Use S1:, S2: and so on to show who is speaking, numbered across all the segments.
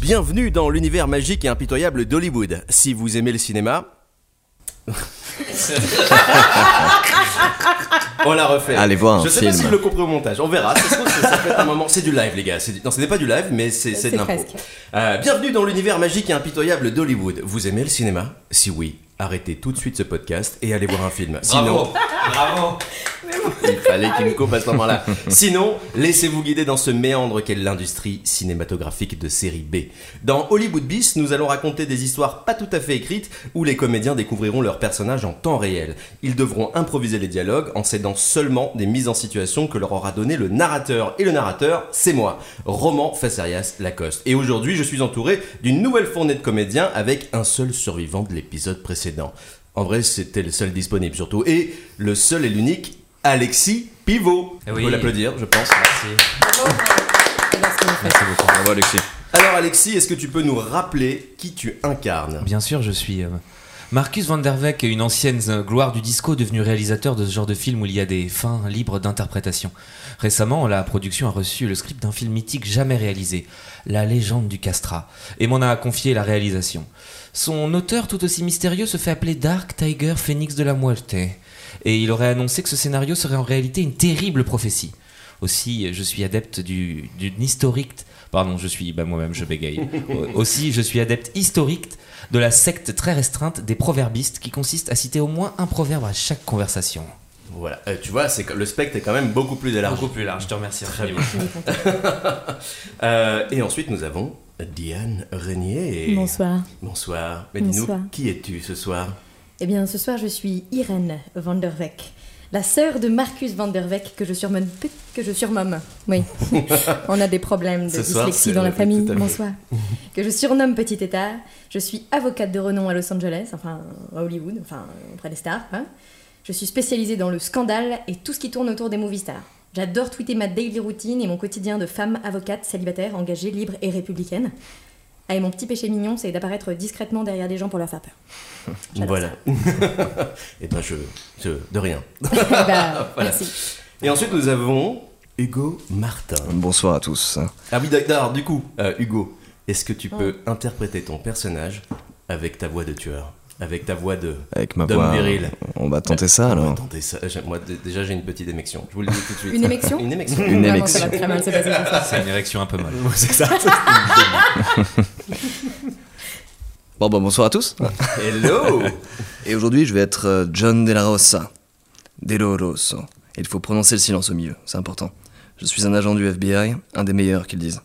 S1: Bienvenue dans l'univers magique et impitoyable d'Hollywood. Si vous aimez le cinéma. on la refait.
S2: Allez voir un
S1: Je sais
S2: film.
S1: pas si je le couperai au montage. On verra. Ça, se trouve, ça, ça peut être un moment. C'est du live, les gars. C'est du- Non, ce n'est pas du live, mais c'est c'est de
S3: C'est
S1: l'impro.
S3: presque.
S1: Euh, bienvenue dans l'univers magique et impitoyable d'Hollywood. Vous aimez le cinéma Si oui, arrêtez tout de suite ce podcast et allez voir un film. Sinon,
S4: Bravo, bravo.
S1: il fallait qu'il me coupe à ce moment-là. Sinon, laissez-vous guider dans ce méandre qu'est l'industrie cinématographique de série B. Dans Hollywood Beast, nous allons raconter des histoires pas tout à fait écrites où les comédiens découvriront leurs personnages en temps réel. Ils devront improviser les dialogues en s'aidant seulement des mises en situation que leur aura donné le narrateur. Et le narrateur, c'est moi, Roman Facerias Lacoste. Et aujourd'hui, je suis entouré d'une nouvelle fournée de comédiens avec un seul survivant de l'épisode précédent. En vrai, c'était le seul disponible surtout. Et le seul et l'unique Alexis Pivot.
S4: Eh
S1: On
S4: oui.
S1: peut l'applaudir, je pense.
S4: Merci.
S3: J'adore ce que vous faites.
S4: Merci beaucoup.
S2: Bravo Alexis.
S1: Alors Alexis, est-ce que tu peux nous rappeler qui tu incarnes
S4: Bien sûr, je suis. euh, Marcus van der Weck, une ancienne euh, gloire du disco devenu réalisateur de ce genre de film où il y a des fins libres d'interprétation. Récemment, la production a reçu le script d'un film mythique jamais réalisé, La légende du castrat, et m'en a confié la réalisation. Son auteur tout aussi mystérieux se fait appeler Dark Tiger Phoenix de la Muerte, et il aurait annoncé que ce scénario serait en réalité une terrible prophétie. Aussi, je suis adepte du- d'une historique. Pardon, je suis. Bah, moi-même, je bégaye. Euh, Aussi, je suis adepte historique de la secte très restreinte des proverbistes qui consiste à citer au moins un proverbe à chaque conversation.
S1: Voilà, Euh, tu vois, c'est que le spectre est quand même beaucoup plus élargi.
S4: plus large, je te remercie.
S1: Euh, et ensuite, nous avons Diane Régnier.
S3: Bonsoir.
S1: Bonsoir. Mais dis-nous,
S3: Bonsoir.
S1: qui es-tu ce soir
S3: Eh bien, ce soir, je suis Irène Van der Weck, la sœur de Marcus Van der Weck que je surnomme. Que je surnomme. Oui, on a des problèmes de
S1: Ce soir,
S3: dyslexie
S1: c'est-
S3: dans la
S1: oui,
S3: famille.
S1: tout à fait.
S3: Bonsoir. Que je surnomme Petit État. Je suis avocate de renom à Los Angeles, enfin à Hollywood, enfin auprès des stars. hein. Je suis spécialisée dans le scandale et tout ce qui tourne autour des movie stars. J'adore tweeter ma daily routine et mon quotidien de femme avocate célibataire, engagée, libre et républicaine. Ah, et mon petit péché mignon, c'est d'apparaître discrètement derrière des gens pour leur faire peur. J'adore
S1: Voilà. et ben, je, je. De rien.
S5: Eh ben,
S3: Bah, merci.
S1: Et ensuite, nous avons Hugo Martin.
S2: Bonsoir à tous.
S1: Ah oui, d'accord, du coup, euh, Hugo, est-ce que tu peux interpréter ton personnage avec ta voix de tueur Avec ta voix de.
S2: Avec ma
S1: d'homme
S2: voix.
S1: viril.
S2: On va tenter ça alors.
S1: Attendez, ça, j'ai- moi d- déjà j'ai une petite émection, je vous le dis tout de suite.
S3: Une émection
S1: Une émection.
S2: Une
S3: Vraiment,
S2: élection.
S3: Ça va très mal se passer. ce soir.
S4: C'est une érection un peu molle.
S1: C'est ça.
S2: Bon, bah, bonsoir à tous.
S1: Hello Hum,
S2: Et aujourd'hui, je vais être euh, John De La Rosa. De La Rosa. Il faut prononcer le silence au milieu, c'est important. Je suis un agent du FBI, un des meilleurs qu'ils disent.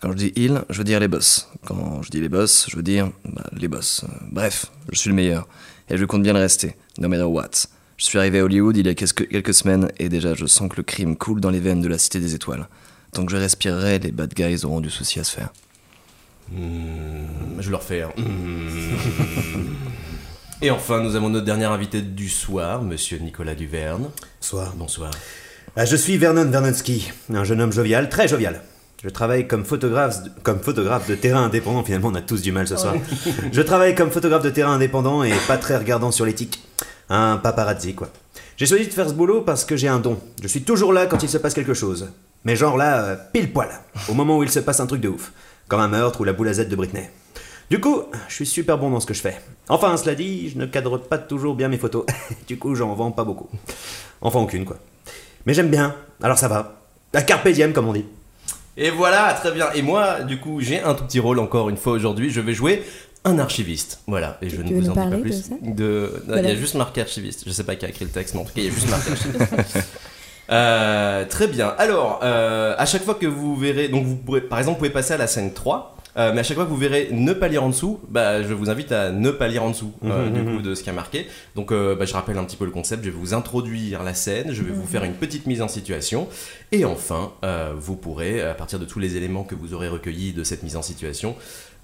S2: Quand je dis il, je veux dire les boss. Quand je dis les boss, je veux dire bah, les boss. Euh, Bref, je suis le meilleur. Et je compte bien le rester, no matter what. Je suis arrivé à Hollywood il y a quelques quelques semaines et déjà je sens que le crime coule dans les veines de la Cité des Étoiles. Tant que je respirerai, les bad guys auront du souci à se faire.
S1: Mmh, Je le refais. hein. Mmh. Et enfin, nous avons notre dernier invité du soir, monsieur Nicolas Duverne.
S6: Bonsoir.
S1: Bonsoir.
S6: Ah, je suis Vernon Vernonsky, un jeune homme jovial, très jovial. Je travaille comme photographe, comme photographe de terrain indépendant. Finalement, on a tous du mal ce soir. Je travaille comme photographe de terrain indépendant et pas très regardant sur l'éthique. Un paparazzi, quoi. J'ai choisi de faire ce boulot parce que j'ai un don. Je suis toujours là quand il se passe quelque chose. Mais genre là, euh, pile poil, au moment où il se passe un truc de ouf. Comme un meurtre ou la boule à Z de Britney. Du coup, je suis super bon dans ce que je fais. Enfin, cela dit, je ne cadre pas toujours bien mes photos. Du coup, j'en vends pas beaucoup. Enfin, aucune, quoi. Mais j'aime bien, alors ça va. La carpe diem, comme on dit.
S1: Et voilà, très bien. Et moi, du coup, j'ai un tout petit rôle encore une fois aujourd'hui. Je vais jouer un archiviste. Voilà. Et je
S3: Tu
S1: ne
S3: veux
S1: vous
S3: nous
S1: en dis pas
S3: parler de
S1: plus.
S3: ça
S1: De- non, Il y
S3: Voilà.
S1: a juste marqué archiviste. Je sais pas qui a écrit le texte, mais en tout cas, il y a juste marqué archiviste. Euh, très bien. Alors, euh, à chaque fois que vous verrez, donc vous pourrez, par exemple, vous pouvez passer à la scène 3. euh, mais à chaque fois que vous verrez ne pas lire en dessous, bah, je vous invite à ne pas lire en dessous euh,
S6: Mhm,
S1: du
S6: mhm.
S1: coup de ce qui a marqué. Donc euh, bah, je rappelle un petit peu le concept, je vais vous introduire la scène, je vais vous faire une petite mise en situation. Et enfin, euh, vous pourrez, à partir de tous les éléments que vous aurez recueillis de cette mise en situation,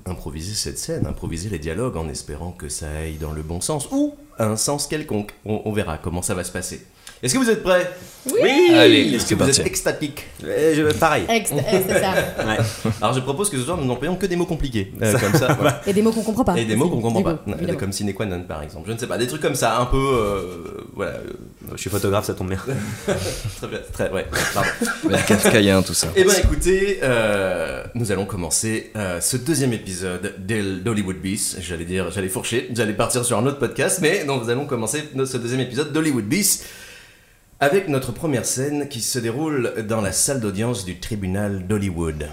S1: improviser cette scène, improviser les dialogues en espérant que ça aille dans le bon sens ou à un sens quelconque. On, on verra comment ça va se passer. Est-ce que vous êtes prêts
S5: Oui
S7: Allez,
S1: Est-ce que
S2: c'est
S1: vous
S2: parti.
S1: êtes extatique
S6: Eh, je- pareil.
S5: Ex- eh, C'est ça.
S6: Ouais.
S1: Alors je propose que ce soir nous n'employons que des mots compliqués. Euh, comme ça, voilà.
S5: Et des mots qu'on comprend pas.
S1: Et des mots qu'on comprend
S5: Du
S1: pas. Euh,
S5: coup, évidemment.
S1: Comme sine qua non, par exemple. Je ne sais pas. Des trucs comme ça, un peu. euh, voilà. euh,
S6: Je suis photographe, ça tombe bien.
S1: Très bien. Très, ouais, pardon.
S2: Mais Kafkaïen, tout ça.
S1: Eh bien écoutez, euh, nous allons commencer euh, ce deuxième épisode d'El- d'Hollywood Beast. J'allais dire, j'allais fourcher, j'allais partir sur un autre podcast, mais non, nous allons commencer no- ce deuxième épisode d'Hollywood Beast avec notre première scène qui se déroule dans la salle d'audience du tribunal d'Hollywood.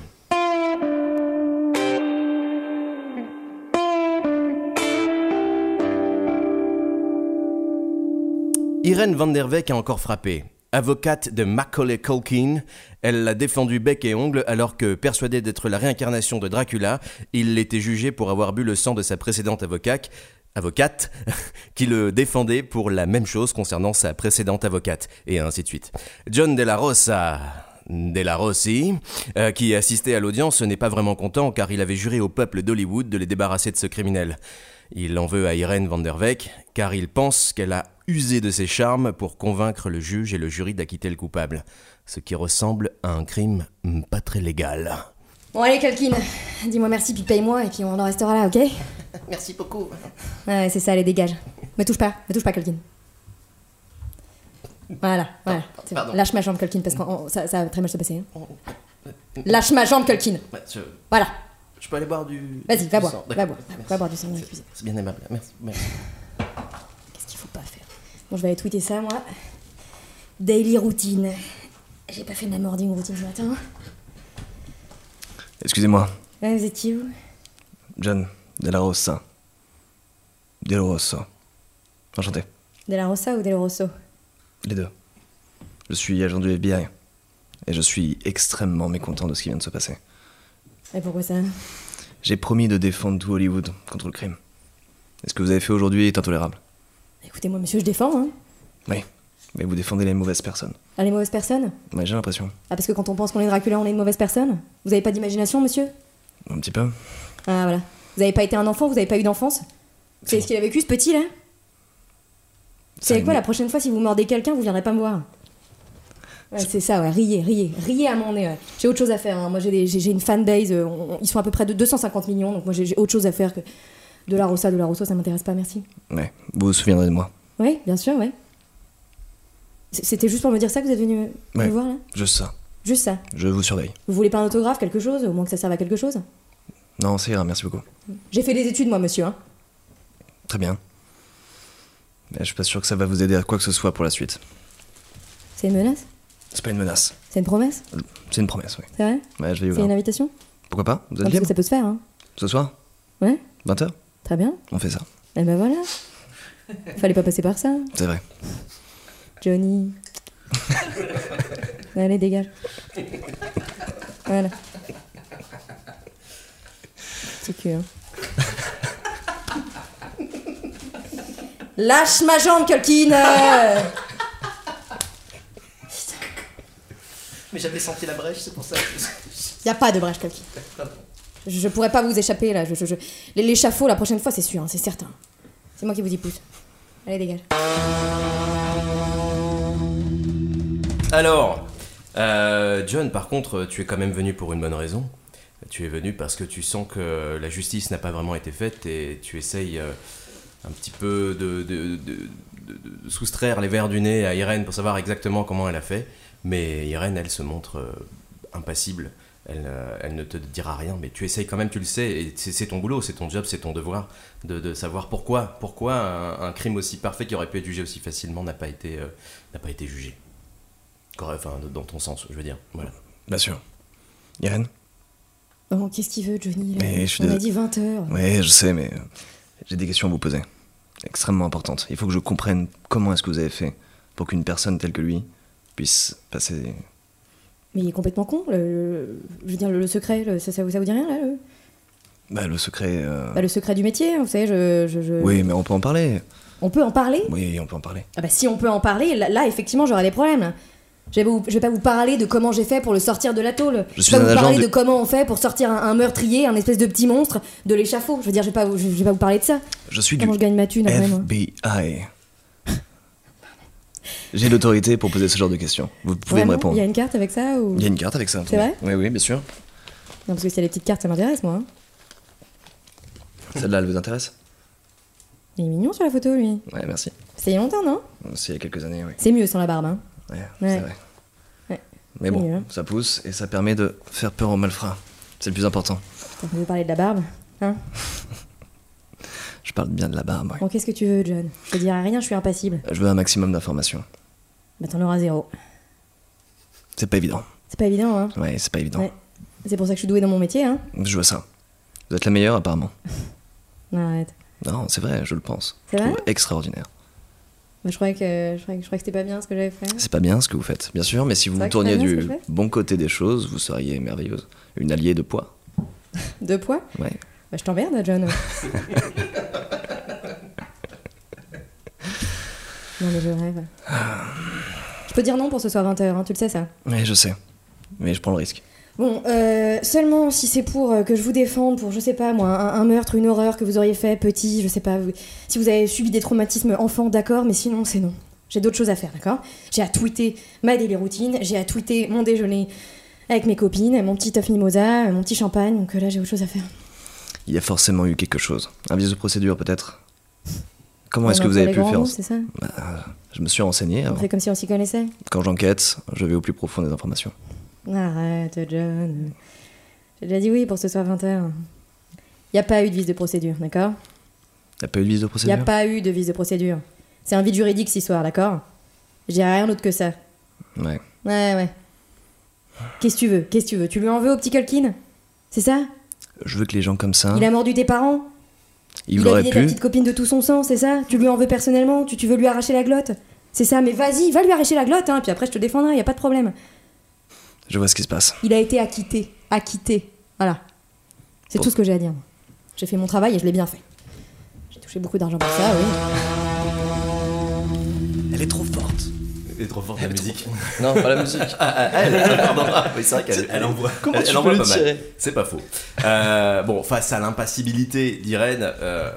S1: Irene Van der Veek a encore frappé. Avocate de Macaulay Culkin, elle l'a défendu bec et ongle alors que, persuadé d'être la réincarnation de Dracula, il l'était jugé pour avoir bu le sang de sa précédente avocate, avocate qui le défendait pour la même chose concernant sa précédente avocate, et ainsi de suite. John De La Rosa... De La Rossi, euh, qui assistait à l'audience, n'est pas vraiment content car il avait juré au peuple d'Hollywood de les débarrasser de ce criminel. Il en veut à Irene van der Veek, car il pense qu'elle a usé de ses charmes pour convaincre le juge et le jury d'acquitter le coupable. Ce qui ressemble à un crime hmm, pas très légal.
S5: Bon allez Kalkin, dis-moi merci puis paye-moi et puis on en restera là, ok
S1: Merci beaucoup.
S5: Ouais, c'est ça, allez dégage. Me touche pas, me touche pas Kalkin. Voilà, voilà. c'est bon.
S1: pardon. Oh.
S5: Lâche ma jambe Kalkin parce que ça, ça va très mal se passer. hein. Lâche ma jambe Kalkin.
S1: je,
S5: Voilà.
S1: je peux aller boire du.
S5: Vas-y, va
S1: du
S5: boire,
S1: sang.
S5: va
S1: D'accord.
S5: boire,
S1: Merci.
S5: va boire du sang dans la
S1: C'est-
S5: cuisine.
S1: C'est bien aimable, merci. merci.
S5: Qu'est-ce qu'il faut pas faire Bon, je vais aller tweeter ça, moi. Daily routine. J'ai pas fait ma morning routine ce matin.
S2: Excusez-moi,
S5: Ouais, vous étiez où
S2: John De La Rosa. De La Rosa. Enchanté,
S5: De la Rosa ou de la Rosso
S2: les deux. Je suis agent du FBI. Et je suis extrêmement mécontent de ce qui vient de se passer.
S5: Et pourquoi ça
S2: J'ai promis de défendre tout Hollywood contre le crime. Et ce que vous avez fait aujourd'hui est intolérable.
S5: Écoutez-moi, monsieur, je défends, hein.
S2: Oui, mais vous défendez les mauvaises personnes.
S5: Ah, les mauvaises personnes
S2: Ouais, j'ai l'impression.
S5: Ah, parce que quand on pense qu'on est Dracula, on est une mauvaise personne Vous avez pas d'imagination, monsieur
S2: Un petit peu.
S5: Ah, voilà. Vous avez pas été un enfant, vous avez pas eu d'enfance Vous savez ce qu'il a vécu, ce petit, là Vous savez
S2: Ça,
S5: quoi,
S2: mais-
S5: la prochaine fois, si vous mordez quelqu'un, vous viendrez pas me voir Ouais, c'est ça, ouais, riez, riez, riez à mon nez, ouais. J'ai autre chose à faire, hein. moi j'ai des- j'ai j'ai une fanbase, euh, on- on- ils sont à peu près de 250 millions, donc moi j'ai j'ai autre chose à faire que de la Rossa, de la Rosso, ça m'intéresse pas, merci.
S2: Ouais, vous vous souviendrez de moi.
S5: Oui, bien sûr, ouais. C- C'était juste pour me dire ça que vous êtes venu me
S2: Ouais.
S5: voir, là
S2: Je ça.
S5: Juste ça.
S2: Je vous surveille.
S5: Vous voulez pas un autographe, quelque chose, au moins que ça serve à quelque chose
S2: Non, ça ira, merci beaucoup.
S5: J'ai fait des études, moi, monsieur, hein.
S2: Très bien. Mais je suis pas sûr que ça va vous aider à quoi que ce soit pour la suite.
S5: C'est une menace
S2: C'est pas une menace.
S5: C'est une promesse
S2: C'est une promesse, oui.
S5: C'est vrai
S2: Ouais, je vais y
S5: C'est une
S2: ouvrir.
S5: invitation
S2: Pourquoi pas Vous
S5: Non,
S2: êtes
S5: Parce que
S2: libre
S5: ça peut se faire, hein.
S2: Ce soir
S5: Ouais
S2: 20h
S5: Très bien.
S2: On fait ça.
S5: Et ben voilà. Fallait pas passer par ça,
S2: C'est vrai.
S5: Johnny. Allez, dégage. Voilà. C'est cul, hein. Lâche ma jambe, Culkin euh.
S1: Mais j'avais senti la brèche, c'est pour ça.
S5: Y a pas de brèche, Culkin. Je, je pourrais pas vous échapper, là. Je, je- je- les- L'échafaud, la prochaine fois, c'est sûr, hein, c'est certain. C'est moi qui vous y pousse. Allez, dégage.
S1: Alors, euh, John, par contre, tu es quand même venu pour une bonne raison. Tu es venu parce que tu sens que la justice n'a pas vraiment été faite et tu essayes euh, un petit peu de, de- de- de- de soustraire les verres du nez à Irène pour savoir exactement comment elle a fait. Mais Irène, elle se montre euh, impassible. Elle, euh, elle ne te dira rien, mais tu essayes quand même, tu le sais, et c'est c'est ton boulot, c'est ton job, c'est ton devoir de, de savoir pourquoi, pourquoi un, un crime aussi parfait qui aurait pu être jugé aussi facilement n'a pas été, euh, n'a pas été jugé. Correct, Enfin, dans ton sens, je veux dire. Voilà.
S2: Bien sûr. Irène
S5: Oh, qu'est-ce qu'il veut, Johnny là
S2: Mais je suis
S5: On a
S2: désolé.
S5: dit 20 heures.
S2: Ouais, je sais, mais euh, j'ai des questions à vous poser. Extrêmement importantes. Il faut que je comprenne comment est-ce que vous avez fait pour qu'une personne telle que lui puisse passer.
S5: Mais il est complètement con. Le, le- je veux dire, le, le secret, le- ça, ça vous, ça vous dit rien, là le,
S2: Bah, le secret. euh,
S5: bah, le secret du métier, hein, vous savez, je, je- je-
S2: Oui, mais on peut en parler.
S5: On peut en parler
S2: Oui, on peut en parler.
S5: Ah bah si on peut en parler, là, là, effectivement, j'aurais des problèmes. Je vais, vous- je vais pas vous parler de comment j'ai fait pour le sortir de la tôle.
S2: Je suis
S5: vais
S2: un
S5: pas vous
S2: agent
S5: parler
S2: du-
S5: de comment on fait pour sortir un, un meurtrier, un espèce de petit monstre, de l'échafaud. Je veux dire, je vais pas, vous- je, je vais pas vous parler de ça.
S2: Je suis
S5: Comment
S2: du
S5: je gagne ma thune, après, moi
S2: FBI. J'ai l'autorité pour poser ce genre de questions. Vous pouvez
S5: Vraiment
S2: me répondre.
S5: Il y a une carte avec ça ou...
S2: Il y a une carte avec ça.
S5: C'est
S2: attendez.
S5: vrai
S2: Oui, oui, bien sûr.
S5: Non, parce que s'il y a les petites cartes, ça m'intéresse, moi. hein.
S2: Celle-là, elle vous intéresse
S5: Il est mignon sur la photo, lui.
S2: Ouais, merci.
S5: C'est il y a longtemps, non
S2: C'est il y a quelques années, oui.
S5: C'est mieux sans la barbe, hein.
S2: Ouais,
S5: Ouais.
S2: C'est vrai.
S5: Ouais.
S2: Mais
S5: Oui,
S2: bon,
S5: hein.
S2: ça pousse et ça permet de faire peur aux malfrats. C'est le plus important.
S5: Putain, On veut parler de la barbe. Hein
S2: Je parle bien de la barbe. ouais.
S5: bon, qu'est-ce que tu veux, John Je te dirai rien, je suis impassible.
S2: Je veux un maximum d'informations.
S5: Bah, t'en auras zéro.
S2: C'est pas évident.
S5: C'est pas évident, hein.
S2: Ouais, c'est pas évident.
S5: Ouais. C'est pour ça que je suis douée dans mon métier, hein.
S2: Je vois ça. Vous êtes la meilleure, apparemment.
S5: Non, arrête.
S2: Non, c'est vrai, je le pense.
S5: C'est
S2: je
S5: vrai
S2: trouve extraordinaire.
S5: Bah, je croyais que, je croyais, je croyais que c'était pas bien ce que j'avais fait.
S2: C'est pas bien ce que vous faites, bien sûr, mais si vous
S5: C'est
S2: vous
S5: vrai que
S2: tourniez
S5: c'est pas bien
S2: du
S5: ce que je fais
S2: bon côté des choses, vous seriez merveilleuse. Une alliée de poids.
S5: Deux poids
S2: Ouais.
S5: Bah, je t'emmerde, John. non, mais je rêve. Je peux dire non pour ce soir 20h, hein, tu le sais, ça
S2: Ouais, je sais. Mais je prends le risque.
S5: Bon, euh, seulement si c'est pour euh, que je vous défende pour, je sais pas moi, un, un meurtre, une horreur que vous auriez fait petit, je sais pas, vous- si vous avez subi des traumatismes enfant, d'accord, mais sinon c'est non. J'ai d'autres choses à faire, d'accord J'ai à tweeter ma daily routine, j'ai à tweeter mon déjeuner avec mes copines, mon petit tof mimosa, mon petit champagne, donc euh, là j'ai autre chose à faire.
S2: Il y a forcément eu quelque chose. Un vice de procédure, peut-être Comment est-ce
S5: On
S2: que
S5: en
S2: vous
S5: fait
S2: avez
S5: les
S2: pu
S5: grands
S2: faire
S5: mots, C'est ça
S2: Bah, Je me suis renseigné.
S5: On
S2: avant.
S5: fait comme si on s'y connaissait
S2: Quand j'enquête, je vais au plus profond des informations.
S5: Arrête, John. J'ai déjà dit oui pour ce soir 20h. Y a pas eu de vice de procédure, d'accord
S2: Il n'y a pas eu de vice de
S5: Il n'y
S2: procédure
S5: a pas eu de vice de procédure. C'est un vide juridique ce soir, d'accord J'ai rien d'autre que ça.
S2: Ouais.
S5: Ouais, ouais. Qu'est-ce que tu veux Qu'est-ce que tu veux Tu lui en veux au petit Culkin C'est ça
S2: Je veux que les gens comme ça,
S5: Il a mordu tes parents
S2: ils
S5: a
S2: l'auraient
S5: vidé ta
S2: Hein pu.
S5: petite copine de tout son sang, c'est ça Tu lui en veux personnellement tu, tu veux lui arracher la glotte C'est ça, mais vas-y, va lui arracher la glotte, hein, puis après je te défendrai, y a pas de problème.
S2: Je vois ce qui se passe.
S5: Il a été acquitté. Acquitté. Voilà. C'est
S2: Bon.
S5: tout ce que j'ai à dire. moi. J'ai fait mon travail et je l'ai bien fait. J'ai touché beaucoup d'argent pour ça, oui.
S2: Elle est trop forte.
S1: Elle est trop forte la musique.
S2: Non, pas la musique.
S1: Ah, ah, elle, pardon. Ah, oui, c'est vrai qu'elle elle envoie,
S2: Comment
S1: elle,
S2: tu
S1: elle envoie
S2: peux le
S1: pas mal.
S2: tirer
S1: C'est pas faux. Euh, bon, face à l'impassibilité d'Irène, euh,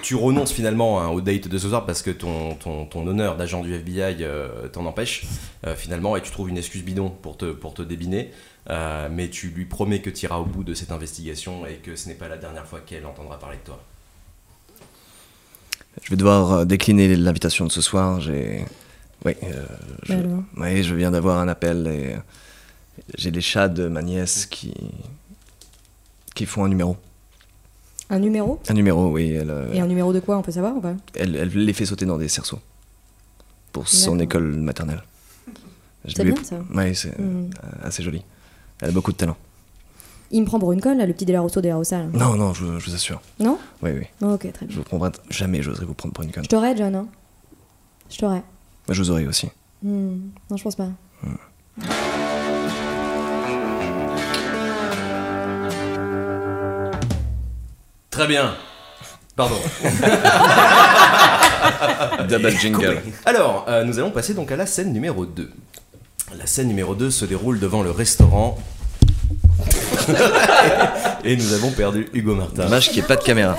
S1: tu renonces finalement hein, au date de ce soir parce que ton, ton, ton honneur d'agent du FBI euh, t'en empêche euh, finalement et tu trouves une excuse bidon pour te, pour te débiner. Euh, mais tu lui promets que tu iras au bout de cette investigation et que ce n'est pas la dernière fois qu'elle entendra parler de toi.
S2: Je vais devoir euh, décliner l'invitation de ce soir. J'ai. Oui, euh, je...
S5: Alors
S2: oui, je viens d'avoir un appel et euh, j'ai les chats de ma nièce qui. qui font un numéro.
S5: Un numéro
S2: Un numéro, oui. Elle, euh,
S5: Et un numéro de quoi, on peut savoir ou pas
S2: elle, elle les fait sauter dans des cerceaux. Pour son
S5: D'accord.
S2: école maternelle. Je
S5: C'est
S2: lui ai-
S5: bien, ça.
S2: Oui, c'est euh,
S5: Mhm.
S2: assez joli. Elle a beaucoup de talent.
S5: Il me prend pour une conne, là, le petit De La Rousseau de La Rossa, là.
S2: Non, non, je, je vous assure.
S5: Non
S2: Oui, oui.
S5: Non, Ok, très bien.
S2: Je vous prendrai. Jamais j'oserais vous prendre pour une conne.
S5: Je t'aurais, John, hein Je t'aurais.
S2: Mais je vous aurais aussi.
S5: Hmm, Non, je pense pas.
S1: Très bien. Pardon.
S2: Double jingle.
S1: Alors, euh, nous allons passer donc à la scène numéro 2. La scène numéro 2 se déroule devant le restaurant. Et nous avons perdu Hugo Martin.
S2: Dommage qu'il n'y ait pas de caméra.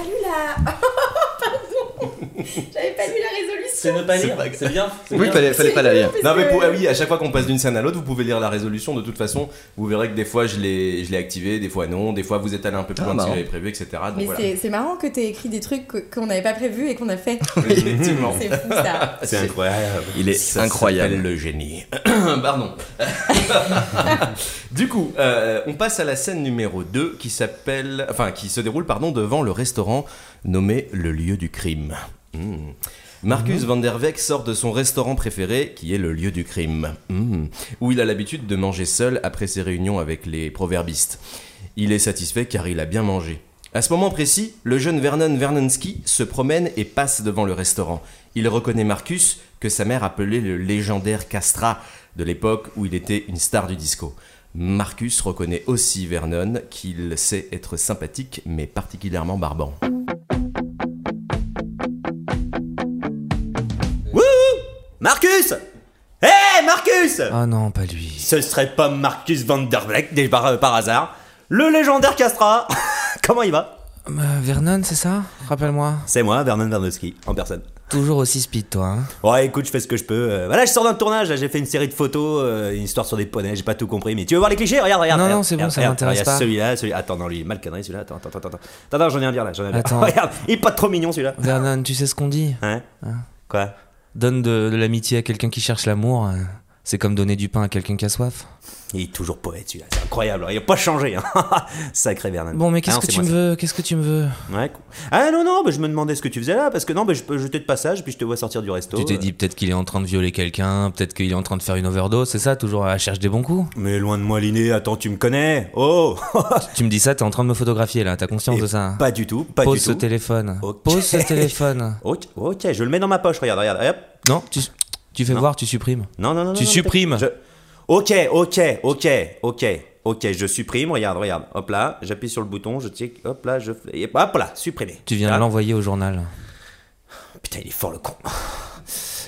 S5: J'avais pas vu la résolution
S8: C'est ne pas lire,
S1: pas grave.
S8: c'est bien. c'est
S2: Oui,
S8: bien.
S2: fallait, fallait pas la lire.
S1: Non mais pour- ah oui, à chaque fois qu'on passe d'une scène à l'autre, vous pouvez lire la résolution. De toute façon, vous verrez que des fois je l'ai, je l'ai activé, des fois non, des fois vous êtes allé un peu plus
S2: Ah,
S1: loin de ce que
S2: marrant.
S1: j'avais prévu, etc. Donc
S5: Mais
S1: Ah, voilà.
S5: c'est- c'est marrant que t'aies écrit des trucs que- qu'on n'avait pas prévus et qu'on a fait.
S1: Effectivement.
S5: C'est fou, ça.
S6: C'est incroyable.
S2: Il est
S1: Ça
S2: incroyable.
S1: s'appelle le génie. Pardon. du coup, euh, on passe à la scène numéro 2 qui s'appelle, enfin qui se déroule pardon devant le restaurant nommé le lieu du crime. Hmm. Marcus van der Weck sort de son restaurant préféré, qui est le lieu du crime, Hmm. où il a l'habitude de manger seul après ses réunions avec les proverbistes. Il est satisfait car il a bien mangé. À ce moment précis, le jeune Vernon Vernonsky se promène et passe devant le restaurant. Il reconnaît Marcus, que sa mère appelait le légendaire Castra, de l'époque où il était une star du disco. Marcus reconnaît aussi Vernon, qu'il sait être sympathique, mais particulièrement barbant.
S6: Marcus Hé Marcus
S4: Ah non, pas lui.
S6: Ce serait pas Marcus Van Der Vleck, déjà par, euh, par hasard Le légendaire Castra Comment il va
S4: Euh, Vernon, c'est ça Rappelle-moi.
S6: C'est moi, Vernon Vernowski, en personne.
S4: Toujours aussi speed, toi. hein.
S6: Ouais, écoute, je fais ce que je peux. Euh, voilà, je sors d'un tournage, là, j'ai fait une série de photos, euh, une histoire sur des poneys, j'ai pas tout compris, mais tu veux voir les clichés Regarde, regarde.
S4: Non,
S6: regarde,
S4: non, c'est bon,
S6: regarde,
S4: ça
S6: regarde,
S4: m'intéresse
S6: regarde
S4: pas.
S6: Celui-là, celui Attends, non, lui, il est mal cadré, celui-là. Attends, attends, attends, attends. Attends, attends, j'en ai un bien là, j'en ai un bien.
S4: Attends.
S6: regarde, il est pas trop mignon celui-là.
S4: Vernon, tu sais ce qu'on dit
S6: Hein Quoi
S4: Donne de, de l'amitié à quelqu'un qui cherche l'amour. euh, C'est comme donner du pain à quelqu'un qui a soif.
S6: Il est toujours poète celui-là, c'est incroyable, il a pas changé. hein. Sacré Vernon.
S4: Bon, mais
S6: Ah
S4: qu'est-ce
S6: non,
S4: que
S6: c'est
S4: tu
S6: moi,
S4: me veux Qu'est-ce que tu me veux
S6: ça. Ouais, cool. Ah non, non, bah, je me demandais ce que tu faisais là, parce que non, bah, je peux jeter de passage, puis je te vois sortir du resto.
S4: Tu t'es
S6: euh.
S4: dit peut-être qu'il est en train de violer quelqu'un, peut-être qu'il est en train de faire une overdose, c'est ça Toujours à la cherche des bons coups
S6: Euh, Mais loin de moi, Liné, attends, tu me connais Oh
S4: Tu me dis ça, t'es en train de me photographier là, t'as conscience
S6: Et
S4: de ça
S6: Pas du tout, pas
S4: Pose
S6: du
S4: ce
S6: tout.
S4: téléphone.
S6: Ok.
S4: Pose ce téléphone.
S6: Ok, ok, je le mets dans ma poche, regarde, regarde, hop.
S4: Non, tu, tu fais
S6: Non.
S4: voir, tu supprimes.
S6: Non, non, non.
S4: Tu
S6: non, non,
S4: supprimes.
S6: je- Ok, ok, ok, ok, ok, je supprime, regarde, regarde. Hop là, j'appuie sur le bouton, je tic, hop là, je. et Hop là, supprimer.
S4: Tu viens
S6: Ah,
S4: l'envoyer au journal.
S6: Putain, il est fort le con.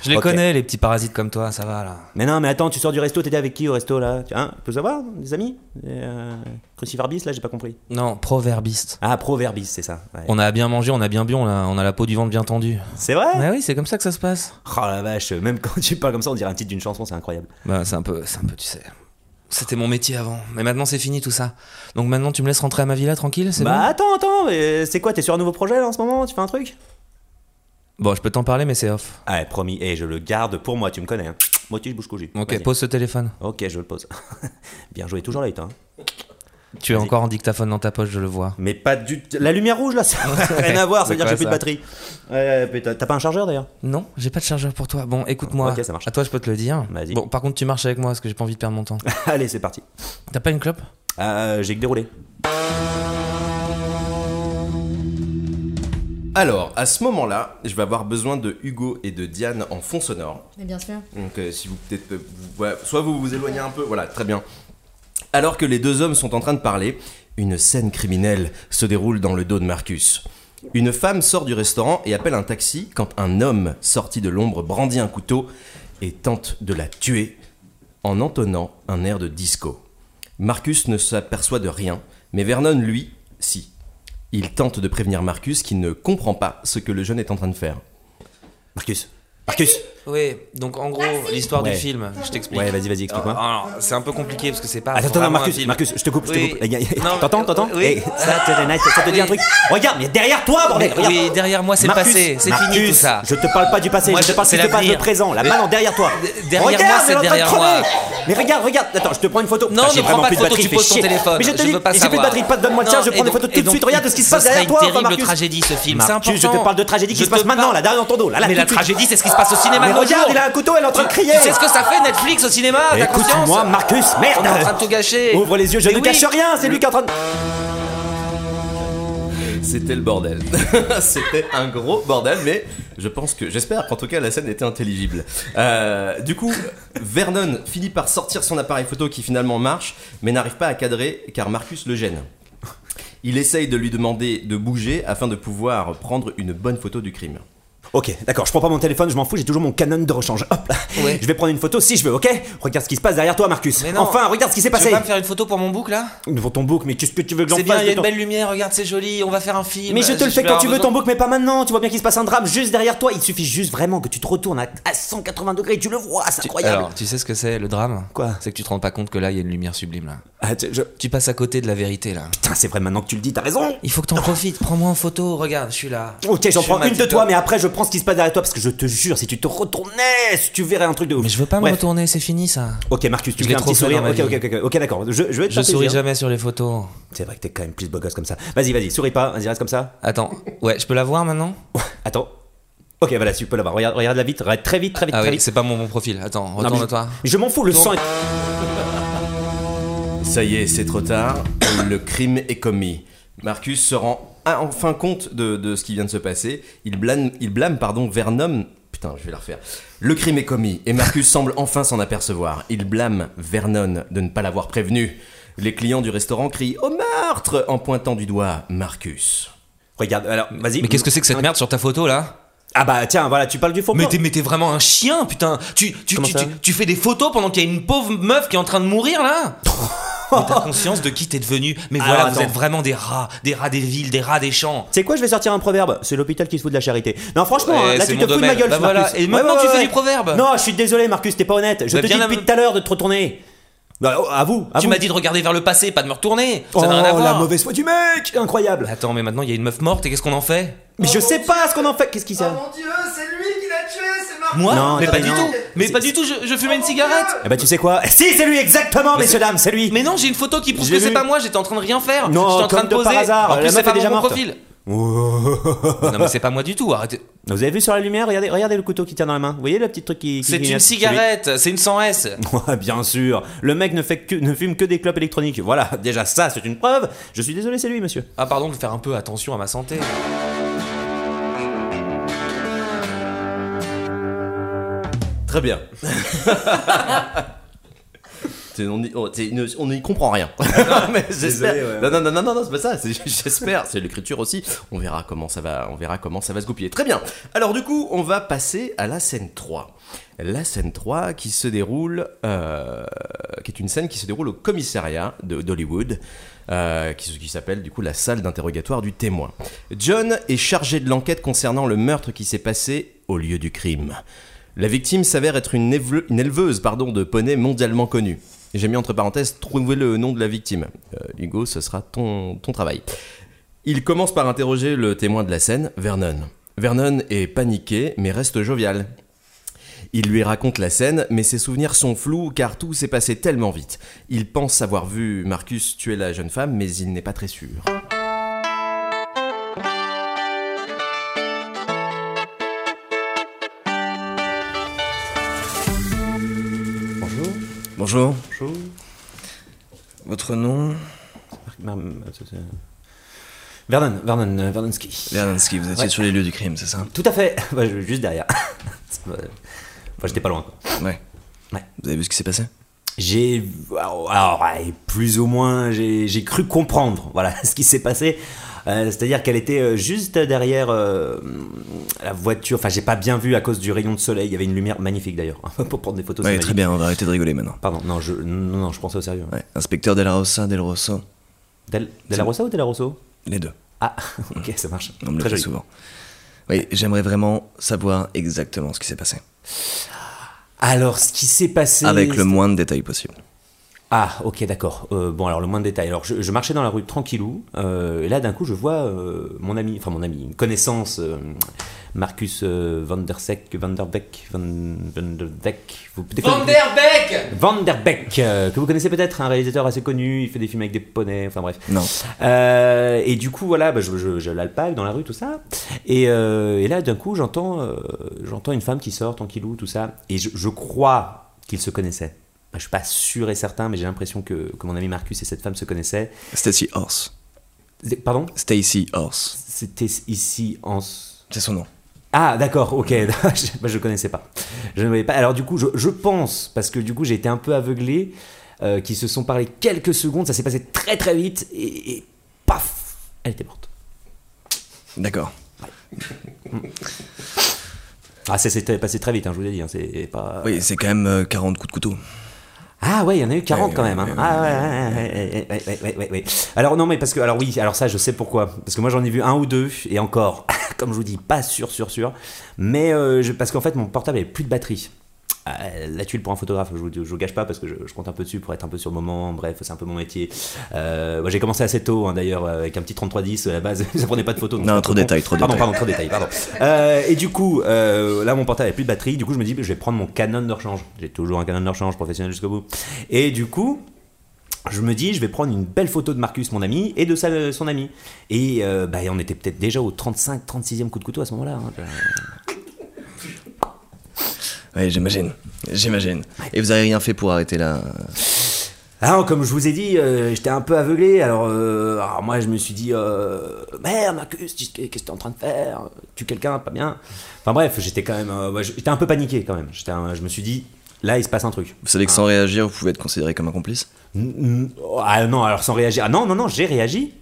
S4: Je les
S6: Ok.
S4: connais, les petits parasites comme toi, ça va là.
S6: Mais non, mais attends, tu sors du resto, t'étais avec qui au resto là Tu- Hein Tu peux savoir, des amis euh, Crucifarbis là, j'ai pas compris.
S4: Non, proverbiste.
S6: Ah, proverbis, c'est ça. ouais.
S4: On a bien mangé, on a bien bu, on a, on a la peau du ventre bien tendue.
S6: C'est vrai
S4: Mais oui, c'est comme ça que ça se passe.
S6: Oh la vache, même quand tu parles comme ça, on dirait un titre d'une chanson, c'est incroyable.
S4: Bah, c'est un peu, c'est un peu, tu sais. C'était mon métier avant, mais maintenant c'est fini tout ça. Donc maintenant tu me laisses rentrer à ma villa tranquille, c'est
S6: Bah attends, attends, mais c'est quoi T'es sur un nouveau projet là en ce moment Tu fais un truc
S4: bon Bon, je peux t'en parler, mais c'est off.
S6: Ah, ouais, promis, et je le garde pour moi, tu me connais. Hein. Moi, tu bouge cousu.
S4: Ok,
S6: Vas-y.
S4: pose ce téléphone.
S6: Ok, je le pose. Bien joué, toujours là, toi. hein.
S4: Tu as
S6: Vas-y.
S4: encore un dictaphone dans ta poche, je le vois.
S6: Mais pas du t- La lumière rouge là, ça n'a rien à voir, ça veut
S4: C'est
S6: dire que j'ai
S4: quoi,
S6: plus de
S4: ça
S6: batterie. Ouais, putain, t'as pas un chargeur d'ailleurs
S4: Non, j'ai pas de chargeur pour toi. Bon, écoute-moi.
S6: Ok, ça marche.
S4: À toi, je peux te le dire.
S6: Vas-y.
S4: Bon, par contre, tu marches avec moi parce que j'ai pas envie de perdre mon temps.
S6: Allez, c'est parti.
S4: T'as pas une clope
S6: Euh, j'ai que déroulé.
S1: Alors, à ce moment-là, je vais avoir besoin de Hugo et de Diane en fond sonore.
S3: Mais bien sûr.
S1: Donc, euh, si vous peut-être. euh, vous- ouais, soit vous vous éloignez un peu, voilà, très bien. Alors que les deux hommes sont en train de parler, une scène criminelle se déroule dans le dos de Marcus. Une femme sort du restaurant et appelle un taxi quand un homme sorti de l'ombre brandit un couteau et tente de la tuer en entonnant un air de disco. Marcus ne s'aperçoit de rien, mais Vernon, lui, si. Il tente de prévenir Marcus qui ne comprend pas ce que le jeune est en train de faire.
S6: Marcus Marcus
S4: Oui, donc en gros, l'histoire
S6: Ouais.
S4: du film, je t'explique.
S6: Ouais, vas-y, vas-y, explique-moi.
S4: Alors, alors, c'est un peu compliqué parce que c'est pas.
S6: Attends,
S4: vraiment
S6: attends,
S4: un
S6: Marcus,
S4: film.
S6: Marcus, je te coupe, je te
S4: Oui.
S6: coupe. Eh, eh, eh,
S4: Non,
S6: T'entends, t'entends
S4: oui.
S6: Eh, ça, te, ça te dit un truc Regarde, mais derrière toi, bordel
S4: Mais
S6: regarde.
S4: oui, derrière moi, c'est le
S6: Marcus,
S4: passé, c'est
S6: Marcus,
S4: fini, tout ça.
S6: Je te parle pas du passé,
S4: Moi,
S6: je te
S4: je-
S6: parle, je
S4: c'est
S6: te parle
S4: l'avenir.
S6: du présent. La
S4: Mais-
S6: main, non, derrière toi.
S4: D- derrière
S6: regarde,
S4: moi,
S6: elle
S4: c'est
S6: est en train de
S4: derrière
S6: crever.
S4: moi.
S6: Mais regarde, regarde, attends, je te prends une photo.
S4: Non,
S6: Putain,
S4: ne
S6: j'ai
S4: prends
S6: vraiment
S4: pas
S6: plus
S4: de photo,
S6: batterie,
S4: tu
S6: fais
S4: poses ton
S6: chier.
S4: téléphone,
S6: Mais je te
S4: je
S6: dis,
S4: veux pas
S6: et j'ai plus de
S4: savoir.
S6: batterie, pas donne-moi le
S4: Non,
S6: tien, je
S4: et
S6: prends des
S4: donc-
S6: photos tout
S4: et
S6: de suite.
S4: donc,
S6: Regarde ce qui se
S4: ce
S6: passe
S4: serait
S6: derrière toi,
S4: une
S6: enfin,
S4: terrible
S6: Marcus.
S4: tragédie, ce film, c'est
S6: Marcus, je te
S4: important.
S6: parle de tragédie qui
S4: Je
S6: se passe
S4: te
S6: maintenant,
S4: parle-
S6: là, derrière dans ton dos, là, là,
S4: Mais
S6: tout
S4: la
S6: de suite.
S4: tragédie, c'est ce qui se passe au cinéma
S6: Mais
S4: de nos
S6: regarde,
S4: jours.
S6: il a un couteau, elle est en train de crier.
S4: Tu sais ce que ça fait Netflix au cinéma Ah, T'as conscience
S6: Écoute-moi, Marcus, merde.
S4: On est en train de tout gâcher.
S6: Ouvre les yeux, je
S4: Mais
S6: ne
S4: oui.
S6: cache rien, c'est lui qui est en train de.
S1: C'était le bordel. C'était un gros bordel, mais je pense que, j'espère qu'en tout cas la scène était intelligible. Euh, du coup, Vernon finit par sortir son appareil photo qui finalement marche, mais n'arrive pas à cadrer car Marcus le gêne. Il essaye de lui demander de bouger afin de pouvoir prendre une bonne photo du crime.
S6: Ok, d'accord, je prends pas mon téléphone, je m'en fous, j'ai toujours mon Canon de rechange. Hop là,
S4: Ouais.
S6: je vais prendre une photo si je veux, ok Regarde ce qui se passe derrière toi, Marcus.
S4: Mais non.
S6: Enfin, regarde ce qui s'est
S4: Tu veux
S6: passé.
S4: pas me faire une photo pour mon book là
S6: Pour ton bouc, mais qu'est-ce que tu veux que j'en
S4: C'est bien,
S6: fasse
S4: il y a
S6: de
S4: une
S6: ton-
S4: belle lumière, regarde, c'est joli, on va faire un film.
S6: Mais je te le
S4: vais
S6: fais quand
S4: avoir
S6: tu veux
S4: besoin-
S6: ton bouc, mais pas maintenant. Tu vois bien qu'il se passe un drame juste derrière toi. Il suffit juste vraiment que tu te retournes à à 180 degrés. Tu le vois, c'est
S4: Tu-
S6: incroyable.
S4: Alors, tu sais ce que c'est le drame
S6: Quoi
S4: C'est que tu te rends pas compte que là, il y a une lumière sublime là.
S6: Ah, tu- je-
S4: Tu passes à côté de la vérité là.
S6: Putain, c'est vrai maintenant que tu le dis, t'as raison.
S4: Il faut que t'en profites, prends-moi en photo, regarde, je suis là.
S6: Ok, j'en
S4: Je
S6: prends
S4: fais ma
S6: une de
S4: petite
S6: toi,
S4: photo.
S6: mais après je prends ce qui se passe derrière toi parce que je te jure, si tu te retournais, tu verrais un truc de ouf.
S4: Mais je veux pas me
S6: Bref.
S4: retourner, c'est fini ça.
S6: Ok, Marcus,
S4: Je
S6: tu fais
S4: l'ai
S6: un
S4: trop
S6: petit
S4: fait
S6: sourire.
S4: dans ma
S6: Ok, ok,
S4: vie.
S6: ok, ok, d'accord. Je, je vais te
S4: Je
S6: faire
S4: souris
S6: plaisir.
S4: jamais sur les photos.
S6: C'est vrai que t'es quand même plus beau gosse comme ça. Vas-y, vas-y, souris pas. Vas-y, reste comme ça.
S4: Attends, ouais, je peux la voir maintenant
S6: Attends. Ok, voilà, tu peux l'avoir. Regarde, regarde la vite. Regarde très vite, très vite,
S4: Ah
S6: très
S4: oui,
S6: vite.
S4: c'est pas mon bon profil. Attends,
S6: Non, mais je-
S4: retourne-toi.
S6: Je m'en fous, le sang.
S4: Tourne.
S6: est-
S1: Ça y est, c'est trop tard. Le crime est commis. Marcus se rend ah, enfin compte de, de ce qui vient de se passer. Il blâme, il blâme pardon, Vernon. Putain, je vais la refaire. Le crime est commis et Marcus semble enfin s'en apercevoir. Il blâme Vernon de ne pas l'avoir prévenu. Les clients du restaurant crient au meurtre en pointant du doigt Marcus.
S6: Regarde, alors, vas-y.
S4: Mais qu'est-ce que c'est que cette merde sur ta photo là
S6: Ah bah tiens, voilà, tu parles du faux
S4: Mais
S6: plan.
S4: t'es, mais t'es vraiment un chien, putain. Tu, tu,
S6: Comment
S4: tu,
S6: ça
S4: tu- tu fais des photos pendant qu'il y a une pauvre meuf qui est en train de mourir là. Mais t'as conscience de qui t'es devenu. Mais
S6: Alors,
S4: voilà, vous
S6: Ah, attends.
S4: êtes vraiment des rats, des rats des villes, des rats des champs.
S6: C'est quoi, je vais sortir un proverbe C'est l'hôpital qui se fout de la charité. Non, franchement,
S4: Ouais,
S6: hein, là
S4: c'est
S6: tu te
S4: mon
S6: fous de ma
S4: domaine.
S6: gueule,
S4: Bah
S6: Marcus.
S4: voilà, et maintenant, tu fais des proverbes.
S6: Non, je suis désolé, Marcus, t'es pas honnête. Je
S4: Bah,
S6: te dis
S4: bien
S6: depuis
S4: am-
S6: tout à l'heure de te retourner. Bah, oh, à vous, à
S4: Tu
S6: vous.
S4: m'as dit de regarder vers le passé, pas de me retourner. Ça
S6: Oh,
S4: n'a rien à
S6: la
S4: voir.
S6: mauvaise foi du mec Incroyable
S4: Attends, mais maintenant il y a une meuf morte et qu'est-ce qu'on en fait
S6: Mais je sais pas ce qu'on en fait. Qu'est-ce
S8: Ah
S6: qui s'est.
S1: Oh mon dieu, c'est lui qui l'a tué, c'est Marc
S4: Moi
S6: Non,
S4: Mais
S6: t'as
S4: pas
S6: raison.
S4: du tout. Mais
S6: C'est-
S4: pas du tout. Je, je fumais une cigarette.
S6: Eh bah, tu sais quoi Si, c'est lui, exactement, messieurs, dames, c'est lui
S4: Mais non, j'ai une photo qui prouve
S6: J'ai
S4: que c'est
S6: vu.
S4: pas moi. J'étais en train de rien faire.
S6: Non,
S4: j'étais en train
S6: comme
S4: de
S6: de
S4: poser.
S6: par hasard,
S4: en
S6: la
S4: plus,
S6: meuf
S4: c'est pas
S6: est déjà
S4: mon
S6: morte.
S4: profil. non, mais c'est pas moi du tout. Arrêtez.
S6: Vous avez vu sur la lumière regardez, regardez le couteau qui tient dans la main. Vous voyez le petit truc qui. qui
S4: C'est une
S6: clignote
S4: cigarette. C'est une 100S.
S6: Ouais, bien sûr. Le mec ne, fait que, ne fume que des clopes électroniques. Voilà, déjà ça, c'est une preuve. Je suis désolé, c'est lui, monsieur.
S4: Ah pardon de faire un peu attention à ma santé.
S1: Très bien. C'est- On n'y on- c'est une- on n'y comprend rien. Mais j'espère-
S6: Désolé, ouais.
S1: Non, non, non, non, non, non, c'est pas ça. c'est- J'espère. C'est l'écriture aussi. On verra comment ça va. On verra comment ça va se goupiller. Très bien. Alors du coup, on va passer à la scène 3. La scène 3 qui se déroule, euh, qui est une scène qui se déroule au commissariat de- d'Hollywood, euh, qui, se- qui s'appelle du coup la salle d'interrogatoire du témoin. John est chargé de l'enquête concernant le meurtre qui s'est passé au lieu du crime. La victime s'avère être une, évle- une éleveuse pardon, de poney mondialement connue. J'ai mis entre parenthèses trouver le nom de la victime. Euh, Hugo, ce sera ton, ton travail. Il commence par interroger le témoin de la scène, Vernon. Vernon est paniqué mais reste jovial. Il lui raconte la scène, mais ses souvenirs sont flous car tout s'est passé tellement vite. Il pense avoir vu Marcus tuer la jeune femme, mais il n'est pas très sûr.
S6: Bonjour.
S2: Bonjour,
S6: Bonjour.
S2: votre nom
S6: Vernon, Vernon, euh, Vernonsky.
S2: Vernansky, vous étiez
S6: Ouais.
S2: sur les lieux du crime, c'est ça
S6: Tout à fait. Bah, je- juste derrière. C'est pas- Enfin, j'étais pas loin. quoi.
S2: Ouais.
S6: Ouais.
S2: Vous avez vu ce qui s'est passé
S6: J'ai. Alors, alors, ouais, plus ou moins, j'ai j'ai cru comprendre voilà, ce qui s'est passé. Euh, C'est-à-dire qu'elle était euh, juste derrière euh, la voiture. Enfin, j'ai pas bien vu à cause du rayon de soleil. Il y avait une lumière magnifique d'ailleurs. Pour prendre des photos,
S2: Ouais,
S6: c'est
S2: très
S6: magnifique.
S2: bien, on va arrêter de rigoler maintenant.
S6: Pardon, non, je, non, non, je pensais au sérieux.
S2: Ouais, inspecteur Del Rosa, Del Rosso,
S6: Del, de la Rosa ou De la Rosso
S2: les deux.
S6: Ah, ok, ça marche.
S2: On me le
S6: Très
S2: fait
S6: joli.
S2: souvent. Oui, j'aimerais vraiment savoir exactement ce qui s'est passé.
S6: Alors, ce qui s'est passé.
S2: Avec le moins de détails possible.
S6: Ah, ok, d'accord. Euh, bon, alors le moins de détails. Alors, je, je marchais dans la rue tranquillou, euh, et là, d'un coup, je vois euh, mon ami, enfin mon ami, une connaissance, euh, Marcus euh, van der Seck, van der Beek, van, van der Beek, vous
S4: Van der Beek
S6: Van der Beek, euh, que vous connaissez peut-être, un réalisateur assez connu, il fait des films avec des poneys, enfin bref.
S2: Non.
S6: Euh, et du coup, voilà, bah, je, je, je l'alpague dans la rue, tout ça. Et, euh, et là, d'un coup, j'entends euh, j'entends une femme qui sort, tranquillou, tout ça. Et je, je crois qu'ils se connaissaient. Bah, je suis pas sûr et certain, mais j'ai l'impression que, que mon ami Marcus et cette femme se connaissaient.
S2: Stacy Horse.
S6: C'est- Pardon
S2: Stacy Horse.
S6: C'était ici en... s-
S2: C'est son nom.
S6: Ah, d'accord, ok. je, bah, je connaissais pas. Je ne voyais pas. Alors, du coup, je, je pense, parce que du coup, j'ai été un peu aveuglé, euh, qu'ils se sont parlé quelques secondes, ça s'est passé très très vite, et, et paf Elle était morte.
S2: D'accord.
S6: Ah, ça s'est passé très vite, hein, je vous ai dit. hein, c'est pas...
S2: Oui, c'est quand même euh, 40 coups de couteau.
S6: Ah, ouais, il y en a eu 40 quand
S2: Ouais,
S6: même. hein.
S2: ouais,
S6: Ah, ouais, ouais, ouais, ouais, ouais, ouais, ouais, ouais. Alors, non, mais parce que, alors oui, alors ça, je sais pourquoi. Parce que moi, j'en ai vu un ou deux, et encore, comme je vous dis, pas sûr, sûr, sûr. Mais euh, je- parce qu'en fait, mon portable avait plus de batterie. Euh, la tuile pour un photographe, je vous, je vous gâche pas parce que je, je compte un peu dessus pour être un peu sur le moment. Bref, c'est un peu mon métier. Euh, moi, j'ai commencé assez tôt hein, d'ailleurs avec un petit 3310 à la base. ça prenait pas de photos. donc
S2: Non,
S6: c'est un
S2: trop
S6: peu con.
S2: détail, trop
S6: Pardon,
S2: détail.
S6: pardon, trop détail, pardon. Euh, et du coup, euh, là, mon portable avait plus de batterie. Du coup, je me dis, je vais prendre mon Canon de rechange. J'ai toujours un Canon de rechange professionnel jusqu'au bout. Et du coup, je me dis, je vais prendre une belle photo de Marcus, mon ami, et de sa- son ami. Et euh, bah, on était peut-être déjà au 35, 36e coup de couteau à ce moment-là. hein.
S2: Oui, j'imagine. J'imagine. Et vous avez rien fait pour arrêter la...
S6: Ah, comme je vous ai dit, euh, j'étais un peu aveuglé. Alors, euh, alors moi, je me suis dit, euh, merde, Marcus, tu- qu'est-ce que t'es en train de faire Tu quelqu'un, pas bien. Enfin bref, j'étais quand même, euh, ouais, j'étais un peu paniqué quand même. J'étais, un- je me suis dit, là, il se passe un truc.
S2: Vous savez que sans réagir, vous pouvez être considéré comme un complice
S6: Mm, mm, Ah non, alors sans réagir. Ah non, non, non, j'ai réagi.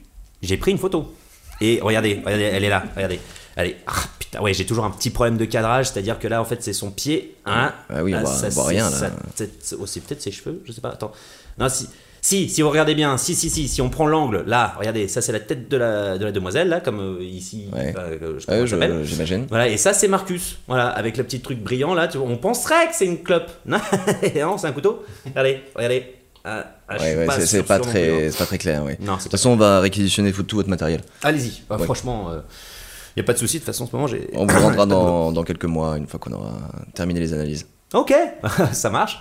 S6: J'ai pris une photo. Et regardez, regardez, elle est là, regardez. Allez, ah putain, ouais, j'ai toujours un petit problème de cadrage, c'est-à-dire que là, en fait, c'est son pied. Hein,
S2: Ah oui, on voit- on voit
S6: c'est oh,
S2: rien, là.
S6: sa tête, aussi peut-être ses cheveux, je sais pas. Attends, non, si, Si, si vous regardez bien, si, si, si, si on prend l'angle, là, regardez, ça c'est la tête de la, de la demoiselle, là, comme euh, ici,
S2: Ouais.
S6: euh, je sais pas
S2: Ah oui,
S6: comment elle s'appelle.
S2: je- j'imagine.
S6: Voilà, et ça c'est Marcus, voilà, avec le petit truc brillant là, tu vois, on penserait que c'est une clope. Non, non, c'est un couteau. Regardez, regardez. Ah, ah, je
S2: Ouais,
S6: suis
S2: ouais,
S6: pas
S2: c'est-
S6: sûr
S2: c'est pas,
S6: sur mon
S2: très,
S6: vélo.
S2: c'est pas très clair, oui. De
S6: Non, c'est
S2: toute
S6: pas
S2: façon, on va réquisitionner tout tout votre matériel.
S6: Allez-y, Bah,
S2: Ouais.
S6: franchement, il n'y a pas de souci, de toute façon, en ce moment j'ai.
S2: On vous rendra dans, dans quelques mois, une fois qu'on aura terminé les analyses.
S6: Ok, ça marche.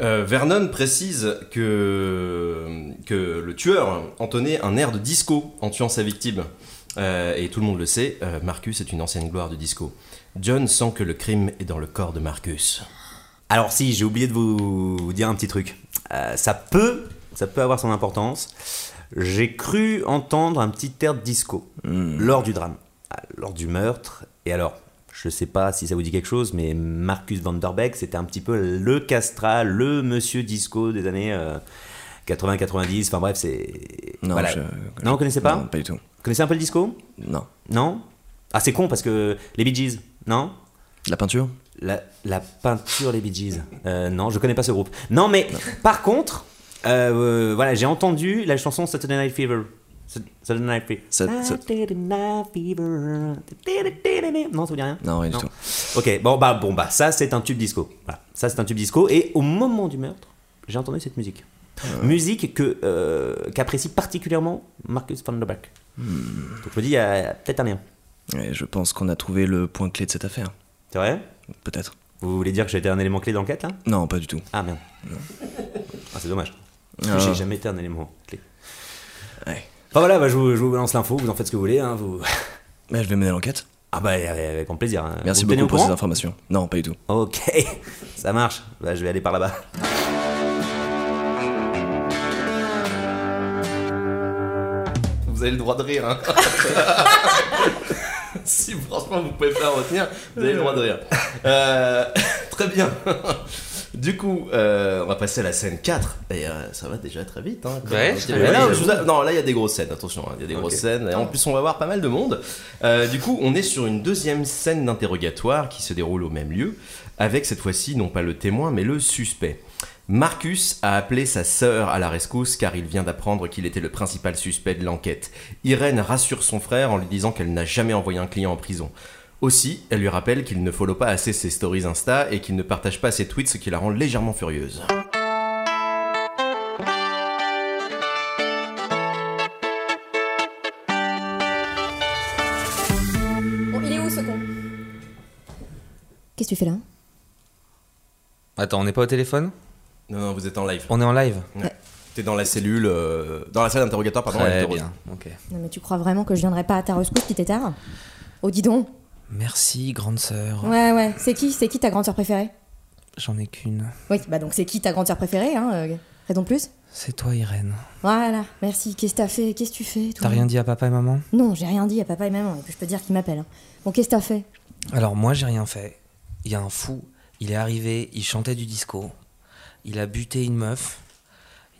S1: Euh, Vernon précise que, que le tueur entonnait un air de disco en tuant sa victime. Euh, et tout le monde le sait, euh, Marcus est une ancienne gloire du disco. John sent que le crime est dans le corps de Marcus.
S6: Alors si, j'ai oublié de vous, vous dire un petit truc. Euh, ça peut, ça peut avoir son importance. J'ai cru entendre un petit air de disco
S2: Hmm.
S6: lors du drame, ah, lors du meurtre. Et alors, je sais pas si ça vous dit quelque chose, mais Marcus Van Der Beek, c'était un petit peu le castrat, le monsieur disco des années 80-90. Enfin bref, c'est...
S2: Non,
S6: voilà.
S2: je-
S6: non, vous connaissez pas
S2: Non, pas du tout.
S6: Vous connaissez un peu le disco
S2: Non.
S6: Non Ah c'est con parce que les Bee Gees, non
S2: La peinture
S6: la, la peinture, les Bee Gees. Euh, non, je connais pas ce groupe. Non, mais par contre, euh, euh, voilà, j'ai entendu la chanson Saturday Night Fever. Sa- Saturday Night Fever.
S2: Ça- ça-
S6: Saturday Night Fever. Non, ça vous dit rien
S2: Non, rien du tout.
S6: Ok, bon bah, bon, bah, ça c'est un tube disco. Voilà, ça c'est un tube disco. Et au moment du meurtre, j'ai entendu cette musique. Musique que, euh, qu'apprécie particulièrement Marcus Van der Beek.
S2: Hmm.
S6: Donc je me dis, il y a, il y a peut-être un lien.
S2: Et je pense qu'on a trouvé le point clé de cette affaire.
S6: C'est vrai
S2: Peut-être.
S6: Vous voulez dire que j'ai été un élément clé d'enquête là
S2: Non, pas du tout.
S6: Ah merde. Ah, c'est dommage.
S2: Ah.
S6: J'ai jamais été un élément clé.
S2: Ouais.
S6: Enfin voilà, bah, je, vous, je vous balance l'info, vous en faites ce que vous voulez. hein, vous...
S2: Mais je vais mener l'enquête.
S6: Ah bah euh, avec grand plaisir. hein.
S2: Merci
S6: Vous me tenez
S2: beaucoup
S6: au
S2: pour ces
S6: courant
S2: informations. Non, pas du tout.
S6: Ok, ça marche. Bah, je vais aller par là-bas.
S1: Vous avez le droit de rire, hein Si franchement vous pouvez pas retenir, vous avez le droit de rire. Euh, très bien. Du coup, euh, on va passer à la scène 4. Et euh, ça va déjà très vite. Hein, quand
S4: Ouais,
S1: même.
S4: je
S1: Mais
S4: t'avais
S1: là,
S4: dit,
S1: je vous a- Non, là il y a des grosses scènes, attention. hein, Il y a des grosses scènes. Et en plus, on va voir pas mal de monde. Euh, du coup, on est sur une deuxième scène d'interrogatoire qui se déroule au même lieu. Avec cette fois-ci, non pas le témoin, mais le suspect. Marcus a appelé sa sœur à la rescousse car il vient d'apprendre qu'il était le principal suspect de l'enquête. Irène rassure son frère en lui disant qu'elle n'a jamais envoyé un client en prison. Aussi, elle lui rappelle qu'il ne follow pas assez ses stories Insta et qu'il ne partage pas ses tweets, ce qui la rend légèrement furieuse.
S3: Bon, il est où ce con
S5: Qu'est-ce que tu fais là
S4: Attends, on n'est pas au téléphone
S1: Non, non, vous êtes en live.
S4: On est en live
S1: T'es dans la cellule, euh, dans la salle d'interrogatoire, pardon.
S4: Très
S1: d'interrogatoire.
S4: bien, ok.
S5: Non mais tu crois vraiment que je viendrai pas à ta rescousse, petit étard Oh dis donc
S4: Merci, grande sœur.
S5: Ouais ouais, c'est qui C'est qui ta grande sœur préférée
S4: J'en ai qu'une.
S5: Oui, bah donc c'est qui ta grande sœur préférée, hein euh, Raison de plus
S4: C'est toi, Irène.
S5: Voilà, merci. Qu'est-ce que t'as fait Qu'est-ce que tu fais toi
S4: T'as rien dit à papa et maman
S5: Non, j'ai rien dit à papa et maman, et puis je peux te dire qu'ils m'appellent. hein. Bon, qu'est-ce que t'as fait
S4: Alors moi j'ai rien fait. Il y a un fou, il est arrivé, il chantait du disco, il a buté une meuf.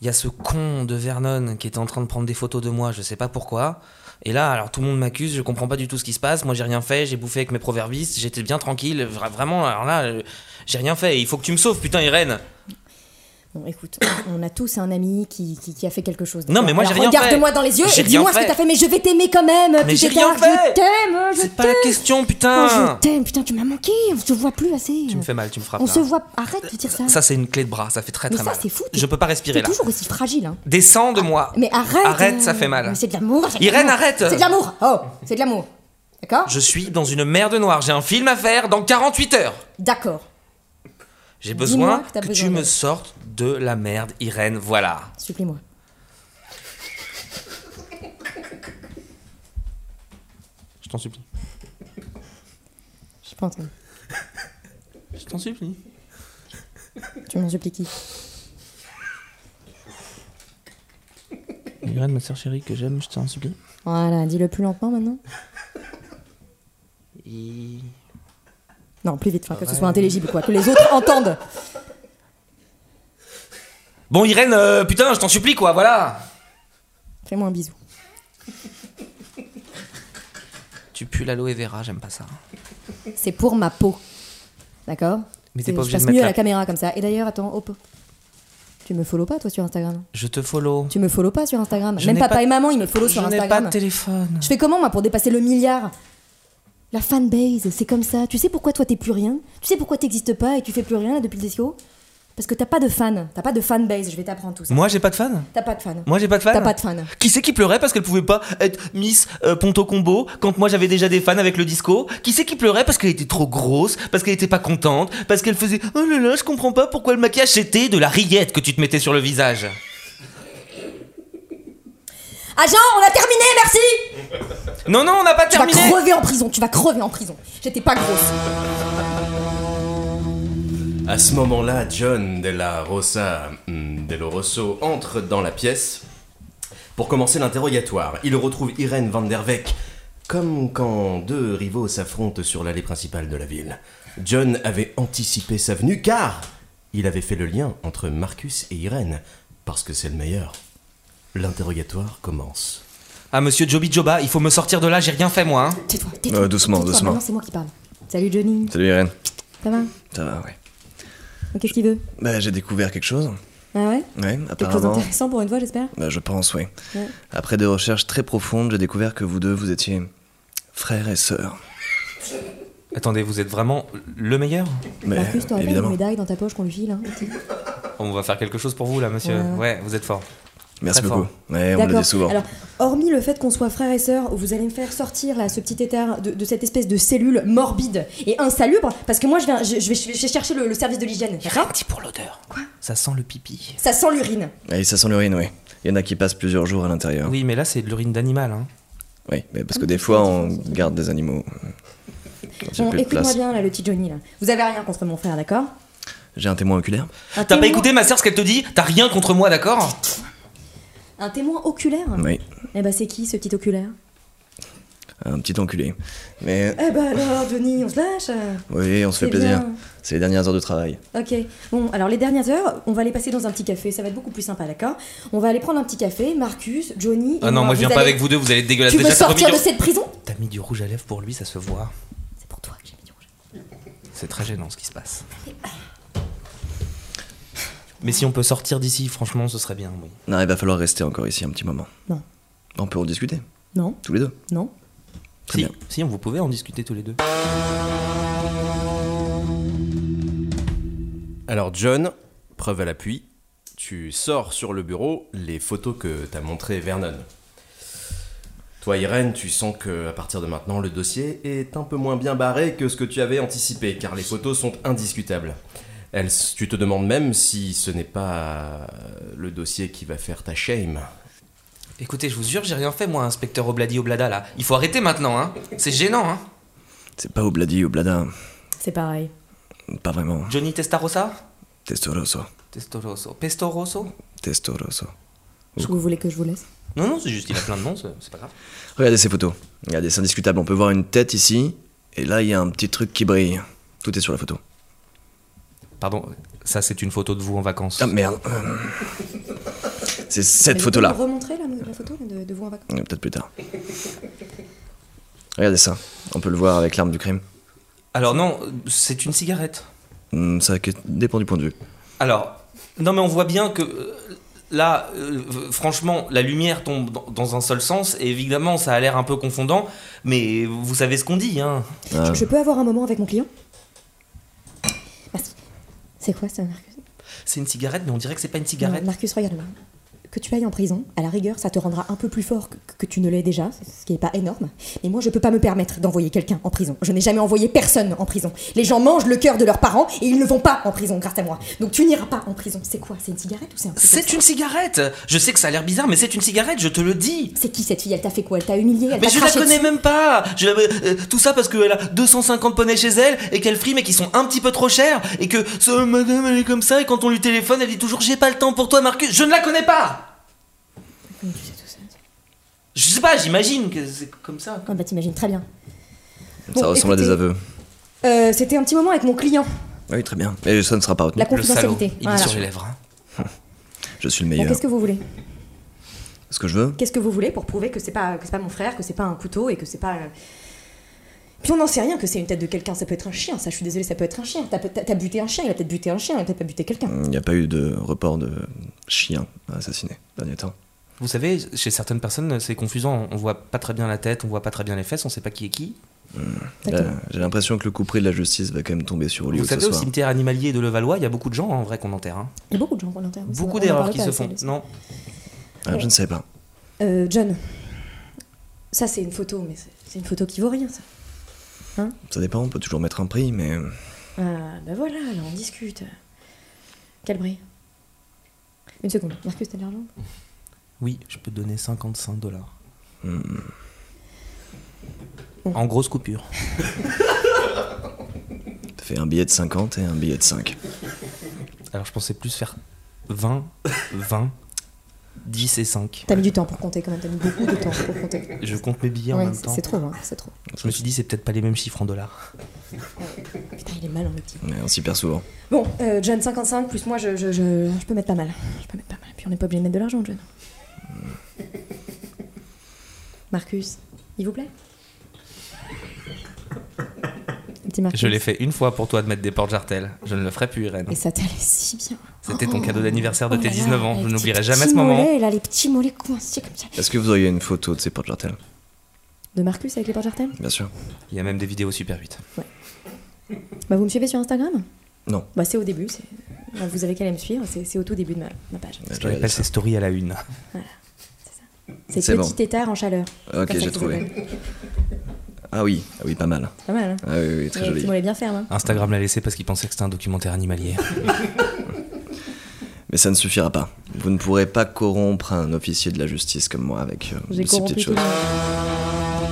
S4: Il y a ce con de Vernon qui est en train de prendre des photos de moi, je sais pas pourquoi. Et là, alors tout le monde m'accuse, je comprends pas du tout ce qui se passe. Moi j'ai rien fait, j'ai bouffé avec mes proverbistes, j'étais bien tranquille, vra- vraiment. Alors là, euh, j'ai rien fait. Il faut que tu me sauves, putain Irène.
S5: Bon, écoute, on a tous un ami qui, qui, qui a fait quelque chose.
S4: Non, mais moi,
S5: Alors,
S4: j'ai rien fait.
S5: Regarde-moi dans les yeux
S4: J'ai
S5: et
S4: rien
S5: dis-moi ce
S4: fait.
S5: que t'as fait, mais je vais t'aimer quand même,
S4: Mais
S5: petit
S4: j'ai rien
S5: étard.
S4: fait.
S5: Je t'aime, je
S4: C'est pas la
S5: t'aime.
S4: question,
S5: Oh, je
S4: putain.
S5: t'aime, putain, tu m'as manqué, on se voit plus assez.
S4: Tu me fais mal, tu me frappes.
S5: on
S4: là.
S5: se voit. Arrête de dire ça.
S4: Ça c'est une clé de bras, ça fait très
S5: mais
S4: très
S5: ça,
S4: mal.
S5: c'est fou. t'es-
S4: Je peux pas
S5: T'es
S4: respirer là.
S5: toujours aussi fragile, hein.
S4: Descends de moi.
S5: Mais arrête
S4: Arrête,
S5: euh,
S4: ça fait mal.
S5: mais C'est de l'amour c'est de
S4: Irène,
S5: l'amour.
S4: arrête.
S5: C'est de l'amour Oh, c'est de l'amour. D'accord
S4: Je suis dans une merde noire, j'ai un film à faire dans 48 heures.
S5: D'accord.
S4: J'ai
S5: Dis-moi
S4: besoin
S5: que
S4: que,
S5: t'as besoin
S4: tu
S5: de-
S4: me sortes de la merde, Irène, voilà.
S5: Supplie-moi.
S4: Je t'en supplie.
S5: Je pense. que-
S4: Je t'en supplie.
S5: Tu m'en supplies qui
S4: Irène, ma soeur chérie que j'aime, je t'en supplie.
S5: Voilà, dis-le plus lentement maintenant. Non, plus vite, enfin, que ce soit intelligible, quoi. Que les autres entendent.
S4: Bon, Irène, euh, putain, je t'en supplie, quoi, voilà.
S5: Fais-moi un bisou.
S4: Tu pues l'aloe vera, j'aime pas ça.
S5: C'est pour ma peau. D'accord
S4: Mais
S5: C'est-
S4: t'es
S5: Je
S4: pas obligé de
S5: passe
S4: mettre
S5: mieux à
S4: la-
S5: la caméra comme ça. Et d'ailleurs, attends, hop. Tu me follow pas toi sur Instagram
S4: Je te follow.
S5: Tu me follow pas sur Instagram
S4: Je
S5: Même
S4: n'ai
S5: papa
S4: pas-
S5: et maman, ils me follow
S4: Je
S5: sur
S4: n'ai pas
S5: Instagram.
S4: de téléphone.
S5: Je fais comment moi pour dépasser le milliard La fanbase, c'est comme ça. Tu sais pourquoi toi t'es plus rien Tu sais pourquoi t'existes pas et tu fais plus rien là, depuis le DCO Parce que t'as pas de fan. T'as pas de fanbase, je vais t'apprendre tout ça.
S4: Moi, j'ai pas de fan.
S5: T'as pas de fan.
S4: Moi, j'ai pas de fan.
S5: T'as pas de fan.
S4: Qui c'est qui pleurait parce qu'elle pouvait pas être Miss euh, Ponto Combo quand moi j'avais déjà des fans avec le disco Qui c'est qui pleurait parce qu'elle était trop grosse, parce qu'elle était pas contente, parce qu'elle faisait Oh là là, je comprends pas pourquoi le maquillage était de la rillette que tu te mettais sur le visage
S5: Agent, on a terminé, merci
S4: Non, non, on n'a pas
S5: Tu vas
S4: terminé
S5: crever en prison, tu vas crever en prison. J'étais pas grosse.
S1: À ce moment-là, John de la Rosa hmm, de lo Rosso entre dans la pièce pour commencer l'interrogatoire. Il retrouve Irène van der Weck, comme quand deux rivaux s'affrontent sur l'allée principale de la ville. John avait anticipé sa venue car il avait fait le lien entre Marcus et Irène, parce que c'est le meilleur. L'interrogatoire commence.
S4: Ah, monsieur Joby Joba, il faut me sortir de là, j'ai rien fait moi. hein.
S5: Tais-toi, tais-toi.
S2: Euh, doucement,
S5: Tais-toi,
S2: doucement.
S5: Maintenant, c'est moi qui parle. Salut Johnny,
S2: Salut Irène.
S5: ça va
S2: Ça va, ouais.
S5: Qu'est-ce qu'il veut
S2: Bah, j'ai découvert quelque chose.
S5: Ah ouais
S2: Ouais,
S5: Quelque chose
S2: apparemment.
S5: d'intéressant pour une fois, j'espère
S2: Bah, je pense, oui.
S5: Ouais.
S2: Après des recherches très profondes, j'ai découvert que vous deux, vous étiez frères et sœurs.
S4: Attendez, vous êtes vraiment le meilleur
S2: Mais,
S5: Marcus, t'aurais pas une
S2: évidemment.
S5: médaille dans ta poche qu'on lui file hein, aussi
S4: On va faire quelque chose pour vous là, monsieur. Ouais, vous êtes fort.
S2: Merci
S4: Très
S2: beaucoup.
S4: fort.
S2: Ouais, on me le
S5: D'accord.
S2: dit souvent.
S5: Alors, hormis le fait qu'on soit frères et sœurs, vous allez me faire sortir là, ce petit étard de, de cette espèce de cellule morbide et insalubre, parce que moi je vais, je, je vais, je vais chercher le, le service de l'hygiène. Rap,
S4: pour l'odeur. Quoi Ça sent le pipi.
S5: Ça sent l'urine.
S2: Et ça sent l'urine, oui. Il y en a qui passent plusieurs jours à l'intérieur.
S4: Oui, mais là, c'est de l'urine d'animal. Hein.
S2: Oui, mais parce que des fois, on garde des animaux. euh, quand il y a
S5: Bon,
S2: plus de
S5: écoute-moi
S2: place.
S5: bien là, le petit Johnny là. Vous avez rien contre mon frère, d'accord
S2: J'ai un témoin oculaire.
S5: Un
S4: T'as pas
S5: témoin-
S4: écouté ma sœur ce qu'elle te dit T'as rien contre moi, d'accord
S5: Un témoin oculaire
S2: Oui,
S5: Eh ben c'est qui ce petit oculaire
S2: un petit enculé. Mais
S5: Eh ben alors Johnny, on se lâche euh.
S2: oui, on se fait
S5: C'est
S2: plaisir.
S5: bien.
S2: C'est les dernières heures de travail.
S5: Ok, bon, alors les dernières heures, on va les passer dans un petit café, ça va être beaucoup plus sympa, d'accord On va aller prendre un petit café, Marcus, Johnny. et
S4: Ah non, moi je viens pas
S5: allez-
S4: avec vous deux, vous allez être dégueulasse
S5: Tu veux
S4: déjà. T'as remis,
S5: sortir
S4: du...
S5: de cette prison
S4: t'as mis du rouge à lèvres pour lui, ça se voit.
S5: C'est pour toi que j'ai mis du rouge.
S4: C'est très gênant ce qui se passe. Mais si on peut sortir d'ici, franchement, ce serait bien. Oui.
S2: Non, il va falloir rester encore ici un petit moment.
S5: Non.
S2: On peut en discuter,
S5: Non,
S2: tous les deux.
S5: non.
S2: Très
S4: si,
S2: bien.
S4: si, on vous pouvez en discuter tous les deux.
S1: Alors John, preuve à l'appui, tu sors sur le bureau les photos que t'as montrées Vernon. Toi Irène, tu sens que à partir de maintenant le dossier est un peu moins bien barré que ce que tu avais anticipé car les photos sont indiscutables. Elles- tu te demandes même si ce n'est pas euh, le dossier qui va faire ta shame.
S4: Écoutez, je vous jure, j'ai rien fait, moi, inspecteur Obladi Oblada, là. Il faut arrêter maintenant, hein. C'est gênant, hein.
S2: C'est pas Obladi, Oblada.
S5: C'est pareil.
S2: Pas vraiment.
S4: Johnny Testarossa
S2: Testoroso.
S4: Testoroso. Pestoroso
S2: Testoroso.
S5: Je vous voulez que je vous laisse
S4: Non, non, c'est juste, il a plein de noms, c'est c'est pas grave.
S2: Regardez ces photos. Regardez, c'est indiscutable. On peut voir une tête ici, et là, il y a un petit truc qui brille. Tout est sur la photo.
S4: Pardon, ça, c'est une photo de vous en vacances.
S2: Ah merde. C'est cette
S5: Mais
S2: photo-là.
S5: vous pouvez me remontrer la, la photo là, de, de vous en vacances
S2: Ouais, Peut-être plus tard. Regardez ça. On peut le voir avec l'arme du crime.
S4: Alors non, c'est une cigarette.
S2: Hmm, Ça que- dépend du point de vue.
S4: Alors, non mais on voit bien que euh, là, euh, franchement, la lumière tombe dans- dans un seul sens, et évidemment, ça a l'air un peu confondant, mais vous savez ce qu'on dit, hein.
S2: Ah,
S5: je, je peux avoir un moment avec mon client Merci. C'est quoi ça, Marcus
S4: C'est une cigarette, mais on dirait que c'est pas une
S5: Non,
S4: cigarette.
S5: Marcus, regarde-moi. Que tu ailles en prison, à la rigueur, ça te rendra un peu plus fort que, que tu ne l'es déjà, ce qui n'est pas énorme. Mais moi, je peux pas me permettre d'envoyer quelqu'un en prison. Je n'ai jamais envoyé personne en prison. Les gens mangent le cœur de leurs parents et ils ne vont pas en prison grâce à moi. Donc tu n'iras pas en prison. C'est quoi C'est une cigarette ou c'est un truc comme
S4: C'est
S5: ça
S4: une cigarette Je sais que ça a l'air bizarre, mais c'est une cigarette, je te le dis
S5: C'est qui cette fille Elle t'a fait quoi Elle t'a humiliée Elle
S4: mais
S5: t'a
S4: je la
S5: craché
S4: connais
S5: dessus
S4: même pas je la- euh, Tout ça parce qu'elle a 250 poneys chez elle et qu'elle frime et qu'ils sont un petit peu trop chers et que ce madame elle est comme ça et quand on lui téléphone elle dit toujours j'ai pas le temps pour toi Marcus Je ne la connais pas
S5: Comment tu sais tout ça
S4: Je sais pas, j'imagine que c'est comme ça.
S5: Ah bah t'imagines très bien.
S2: ça
S5: Bon,
S2: ressemble à des
S5: écoutez,
S2: aveux.
S5: euh, C'était un petit moment avec mon client,
S2: Oui, très bien. Et ça ne sera pas retenu.
S5: la confidentialité.
S4: il
S5: Voilà.
S4: est sur les lèvres. hein.
S2: Je suis le
S5: Bon,
S2: meilleur.
S5: qu'est-ce que vous voulez
S2: Ce que je veux,
S5: Qu'est-ce que vous voulez pour prouver que c'est pas que c'est pas mon frère, que c'est pas un couteau et que c'est pas euh, Puis on n'en sait rien que c'est une tête de quelqu'un, ça peut être un chien, ça je suis désolée, ça peut être un chien. T'as peut- T'as t'as buté un chien, il a peut-être buté un chien, il a peut-être pas buté
S4: Mm.
S5: quelqu'un.
S2: Il n'y a pas eu de report de chiens assassinés dernier temps.
S4: Vous savez, chez certaines personnes, c'est confusant. On voit pas très bien la tête, on voit pas très bien les fesses, on sait pas qui est qui.
S2: Là, J'ai l'impression que le coup près de la justice va quand même tomber sur lui
S4: Vous
S2: ce
S4: savez, au
S2: soir.
S4: cimetière animalier de Levallois, il y a beaucoup de gens en vrai qu'on enterre. hein.
S5: Il y a beaucoup de gens qu'on enterre.
S4: Beaucoup d'erreurs qui se font. Non,
S2: Ah, je ne sais pas.
S5: Euh, John, ça c'est une photo, mais c'est- c'est une photo qui vaut rien, ça.
S2: Ça dépend, on peut toujours mettre un prix, mais
S5: Ah, bah voilà, là on discute. Quel prix Une seconde, Marcus, t'as de l'argent
S4: oui, je peux te donner 55 dollars.
S2: hmm,
S4: En grosse coupure.
S2: ça fait un billet de 50 et un billet de 5.
S4: Alors je pensais plus faire 20, 20, 10 et 5.
S5: T'as mis du temps pour compter quand même, t'as mis beaucoup de temps pour compter.
S4: Je compte mes billets en
S5: Ouais,
S4: même
S5: c'est-
S4: temps.
S5: c'est trop, hein, c'est trop.
S4: Je me suis dit, c'est peut-être pas les mêmes chiffres en dollars.
S5: Putain, il est malin le petit.
S2: Mais on s'y perd souvent.
S5: Bon, euh, John 55, plus moi, je, je, je, je peux mettre pas mal. Je peux mettre pas mal. Puis on n'est pas obligé de mettre de l'argent, John. Marcus, il vous plaît Petit Marcus.
S4: Je l'ai fait une fois pour toi de mettre des portes jartelles. Je ne le ferai plus, Irène.
S5: Et ça t'allait si bien.
S4: C'était ton cadeau d'anniversaire de
S5: Oh
S4: tes
S5: là là,
S4: 19 ans.
S5: les
S4: Je
S5: petits-
S4: n'oublierai jamais ce
S5: petits
S4: moment.
S5: Mollets, là, les petits mollets coincés comme ça.
S2: Est-ce que vous auriez une photo de ces portes jartelles
S5: De Marcus avec les portes jartelles
S2: Bien sûr.
S4: Il y a même des vidéos Super 8.
S5: Bah, vous me suivez sur Instagram
S2: Non.
S5: Bah, c'est au début. c'est- bah, vous avez qu'à aller me suivre. C'est c'est au tout début de ma, ma page.
S2: Je
S4: Je
S2: vais
S4: appelle
S2: regarder ça.
S4: ces stories à la une.
S5: C'est
S2: C'est
S5: petit
S2: bon.
S5: étard en chaleur.
S2: Ok,
S5: Comme ça
S2: j'ai
S5: que ça
S2: trouvé.
S5: s'appelle.
S2: Ah oui, ah oui, pas mal.
S5: C'est Pas mal, hein
S2: Ah oui, oui, très
S5: Et
S2: joli.
S5: Les
S2: Ah,
S5: petits mollets bien fermes. hein.
S4: Instagram l'a laissé parce qu'il pensait que c'était un documentaire animalier.
S2: Mais ça ne suffira pas. Vous ne pourrez pas corrompre un officier de la justice comme moi avec euh, de
S5: J'ai
S2: ces petites
S5: corrompu tout
S2: choses.
S5: le monde.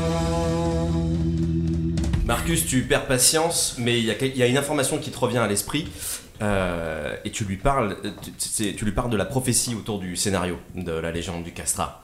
S1: Marcus, tu perds patience, mais il y, a quel- il y a une information qui te revient à l'esprit. euh, et tu lui parles, euh, tu, c'est- tu lui parles de la prophétie autour du scénario de la légende du castrat.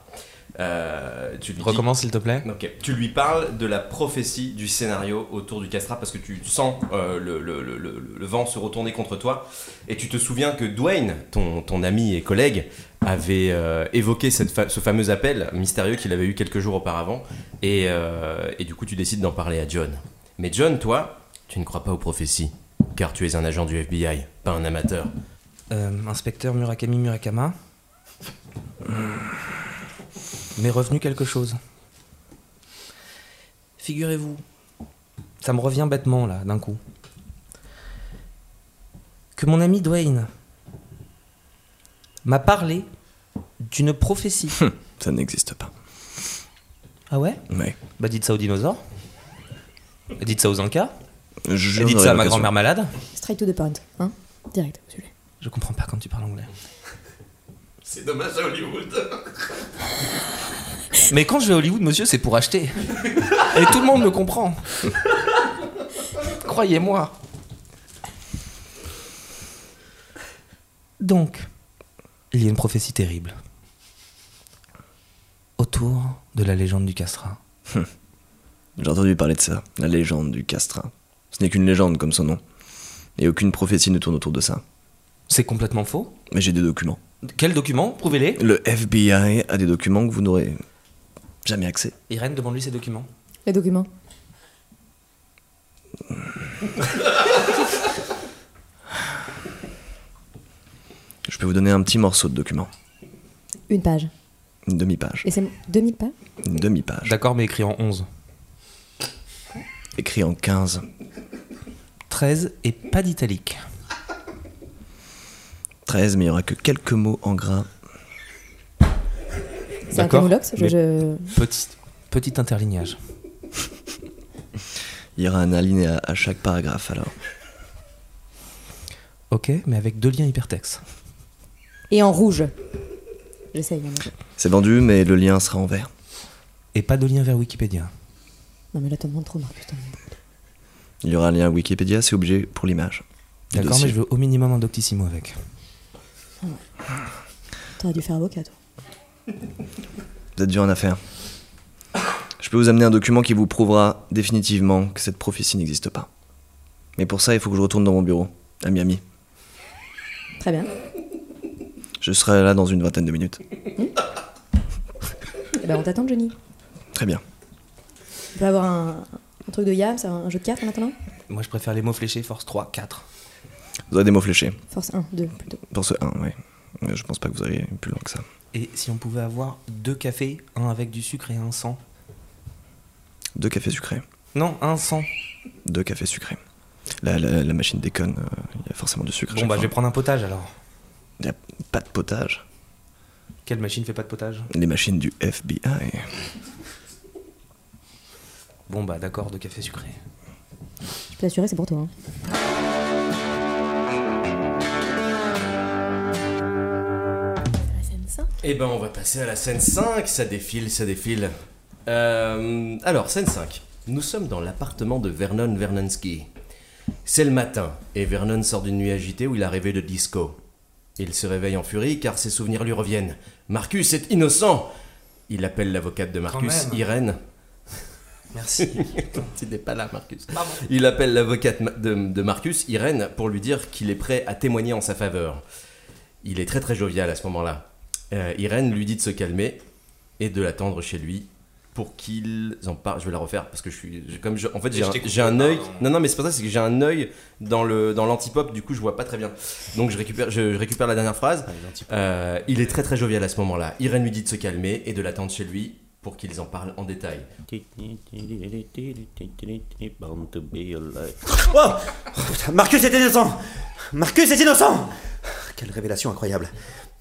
S1: Euh, tu lui dis-
S4: Recommence, s'il te plaît.
S1: Ok. Tu lui parles de la prophétie du scénario autour du castrat parce que tu sens euh, le, le- le- le- le vent se retourner contre toi et tu te souviens que Dwayne, ton, ton ami et collègue, avait euh, évoqué cette fa- ce fameux appel mystérieux qu'il avait eu quelques jours auparavant et, euh, et du coup tu décides d'en parler à John. Mais John, toi, tu ne crois pas aux prophéties car tu es un agent du FBI, pas un amateur.
S4: Euh, inspecteur Murakami Murakama. Hum. M'est revenu quelque chose. Figurez-vous, ça me revient bêtement là, d'un coup. Que mon ami Dwayne m'a parlé d'une prophétie.
S2: Ça n'existe pas.
S4: ah ouais
S2: Mais
S4: Bah dites ça aux dinosaures. Dites ça aux Incas.
S2: je
S4: Et dites
S2: j'aurai
S4: ça à ma
S2: l'occasion.
S4: grand-mère malade.
S5: Straight to the point, hein Direct, celui
S4: Je comprends pas quand tu parles anglais.
S1: C'est dommage à Hollywood.
S4: Mais quand je vais à Hollywood, monsieur, c'est pour acheter. Et tout le monde me comprend. Croyez-moi. Donc, il y a une prophétie terrible. Autour de la légende du castrat.
S2: J'ai entendu parler de ça, la légende du castrat. Ce n'est qu'une légende comme son nom. Et aucune prophétie ne tourne autour de ça.
S4: C'est complètement faux.
S2: Mais j'ai des documents.
S4: Quel document Prouvez-les.
S2: Le FBI a des documents que vous n'aurez jamais accès.
S4: Irène, demande-lui ces documents.
S5: Les documents.
S2: Je peux vous donner un petit morceau de document.
S5: Une page.
S2: Une demi-page.
S5: Et c'est 2000 pages
S2: Une demi-page.
S4: D'accord, mais écrit en 11.
S2: Écrit en 15.
S4: 13 et pas d'italique.
S2: 13, mais il n'y aura que quelques mots en gras.
S5: C'est un
S4: D'accord,
S5: comolox je,
S4: mais-
S5: je-
S4: Petit, petit interlignage.
S2: Il y aura un alinéa à chaque paragraphe alors.
S4: Ok, mais avec deux liens hypertextes.
S5: Et en rouge. J'essaye. hein, mais-
S2: C'est vendu, mais le lien sera en vert.
S4: Et pas de lien vers Wikipédia.
S5: Non, mais là, t'en demandes trop, Marcus. t'en demandes trop.
S2: Il y aura un lien Wikipédia, c'est obligé pour l'image. du
S4: D'accord,
S2: dossier.
S4: mais je veux au minimum un doctissimo avec.
S5: T'aurais dû faire avocat, toi.
S2: Vous êtes dur en affaire. Je peux vous amener un document qui vous prouvera définitivement que cette prophétie n'existe pas. Mais pour ça, il faut que je retourne dans mon bureau, à Miami.
S5: Très bien.
S2: Je serai là dans une vingtaine de minutes.
S5: Eh ben, on t'attend, Johnny.
S2: Très bien.
S5: On peut avoir un, Un truc de yam, c'est un jeu de cartes maintenant
S4: Moi, je préfère les mots fléchés, force 3, 4.
S2: Vous aurez des mots fléchés.
S5: Force 1, 2 plutôt.
S2: Pour ce 1, oui. Mais Je pense pas que vous allez plus loin que ça.
S4: Et si on pouvait avoir deux cafés, un avec du sucre et un sans
S2: Deux cafés sucrés.
S4: Non, un sans.
S2: Deux cafés sucrés. La, la, la machine déconne, euh, il y a forcément du sucre. à
S4: Bon,
S2: chaque
S4: bah, je vais
S2: fois.
S4: prendre un potage alors.
S2: Il n'y a pas de potage.
S4: Quelle machine fait pas de potage
S2: Les machines du FBI.
S4: Bon, bah, d'accord, deux cafés sucrés.
S5: Je peux t'assurer, c'est pour toi. hein.
S3: La scène cinq.
S1: Eh ben, on va passer à la scène 5. Ça défile, ça défile. Euh, alors, scène 5. Nous sommes dans l'appartement de Vernon Vernonsky. C'est le matin, et Vernon sort d'une nuit agitée où il a rêvé de disco. Il se réveille en furie car ses souvenirs lui reviennent. Marcus est innocent Il appelle l'avocate de Marcus,
S4: même.
S1: Irène.
S4: Merci.
S1: tu n'es pas là, Marcus. Il appelle l'avocate ma- de, de Marcus, Irène, pour lui dire qu'il est prêt à témoigner en sa faveur. Il est très très jovial à ce moment-là. Euh, Irène lui dit de se calmer et de l'attendre chez lui pour qu'ils en parlent. Je vais la refaire parce que je suis je- comme je- en fait j'ai
S4: Je
S1: un,
S4: t'ai coupé,
S1: j'ai un œil.
S4: pardon.
S1: Non non mais c'est pas ça, c'est que j'ai un œil dans le dans l'antipop. Du coup je vois pas très bien. Donc je récupère je, je récupère la dernière phrase. Euh, il est très très jovial à ce moment-là. Irène lui dit de se calmer et de l'attendre chez lui pour qu'ils en parlent en détail.
S9: Born to be alive.
S6: Oh Putain, Marcus est innocent Marcus est innocent Quelle révélation incroyable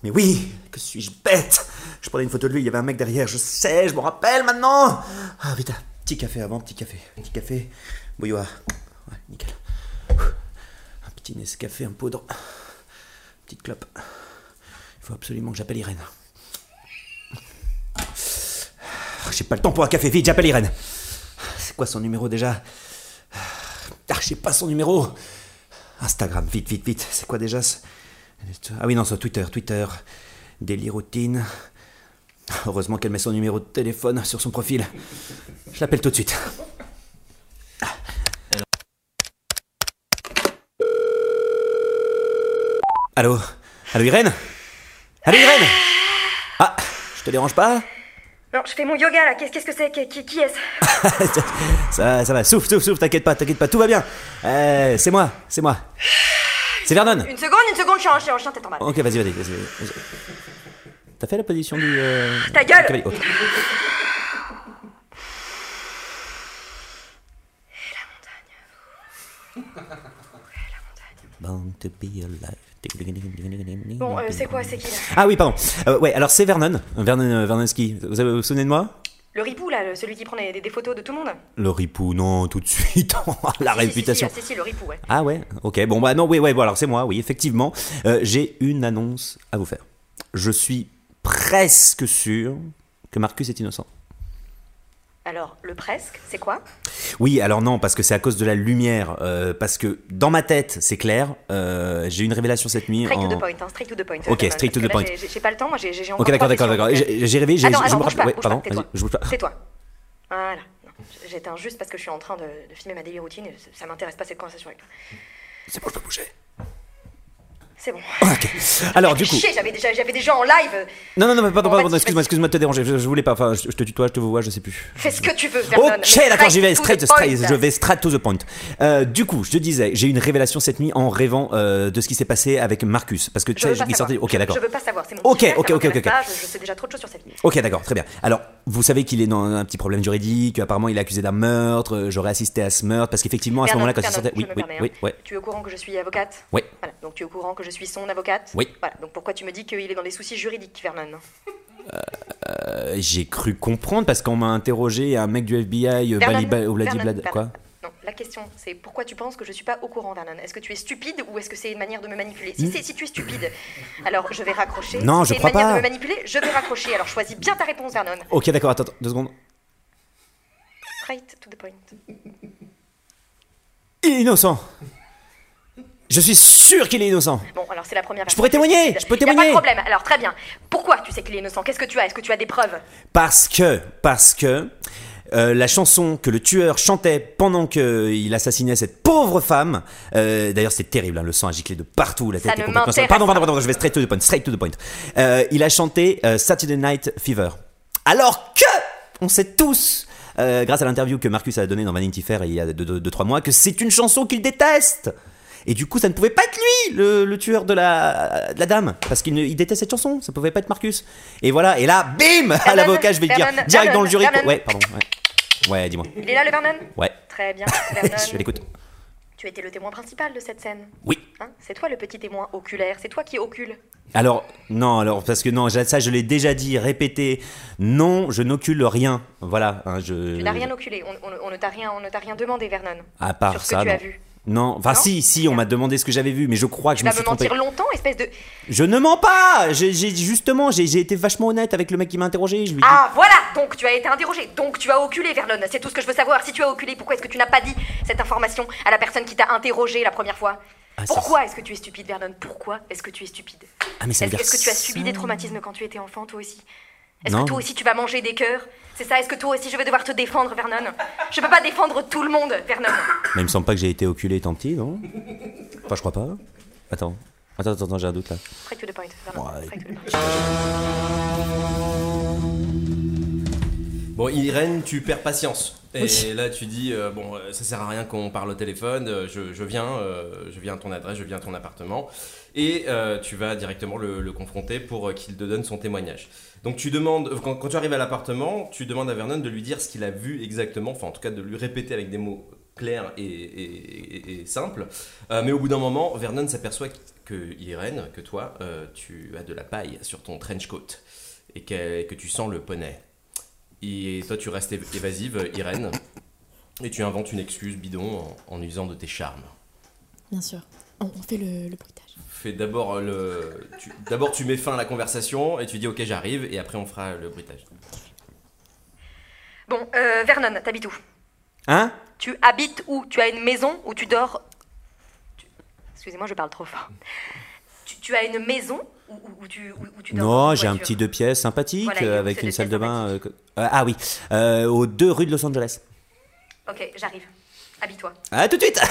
S6: Mais oui Que suis-je bête Je prenais une photo de lui, il y avait un mec derrière, je sais, je m'en rappelle maintenant Ah vite, ah, petit café avant, petit café, petit café, bouilloire. Ouais, nickel. Un petit Nescafé, un poudre, petite clope. Il faut absolument que j'appelle Irène. J'ai pas le temps pour un café, vite, j'appelle Irène C'est quoi son numéro déjà ah, je sais pas son numéro. Instagram, vite, vite, vite. C'est quoi déjà ce... Ah oui, non, sur Twitter, Twitter. Daily routine. Heureusement qu'elle met son numéro de téléphone sur son profil. Je l'appelle tout de suite. Allô Allô Irène Allô Irène Ah, je te dérange pas
S10: Non, je fais mon yoga là, qu'est-ce qu'est-ce que c'est Qui, qui- qui est-ce
S6: ça, ça va, souffle, souffle, souffle, t'inquiète pas, t'inquiète pas, tout va bien. Euh, c'est moi, c'est moi. C'est Vernon
S10: Une seconde, une seconde, je suis un chien, je suis en tête en bas.
S6: Ok, vas-y, vas-y, vas-y. vas-y. T'as fait la position du. euh,
S10: Ta gueule
S6: cavalier. Oh.
S9: Born to be alive.
S10: Bon, euh, c'est quoi, c'est qui là
S6: Ah oui, pardon. Euh, ouais, alors c'est Vernon. Vernon euh, Vernonski. Vous avez- vous vous souvenez de moi
S10: Le ripou là, le- celui qui prend des, des- des photos de tout le monde
S6: Le ripou, non, tout de suite. la
S10: Si, si,
S6: réputation.
S10: Si, si, si, le ripou, ouais.
S6: Ah ouais, ok, bon bah non, oui, ouais, bon, alors c'est moi, oui, effectivement. Euh, J'ai une annonce à vous faire. Je suis presque sûr que Marcus est innocent.
S10: Alors, le presque, c'est quoi
S6: Oui, alors non, parce que c'est à cause de la lumière. euh, parce que dans ma tête, c'est clair. euh, J'ai eu une révélation cette nuit.
S10: Straight
S6: en-
S10: to the point, hein, straight to the point.
S6: Ok,
S10: Vernon,
S6: straight to
S10: parce
S6: the
S10: que là,
S6: point.
S10: j'ai- J'ai j'ai pas le temps, moi j'ai j'ai- j'ai encore.
S6: Ok, d'accord, d'accord,
S10: trois
S6: d'accord.
S10: questions, donc,
S6: J'ai j'ai rêvé, j'ai-
S10: Attends,
S6: je
S10: attends,
S6: me
S10: Ah bouge
S6: rappelle.
S10: pas,
S6: ouais,
S10: bouge
S6: pardon,
S10: pas,
S6: vas-y,
S10: tais-toi.
S6: je bouge pas.
S10: Tais-toi. Voilà. Non, J'étais injuste parce que je suis en train de, de filmer ma daily routine, et ça m'intéresse pas cette conversation avec toi.
S6: C'est bon, je peux bouger.
S10: C'est bon.
S6: Ok. Alors, du coup.
S10: Chier, j'avais déjà, j'avais déjà en live.
S6: Non, non, non, mais pardon,
S10: Bon, vas-y,
S6: pardon,
S10: vas-y.
S6: excuse-moi, excuse-moi de te déranger. Je, je voulais pas. Enfin, je, je te tutoie, je te vois, je sais plus.
S10: Fais ce que tu veux, Vernon. mais
S6: Ok, d'accord, j'y vais,
S10: to
S6: straight,
S10: the
S6: straight,
S10: point.
S6: je vais straight to the point. Euh, du coup, je te disais, j'ai eu une révélation cette nuit en rêvant euh, de ce qui s'est passé avec Marcus. Parce que tu
S10: Je veux
S6: sais,
S10: pas
S6: il sortait.
S10: savoir.
S6: Ok, d'accord.
S10: Je veux pas savoir, c'est mon
S6: Ok,
S10: petit frère,
S6: ok, ok,
S10: ça
S6: ok,
S10: m'intéresse
S6: ok.
S10: pas, Je, je sais déjà trop de choses sur cette vie.
S6: Ok, d'accord, très bien. Alors, vous savez qu'il est dans un petit problème juridique, apparemment il est accusé d'un meurtre, euh, j'aurais assisté à ce meurtre, parce qu'effectivement, à ce
S10: Vernon,
S6: moment-là, quand il
S10: Vernon,
S6: sortait.
S10: je
S6: Oui,
S10: me
S6: oui,
S10: permets,
S6: oui,
S10: hein.
S6: oui.
S10: Tu es au courant que je suis avocate
S6: Oui.
S10: Voilà, donc tu es au courant que je suis son avocate
S6: Oui.
S10: Voilà, donc pourquoi tu me dis qu'il est dans des soucis juridiques, Vernon
S6: Euh, J'ai cru comprendre parce qu'on m'a interrogé un mec du FBI, euh,
S10: Vernon,
S6: Bali- Ba- ou Vladi-
S10: Vernon,
S6: Vlad-
S10: Vernon.
S6: quoi
S10: Non, la question c'est pourquoi tu penses que je suis pas au courant, Vernon Est-ce que tu es stupide ou est-ce que c'est une manière de me manipuler si, c'est- si tu es stupide, alors je vais raccrocher.
S6: Hmm. Non,
S10: Si
S6: je
S10: c'est
S6: crois
S10: une manière
S6: pas.
S10: de me manipuler, je vais raccrocher. Alors choisis bien ta réponse, Vernon.
S6: Ok, d'accord, attends, attends, deux secondes.
S10: Straight to the point.
S6: Innocent Je suis sûr qu'il est innocent
S10: Bon, alors c'est la première.
S6: Je pourrais témoigner, je peux
S10: Y a pas
S6: témoigner.
S10: de problème. Alors très bien. Pourquoi tu sais qu'il est innocent Qu'est-ce que tu as Est-ce que tu as des preuves
S6: Parce que, parce que, euh, la chanson que le tueur chantait pendant qu'il assassinait cette pauvre femme, euh, d'ailleurs c'est terrible, hein, le sang a giclé de partout, la tête
S10: Ça
S6: est
S10: ne
S6: complètement...
S10: m'intéresse
S6: Pardon, pardon, pardon, je vais straight to the point, straight to the point. Euh, il a chanté euh, Saturday Night Fever. Alors que, on sait tous euh, grâce à l'interview que Marcus a donnée dans Vanity Fair il y a 2-3 mois, que c'est une chanson qu'il déteste. Et du coup, ça ne pouvait pas être lui, le, le tueur de la, de la dame, parce qu'il ne- il déteste cette chanson, ça pouvait pas être Marcus. Et voilà, et là, bim À
S10: Vernon,
S6: Ah, l'avocat, je vais le dire,
S10: Vernon,
S6: direct dans le jury.
S10: Vernon.
S6: Ouais, pardon, ouais. Ouais, dis-moi.
S10: Il est là, le Vernon
S6: Ouais,
S10: Très bien.
S6: je
S10: Vernon,
S6: l'écoute.
S10: tu étais le témoin principal de cette scène.
S6: Oui.
S10: Hein c'est toi le petit témoin oculaire, c'est toi qui ocule.
S6: Alors, non, alors, parce que non, ça, je l'ai déjà dit, répété. Non, je n'occule rien. Voilà, hein, je.
S10: Tu n'as rien oculé, on, on- on ne t'a rien, on ne t'a rien demandé, Vernon.
S6: À part
S10: sur ce
S6: ça,
S10: que tu as
S6: non.
S10: vu.
S6: Non, enfin
S10: Non
S6: si, si, on m'a demandé ce que j'avais vu, mais je crois que
S10: Tu
S6: je me
S10: vas
S6: suis
S10: me
S6: trompé.
S10: mentir longtemps, espèce de.
S6: Je ne mens pas J'ai- j'ai- Justement, j'ai j'ai été vachement honnête avec le mec qui m'a interrogé, je lui ai dit...
S10: Ah voilà Donc tu as été interrogé, donc tu as oculé, Vernon. C'est tout ce que je veux savoir. Si tu as oculé, pourquoi est-ce que tu n'as pas dit cette information à la personne qui t'a interrogé la première fois
S6: Ah, ça,
S10: Pourquoi est-ce que tu es stupide, Vernon Pourquoi est-ce que tu es stupide
S6: Ah, mais ça
S10: Est-ce
S6: veut dire
S10: est-ce que tu as
S6: ça.
S10: subi des traumatismes quand tu étais enfant, toi aussi Est-ce
S6: Non.
S10: que toi aussi tu vas manger des cœurs C'est ça Est-ce que toi aussi je vais devoir te défendre, Vernon Je peux pas défendre tout le monde, Vernon.
S6: Mais il me semble pas que j'ai été oculé tant petit, non Enfin, je crois pas. Attends, attends, attends, attends, j'ai un doute là.
S10: Straight to the point, Vernon.
S6: Ouais.
S10: Straight to the point.
S1: Bon, Irène, tu perds patience. Et là, tu dis euh, bon, euh, ça sert à rien qu'on parle au téléphone. euh, je, je viens, euh, je viens à ton adresse, je viens à ton appartement, et euh, tu vas directement le, le confronter pour euh, qu'il te donne son témoignage. Donc, tu demandes quand, quand tu arrives à l'appartement, tu demandes à Vernon de lui dire ce qu'il a vu exactement, enfin, en tout cas, de lui répéter avec des mots clairs et, et- et- et simples. Euh, mais au bout d'un moment, Vernon s'aperçoit que Irène, que toi, euh, tu as de la paille sur ton trench coat et que, que tu sens le poney. Et toi, tu restes év- évasive, euh, Irène, et tu inventes une excuse bidon en, en usant de tes charmes.
S5: Bien sûr. On, on fait le, le bruitage.
S1: Fais d'abord euh, le, tu, d'abord tu mets fin à la conversation et tu dis ok j'arrive et après on fera le bruitage.
S10: Bon, euh, Vernon, t'habites où
S6: Hein
S10: Tu habites où Tu as une maison où tu dors Tu- Excusez-moi, je parle trop fort. Tu, tu as une maison où, où- où tu, où- où tu dors dans
S6: Non,
S10: une
S6: j'ai un
S10: voiture
S6: petit deux pièces sympathique,
S10: Voilà, il y a
S6: euh,
S10: une
S6: avec
S10: petite
S6: une
S10: deux
S6: salle de
S10: pièces
S6: bain... euh, que- euh, ah oui, euh, aux deux rues de Los Angeles.
S10: Ok, j'arrive. Habille-toi.
S6: À tout de suite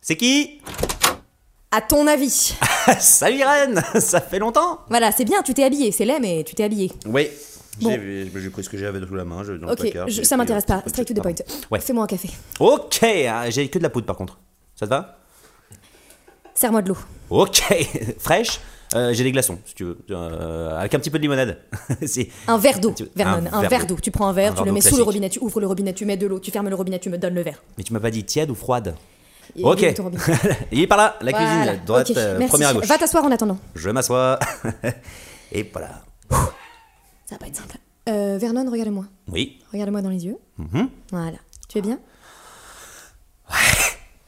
S6: C'est qui
S5: À ton avis.
S6: Salut Irène Ça fait longtemps
S5: voilà, c'est bien, tu t'es habillé. C'est laid, mais tu t'es habillé.
S6: Oui.
S5: Bon.
S6: J'ai j'ai pris ce que j'avais sous la main, je, dans le
S5: Ok,
S6: placard,
S5: je-
S6: j'ai
S5: ça
S6: pris-
S5: m'intéresse pas.
S6: j'ai pris-
S5: Straight to the point.
S6: euh, Pardon. Ouais.
S5: Fais-moi un café.
S6: Ok, ah, j'ai que de la poudre par contre. Ça te va
S5: Serre-moi de l'eau.
S6: Ok, fraîche. Euh, j'ai des glaçons, si tu veux, Euh, avec un petit peu de limonade. Si.
S5: Un verre d'eau,
S6: Tu-
S5: Vernon.
S6: un
S5: Un,
S6: verre
S5: verre
S6: d'eau.
S5: d'eau. Tu prends un
S6: Un
S5: verre,
S6: verre
S5: tu le
S6: d'eau
S5: mets sous le
S6: classique.
S5: robinet, tu ouvres le robinet, tu mets de l'eau, tu fermes le robinet, tu me donnes le verre.
S6: Mais tu m'as pas dit tiède ou froide.
S5: Et
S6: ok.
S5: il est au robinet.
S6: Il est par là, la cuisine,
S5: Voilà.
S6: droite,
S5: Ok,
S6: euh,
S5: merci.
S6: première à gauche.
S5: Va t'asseoir en attendant.
S6: Je m'assois. Et voilà.
S5: Ça va pas être simple. Euh, Vernon, regarde-moi.
S6: Oui.
S5: Regarde-moi dans les yeux.
S6: Mhm.
S5: Voilà. Tu es bien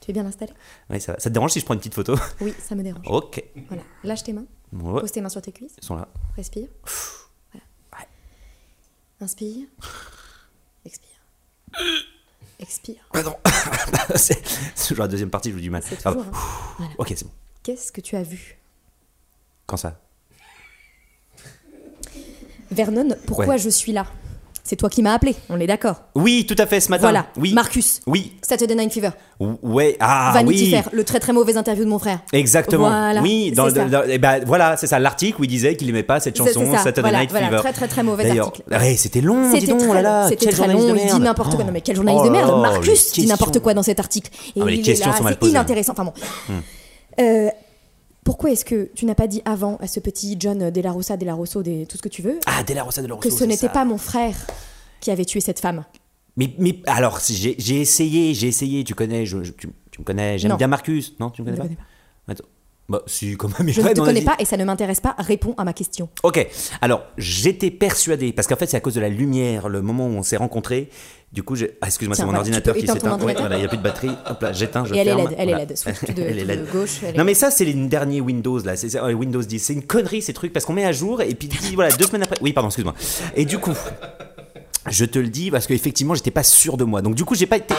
S5: Tu es bien installé
S6: Ouais, ça, va. ça te dérange si je prends une petite photo
S5: Oui, ça me dérange.
S6: Ok.
S5: Voilà. Lâche tes mains.
S6: Ouais,
S5: Pose tes mains sur tes cuisses.
S6: Ils sont là.
S5: Respire. Voilà. Inspire. Expire. Expire.
S6: Pardon. C'est c'est genre la deuxième partie, je vous dis mal.
S5: C'est
S6: Ça va.
S5: toujours. hein.
S6: Ok, c'est bon.
S5: Qu'est-ce que tu as vu
S6: Quand ça
S5: Vernon, pourquoi
S6: Ouais.
S5: je suis là C'est toi qui m'as appelé, on est d'accord.
S6: Oui, tout à fait, ce matin.
S5: Voilà,
S6: Oui.
S5: Marcus.
S6: Oui.
S5: Saturday Night Fever,
S6: Ou- Ouais. Ah
S5: Vanity
S6: oui.
S5: Fair, le très très mauvais interview de mon frère.
S6: Exactement.
S5: Voilà,
S6: oui, dans,
S5: c'est ça.
S6: dans- dans- eh ben, voilà, c'est ça l'article où il disait qu'il aimait pas cette
S5: C'est-
S6: chanson
S5: c'est ça,
S6: Saturday
S5: voilà,
S6: Night
S5: voilà,
S6: Fever.
S5: très, très, très mauvais
S6: D'ailleurs,
S5: article.
S6: ouais, c'était long, dis
S5: C'était
S6: donc, oh là
S5: très,
S6: là,
S5: long, c'était
S6: quel
S5: très
S6: journaliste
S5: long,
S6: de
S5: il dit
S6: merde.
S5: n'importe quoi.
S6: Oh.
S5: Non mais quel journaliste de
S6: Oh là
S5: merde,
S6: là, les
S5: Marcus dit
S6: questions.
S5: n'importe quoi dans cet article. Et
S6: Ah, mais les
S5: il est
S6: questions
S5: là,
S6: sont mal
S5: c'est
S6: posées. Mmh.
S5: inintéressant. Enfin bon. Euh, pourquoi est-ce que tu n'as pas dit avant à ce petit John Della Rosa, Della Rosso, des- tout ce que tu veux,
S6: Ah, De La Rosa, De La Rosa,
S5: que ce
S6: c'est
S5: n'était
S6: ça.
S5: pas mon frère qui avait tué cette femme
S6: Mais, mais alors, si j'ai j'ai essayé, j'ai essayé, tu connais, je, je- tu, tu me connais, j'aime
S5: Non.
S6: bien Marcus. Non, tu me
S5: Je ne
S6: connais
S5: le
S6: pas,
S5: connais pas.
S6: Attends. Bah, si, quand même,
S5: Je ne
S6: Irène,
S5: te
S6: on a
S5: connais
S6: dit-
S5: pas et ça ne m'intéresse pas, réponds à ma question.
S6: Ok, alors j'étais persuadé, parce qu'en fait c'est à cause de la lumière, le moment où on s'est rencontrés. Du coup, j'ai- ah, excuse-moi, c'est
S5: Tiens,
S6: mon
S5: voilà,
S6: ordinateur
S5: tu
S6: qui
S5: peux éteindre ton
S6: s'éteint. Oui,
S5: ordinateur.
S6: voilà, il n'y a plus de batterie. Hop là, j'éteins, je
S5: Et elle est
S6: ferme.
S5: laide, elle est
S6: Voilà.
S5: laide. Switch de-
S6: Elle est
S5: de
S6: laide.
S5: gauche, elle est
S6: Non, mais
S5: laide.
S6: ça, c'est les derniers Windows, là. C'est c'est- euh, Windows 10. C'est une connerie, ces trucs, parce qu'on met à jour et puis dis, voilà, deux semaines après. Oui, pardon, excuse-moi. Et du coup, je te le dis parce qu'effectivement, j'étais pas sûr de moi. Donc, du coup, j'ai pas été.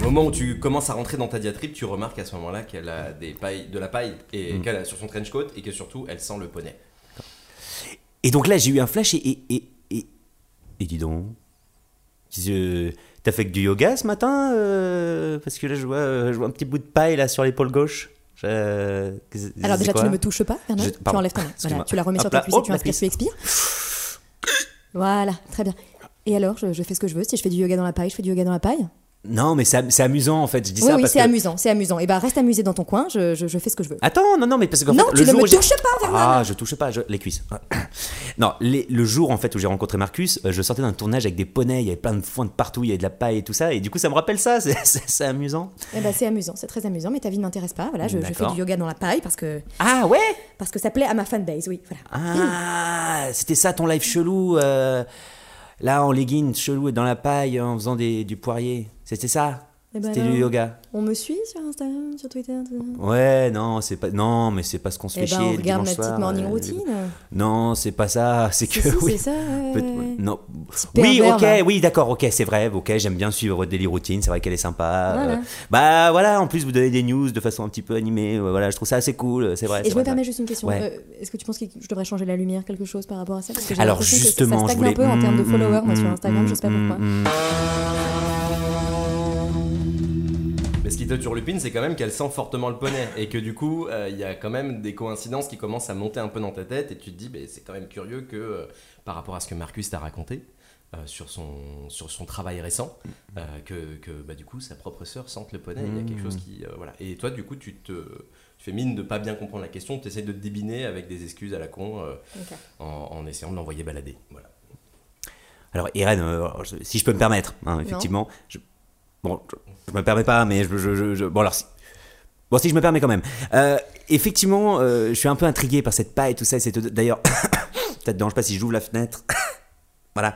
S1: Au moment où tu commences à rentrer dans ta diatribe, tu remarques à ce moment-là qu'elle a des pailles, de la paille et qu'elle a sur son trench coat et que surtout elle sent le poney.
S6: Et donc là, j'ai eu un flash et. Et, et, et, et dis donc. je- T'as fait que du yoga ce matin euh, Parce que là, je vois, euh, je vois un petit bout de paille là sur l'épaule gauche. Je-
S5: Alors déjà,
S6: quoi
S5: tu ne me touches pas, Vernon.
S6: Je-
S5: Tu
S6: pardon,
S5: enlèves ta main. Voilà,
S6: excuse-moi.
S5: tu la remets sur
S6: Hop
S5: ta
S6: là,
S5: cuisse et
S6: hop,
S5: tu
S6: ma
S5: inspires, tu expires. Voilà, très bien. Et alors, je, je fais ce que je veux. Si je fais du yoga dans la paille, je fais du yoga dans la paille.
S6: Non, mais c'est am- c'est amusant en fait. Je dis
S5: Oui,
S6: ça
S5: oui,
S6: parce
S5: c'est
S6: que. Ah.
S5: amusant, c'est amusant. Et bah, reste amusé dans ton coin. Je, je- je fais ce que je veux.
S6: Attends, non, non, mais parce que
S5: Non,
S6: fait,
S5: tu
S6: le
S5: ne
S6: jour
S5: me
S6: où j'ai-
S5: touches pas, Vernon.
S6: Ah, je touche pas, je- les cuisses. Ah. non, les- le jour en fait où j'ai rencontré Marcus, euh, je sortais d'un tournage avec des poneys, il y avait plein de foin de partout, il y avait de la paille et tout ça, et du coup ça me rappelle ça, c'est- c'est c'est amusant.
S5: Eh ben, c'est amusant, c'est très amusant, mais ta vie ne m'intéresse pas. Voilà, je, je fais
S6: D'accord.
S5: du yoga dans la paille parce que
S6: Ah ouais
S5: parce que ça plaît à ma fanbase. Oui, voilà.
S6: Ah, c'était ça ton live chelou, euh, là en leggings chelou et dans la paille en faisant des, du poirier, c'était ça
S5: Eh ben
S6: C'était
S5: alors.
S6: du yoga.
S5: On me suit sur Instagram, sur Twitter. Tout ça.
S6: Ouais, non, c'est pas, non, mais c'est pas ce qu'on se
S5: Eh
S6: fait
S5: ben,
S6: chier
S5: on
S6: le
S5: regarde ma
S6: dimanche
S5: petite
S6: soir,
S5: morning
S6: euh,
S5: routine.
S6: Non, c'est pas ça. C'est
S5: Si, si,
S6: que
S5: hein.
S6: oui.
S5: c'est ça, ouais,
S6: Peut-
S5: ouais.
S6: Non.
S5: Petit
S6: Oui,
S5: pervers,
S6: ok,
S5: là.
S6: oui, d'accord, ok, c'est vrai. Ok, j'aime bien suivre Daily Routine. C'est vrai qu'elle est sympa.
S5: Voilà.
S6: euh, bah voilà. En plus, vous donnez des news de façon un petit peu animée. euh, Voilà, je trouve ça assez cool. euh, C'est vrai.
S5: Et
S6: c'est
S5: je
S6: vrai,
S5: me
S6: c'est
S5: permets
S6: vrai.
S5: juste une question.
S6: Ouais.
S5: Euh, Est-ce que tu penses que je devrais changer la lumière, quelque chose par rapport à ça Parce que j'ai
S6: Alors
S5: l'impression que ça-
S6: justement,
S5: ça stagne
S6: je voulais.
S5: un peu en termes de
S6: Mm,
S5: followers, moi
S6: mm,
S5: sur Instagram,
S6: mm,
S5: je sais pas
S6: mm,
S5: pourquoi.
S6: mm.
S1: Mais ce qui te turlupine, c'est quand même qu'elle sent fortement le poney et que du coup, euh, il y a quand même des coïncidences qui commencent à monter un peu dans ta tête et tu te dis, bah, c'est quand même curieux que euh, par rapport à ce que Marcus t'a raconté euh, sur, son, sur son travail récent, euh, que, que, bah, du coup, sa propre sœur sente le poney. Il y a quelque chose qui. euh, voilà. Et toi, du coup, tu te. tu fais mine de pas bien comprendre la question, tu essaies de te débiner avec des excuses à la con euh,
S5: Ok.
S1: en, en essayant de l'envoyer balader. Voilà.
S6: Alors, Irène, euh, je- si je peux me permettre, hein, effectivement. Je, bon, je, je me permets pas, mais je. je- je- je- bon, alors. Si, bon, si je me permets quand même. Euh, effectivement, euh, je suis un peu intrigué par cette paille et tout ça. et C'est d'ailleurs. ça te dérange pas si j'ouvre la fenêtre voilà,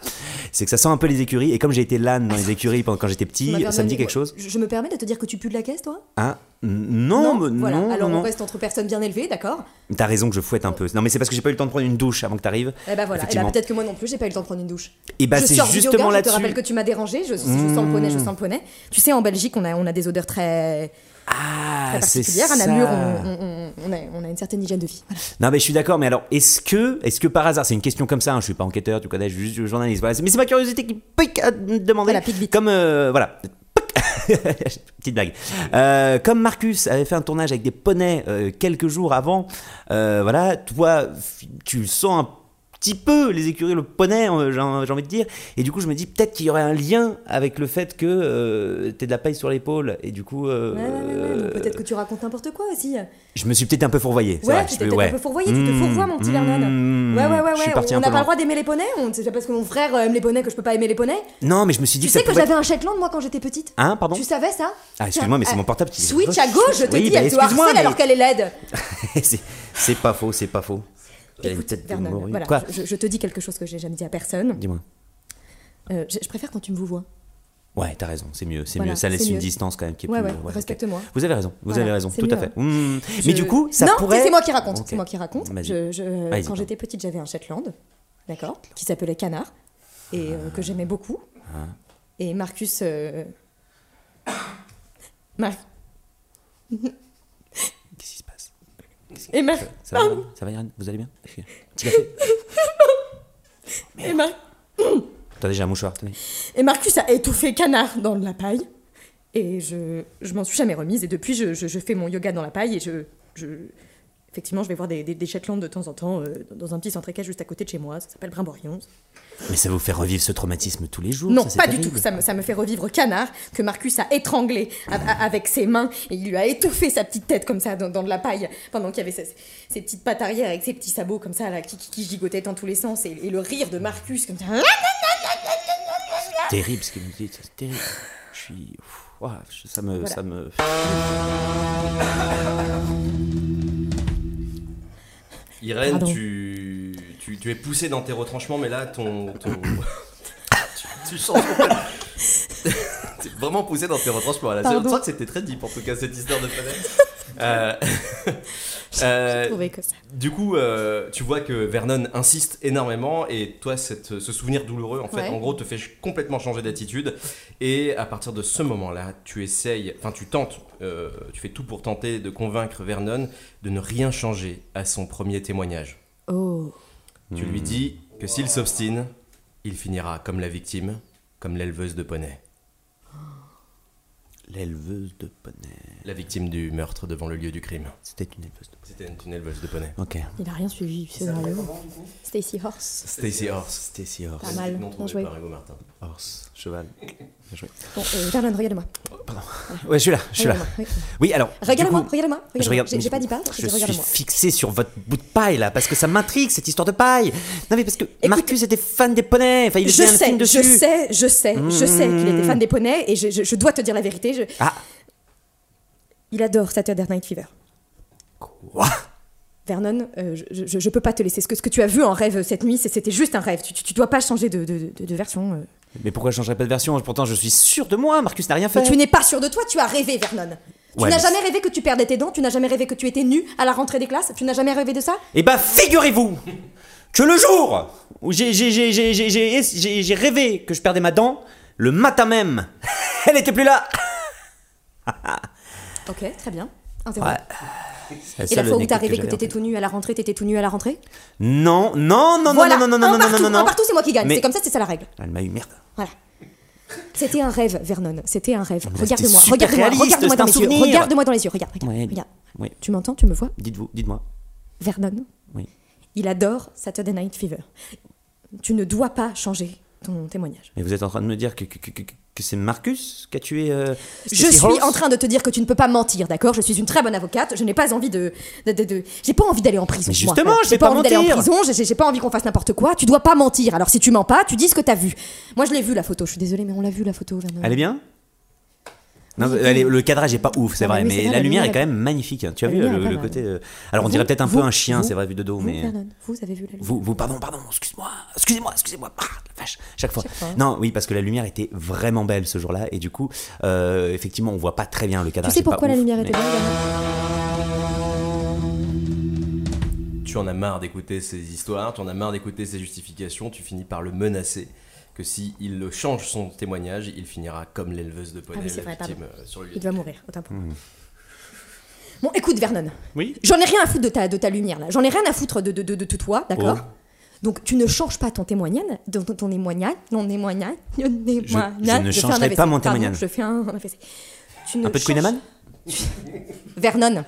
S6: c'est que ça sent un peu les écuries et comme j'ai été l'âne dans les écuries pendant quand j'étais
S5: Ma
S6: petit,
S5: Vernon,
S6: ça me dit
S5: ouais,
S6: quelque chose
S5: je, je me permets de te dire que tu pues de la caisse, toi
S6: Hein Non, mais
S5: voilà.
S6: non,
S5: Alors
S6: non,
S5: on
S6: non.
S5: reste entre personnes bien élevées, d'accord
S6: T'as raison que je fouette un peu. Non, mais c'est parce que j'ai pas eu le temps de prendre une douche avant que t'arrives.
S5: Eh ben voilà. Et
S6: Effectivement.
S5: peut-être que moi non plus, j'ai pas eu le temps de prendre une douche.
S6: Et bah
S5: je
S6: c'est
S5: sors du yoga,
S6: justement
S5: je te
S6: là-dessus.
S5: rappelle que tu m'as dérangé. Je, je sens le poney, je sens le poney. Tu sais, en Belgique, on a, on a des odeurs très,
S6: Ah,
S5: très
S6: c'est
S5: particulières.
S6: ça.
S5: À Namur, on, on- on- on a, on a une certaine hygiène de vie. Voilà.
S6: Non, mais je suis d'accord, mais alors, est-ce que, est-ce que par hasard, c'est une question comme ça, hein, je suis pas enquêteur, tu connais, je suis juste journaliste, voilà, c'est- mais c'est ma curiosité qui pique à me demander.
S5: Voilà, pique vite.
S6: Comme, euh, voilà. Pique. Petite blague. Euh, comme Marcus avait fait un tournage avec des poneys euh, quelques jours avant, euh, voilà, toi, f- tu sens un petit peu les écuries, le poney, euh, j'ai j'ai envie de dire, et du coup, je me dis peut-être qu'il y aurait un lien avec le fait que euh, t'es de la paille sur l'épaule, et du coup, euh,
S5: Ouais, ouais, ouais, ouais. Donc, Peut-être que tu racontes n'importe quoi aussi.
S6: je me suis peut-être un peu fourvoyé. c'est
S5: Ouais,
S6: vrai,
S5: tu
S6: je
S5: t'es
S6: peux-
S5: peut-être
S6: ouais.
S5: un peu fourvoyé, tu te fourvois, mon petit Vernon.
S6: Mmh,
S5: ouais, ouais, ouais,
S6: je suis
S5: ouais.
S6: parti un
S5: On n'a
S6: peu
S5: pas
S6: loin.
S5: le droit d'aimer les poneys on- C'est pas parce que mon frère euh, aime les poneys que je peux pas aimer les poneys
S6: Non, mais je me suis dit
S5: Tu
S6: que ça
S5: sais que
S6: pouvait
S5: j'avais un Shetland, moi, quand j'étais petite
S6: Hein, pardon
S5: Tu savais ça
S6: Ah, excuse-moi, mais c'est
S5: Tiens,
S6: mon
S5: euh,
S6: portable qui-
S5: Switch à gauche, je te
S6: Oui,
S5: dis,
S6: bah,
S5: elle te harcèle
S6: excuse-moi, mais-
S5: alors qu'elle est laide.
S6: C'est- C'est pas faux, c'est pas faux. Il y a une
S5: Écoute,
S6: tête de
S5: Vernon,
S6: morue.
S5: voilà,
S6: Quoi
S5: je, je te dis quelque chose que j'ai jamais dit à personne.
S6: Dis-moi.
S5: Euh, je, je préfère quand tu me vous vois.
S6: Ouais, t'as raison, c'est mieux, c'est
S5: Voilà,
S6: mieux. Ça laisse
S5: c'est
S6: une
S5: mieux.
S6: distance quand même qui est
S5: Ouais,
S6: plus.
S5: ouais,
S6: ok.
S5: respecte-moi.
S6: Vous avez raison, vous
S5: Voilà,
S6: avez raison,
S5: c'est
S6: tout à
S5: mieux,
S6: fait.
S5: hein.
S6: Mmh. Mais
S5: Je-
S6: du coup, ça
S5: non,
S6: pourrait.
S5: c'est moi qui raconte.
S6: Ok.
S5: C'est moi qui raconte.
S6: Vas-y.
S5: Je- je-
S6: Vas-y,
S5: quand
S6: pardon.
S5: j'étais petite, j'avais un Shetland, d'accord, qui s'appelait Canard et euh,
S6: Ah.
S5: que j'aimais beaucoup. Et Marcus, euh, Mar-
S6: Qu'est-ce qui se passe
S5: et Mar-
S6: Ça va, Irène ça va, Irène Vous allez bien Petit café.
S5: et Mar-
S6: Attendez, j'ai un mouchoir. tenez.
S5: et Marcus a étouffé Canard dans la paille. Et je, je m'en suis jamais remise. Et depuis, je, je- je fais mon yoga dans la paille et je, je- effectivement, je vais voir des, des, des Shetlands de temps en temps euh, dans un petit centre équestre juste à côté de chez moi. Ça s'appelle Brimborion.
S6: Mais ça vous fait revivre ce traumatisme tous les jours
S5: Non,
S6: ça, c'est
S5: pas du
S6: terrible.
S5: tout. Ça me, ça me fait revivre Canard, que Marcus a étranglé a- a- avec ses mains. Et il lui a étouffé sa petite tête comme ça dans, dans de la paille, pendant qu'il y avait ses, ses petites pattes arrière avec ses petits sabots comme ça, là, qui, qui, qui gigotaient dans tous les sens. Et, et le rire de Marcus comme ça.
S6: Terrible ce que vous dites, c'est terrible. Je suis. Ouf, ouah, je- ça me. Ça me...
S1: Irène,
S5: Pardon.
S1: tu, tu, tu es poussée dans tes retranchements, mais là, ton. ton- tu, tu sens complètement. T'es vraiment poussée dans tes retranchements. Là. Je
S5: Pardon.
S1: crois que c'était très deep, en tout cas, cette histoire de planète. Euh,
S5: J'ai
S1: euh,
S5: trouvé que ça.
S1: du coup, euh, tu vois que Vernon insiste énormément et toi, cette- ce souvenir douloureux, en fait,
S5: Ouais.
S1: en gros, te fait ch- complètement changer d'attitude. Et à partir de ce moment-là, tu essayes, enfin, tu tentes, euh, tu fais tout pour tenter de convaincre Vernon de ne rien changer à son premier témoignage.
S5: Oh.
S1: Tu lui dis que s'il s'obstine, il finira comme la victime, comme l'éleveuse de poney.
S6: L'éleveuse de poney.
S1: La victime du meurtre devant le lieu du crime.
S6: C'était une éleveuse de poney.
S1: C'était une, une éleveuse de poney.
S6: Ok.
S5: Il a rien suivi, ce scénario. Stacy Horse.
S1: Stacy Horse.
S6: Stacy Horse.
S5: Pas mal,
S1: Non
S5: bien
S1: trouvé
S5: joué.
S1: par Hugo Martin.
S6: Horse. Cheval. Bien joué.
S5: Bon, euh, Vernon, regarde-moi.
S6: Ouais, je suis là, je suis là.
S5: Regarde-moi. oui.
S6: Oui, alors. du
S5: Regarde-moi,
S6: coup,
S5: regarde-moi.
S6: Je
S5: regarde-moi.
S6: regarde.
S5: J'ai j'ai pas dit pas, j'ai
S6: Je
S5: dit
S6: suis
S5: regarde-moi.
S6: fixé sur votre bout de paille là, parce que ça m'intrigue cette histoire de paille. Non mais parce que Marcus était fan des poneys. Enfin, il
S5: Je
S6: faisait un film
S5: sais,
S6: dessus. Mmh.
S5: je sais, je sais, je sais qu'il était fan des poneys et je, je- je dois te dire la vérité. je-
S6: Ah.
S5: Il adore Saturday Night Fever.
S6: Quoi
S5: Vernon, euh, je, je, je peux pas te laisser. Ce que, ce que tu as vu en rêve euh, cette nuit, c'est- c'était juste un rêve. Tu, tu, tu dois pas changer de, de- de- de version. euh.
S6: Mais pourquoi je changerais pas de version Pourtant, je suis sûr de moi. Marcus n'a rien fait.
S5: Mais tu n'es pas sûr de toi, tu as rêvé, Vernon. Tu
S6: Bah. Ouais,
S5: n'as
S6: mais
S5: jamais rêvé que tu perdais tes dents, tu n'as jamais rêvé que tu étais nu à la rentrée des classes, tu n'as jamais rêvé de ça
S6: Eh ben, figurez-vous que le jour où j'ai- j'ai- j'ai- j'ai- j'ai- j'ai j'ai- j'ai rêvé que je perdais ma dent, le matin même, elle était plus là.
S5: Ok, très bien. Interroge.
S6: Ouais. C'est
S5: Et la
S6: ça, le
S5: fois où
S6: déclic
S5: t'as rêvé que
S6: j'avais,
S5: t'étais
S6: en fait.
S5: tout nu à la rentrée, t'étais tout nu à la rentrée
S6: Non, non, non,
S5: Voilà,
S6: non, non, non,
S5: un
S6: non, non,
S5: partout,
S6: non, non,
S5: un
S6: non.
S5: partout, c'est moi qui gagne.
S6: Mais-
S5: C'est comme ça, c'est ça la règle.
S6: Elle m'a eu merde.
S5: Voilà. C'était un rêve, Vernon. C'était un rêve.
S6: mais c'était
S5: Regarde-moi,
S6: Bah, super
S5: regarde-moi,
S6: réaliste,
S5: regarde-moi
S6: c'est
S5: dans
S6: un
S5: les yeux.
S6: souvenir.
S5: Regarde-moi dans les yeux. Regarde, regarde,
S6: Ouais.
S5: regarde.
S6: Oui,
S5: Tu m'entends Tu me vois
S6: dites-vous, dites-moi.
S5: Vernon,
S6: Oui.
S5: il adore Saturday Night Fever. Tu ne dois pas changer ton témoignage.
S6: Mais vous êtes en train de me dire que, que, que- que- que c'est Marcus qui a tué. euh,
S5: Je
S6: Stacy
S5: suis
S6: Horse
S5: en train de te dire que tu ne peux pas mentir, d'accord Je suis une très bonne avocate. Je n'ai pas envie de, de, de- de- j'ai pas envie d'aller en prison.
S6: Mais
S5: moi.
S6: justement, je
S5: j'ai
S6: vais
S5: pas,
S6: pas
S5: envie d'aller en
S6: mentir.
S5: prison. j'ai- J'ai j'ai pas envie qu'on fasse n'importe quoi. Tu dois pas mentir. Alors si tu mens pas, tu dis ce que t'as vu. Moi, je l'ai vu la photo. Je suis désolée, mais on l'a vu la photo, Vernon.
S6: Elle est bien non, elle est- le cadrage est pas ouf, c'est
S5: Ah,
S6: vrai,
S5: mais oui,
S6: mais,
S5: c'est vrai,
S6: la
S5: la
S6: lumière est
S5: lumière
S6: quand même magnifique. hein. Tu as
S5: la
S6: vu
S5: lumière
S6: le,
S5: est pas
S6: le
S5: mal.
S6: côté. euh, Alors on
S5: Vous-
S6: dirait peut-être un peu
S5: vous-
S6: un chien,
S5: vous-
S6: c'est vrai, vu de dos,
S5: Vous,
S6: mais.
S5: Vernon, vous avez vu la lumière
S6: Vous, vous, pardon, pardon, excuse-moi, excusez-moi, excusez-moi. Ah, la vache, chaque fois.
S5: Chaque fois.
S6: Non, oui, parce que la lumière était vraiment belle ce jour-là, et du coup, euh, effectivement, on voit pas très bien le
S5: Tu
S6: cadrage.
S5: sais
S6: c'est pas
S5: pourquoi la
S6: ouf,
S5: lumière
S6: mais-
S5: était belle Vernon
S1: Tu en as marre d'écouter ces histoires, tu en as marre d'écouter ces justifications, tu finis par le menacer que si il le change son témoignage, il finira comme l'éleveuse de poney,
S5: Ah oui, c'est
S1: la
S5: vrai,
S1: victime euh, sur le lieu.
S5: Il va mourir, autant pour moi. Bon, écoute, Vernon.
S6: Oui.
S5: J'en ai rien à foutre de ta, de ta lumière, là. J'en ai rien à foutre de, de, de, de- de toi, d'accord
S6: Oh.
S5: Donc, tu ne changes pas ton témoignage, de- ton, ton témoignage, ton témoignage, ton témoignage.
S6: je ne
S5: fais un
S6: changerai
S5: AVC,
S6: pas mon
S5: pardon,
S6: témoignage.
S5: je fais un, AVC. Tu ne
S6: Un peu de
S5: changes-
S6: Queen
S5: Vernon,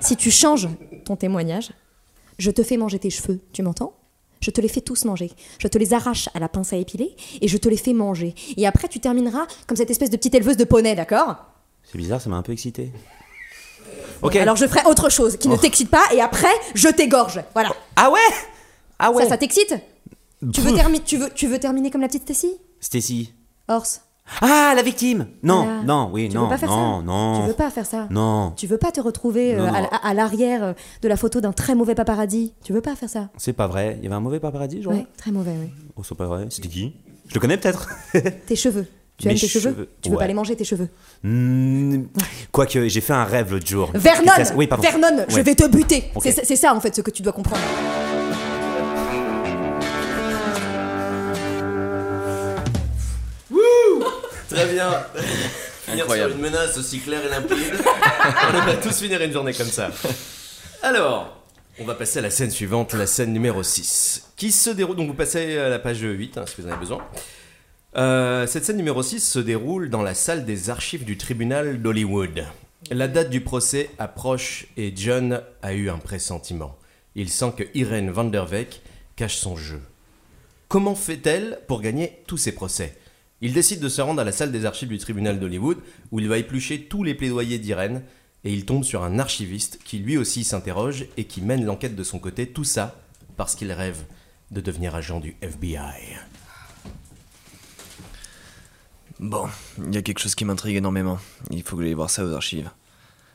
S5: si tu changes ton témoignage, je te fais manger tes cheveux, tu m'entends Je te les fais tous manger. Je te les arrache à la pince à épiler et je te les fais manger. Et après, tu termineras comme cette espèce de petite éleveuse de poney, d'accord
S6: C'est bizarre, ça m'a un peu excité. Ok. Oh.
S5: Alors je ferai autre chose qui ne t'excite pas et après je t'égorge. Voilà.
S6: Ah ouais Ah ouais
S5: Ça, ça t'excite tu veux, termi- tu, veux, tu veux terminer comme la petite Stacy
S6: Stacy.
S5: Horse
S6: Ah, la victime Non,
S5: Voilà.
S6: non, oui,
S5: Tu
S6: non,
S5: veux pas faire
S6: non,
S5: ça
S6: non.
S5: Tu veux pas faire ça
S6: Non,
S5: Tu veux pas te retrouver euh,
S6: Non, non.
S5: à la- à, l'arrière euh, de la photo d'un très mauvais paparazzi Tu veux pas faire ça
S6: c'est pas vrai. Il y avait un mauvais paparazzi, genre
S5: Ouais, très mauvais, oui.
S6: Oh, c'est pas vrai. C'était qui Je le connais peut-être.
S5: Tes cheveux. Tu
S6: Mes
S5: aimes tes cheveux,
S6: cheveux,
S5: Tu veux
S6: ouais.
S5: pas les manger, tes cheveux
S6: Mm, Quoique, j'ai fait un rêve l'autre jour.
S5: Vernon
S6: Oui, pardon.
S5: Vernon, je
S6: Ouais.
S5: vais te buter
S6: Ok.
S5: C'est- C'est ça en fait ce que tu dois comprendre.
S1: Très bien. Finir sur
S2: Incroyable.
S1: une menace aussi claire et limpide. on va tous finir une journée comme ça. Alors, on va passer à la scène suivante, la scène numéro 6, qui se déroule. Donc vous passez à la page 8, hein, si vous en avez besoin. Euh, cette scène numéro 6 se déroule dans la salle des archives du tribunal d'Hollywood. La date du procès approche et John a eu un pressentiment. Il sent que Irene Van Der Veck cache son jeu. Comment fait-elle pour gagner tous ses procès Il décide de se rendre à la salle des archives du tribunal d'Hollywood où il va éplucher tous les plaidoyers d'Irène et il tombe sur un archiviste qui lui aussi s'interroge et qui mène l'enquête de son côté, tout ça parce qu'il rêve de devenir agent du FBI.
S2: Bon, il y a quelque chose qui m'intrigue énormément. Il faut que j'aille voir ça aux archives.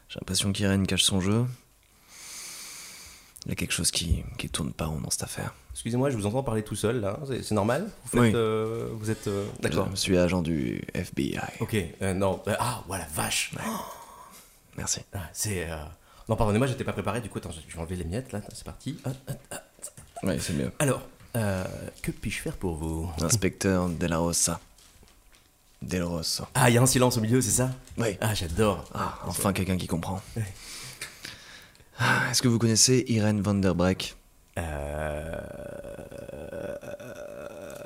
S2: J'ai l'impression qu'Irene cache son jeu. Il y a quelque chose qui, qui tourne pas rond dans cette affaire.
S1: Excusez-moi, je vous entends parler tout seul là, c'est- c'est normal Vous faites,
S2: Oui.
S1: euh, vous êtes euh, d'accord
S2: Je suis agent du FBI.
S1: Ok, euh, non, euh, ah, voilà, vache.
S2: Merci.
S1: Ah, C'est euh, non, pardonnez-moi, j'étais pas préparé. Du coup, attends, je je vais enlever les miettes là. C'est parti. Ah, Hop, hop.
S2: Oui, c'est mieux.
S1: Alors, euh, que puis-je faire pour vous
S2: Inspecteur De La Rosa. De La Rosa.
S1: Ah, il y a un silence au milieu, c'est ça
S2: Oui.
S1: Ah, j'adore.
S2: Ah, enfin quelqu'un qui comprend. Ah, Est-ce que vous connaissez Irene van der Breck
S1: Euh,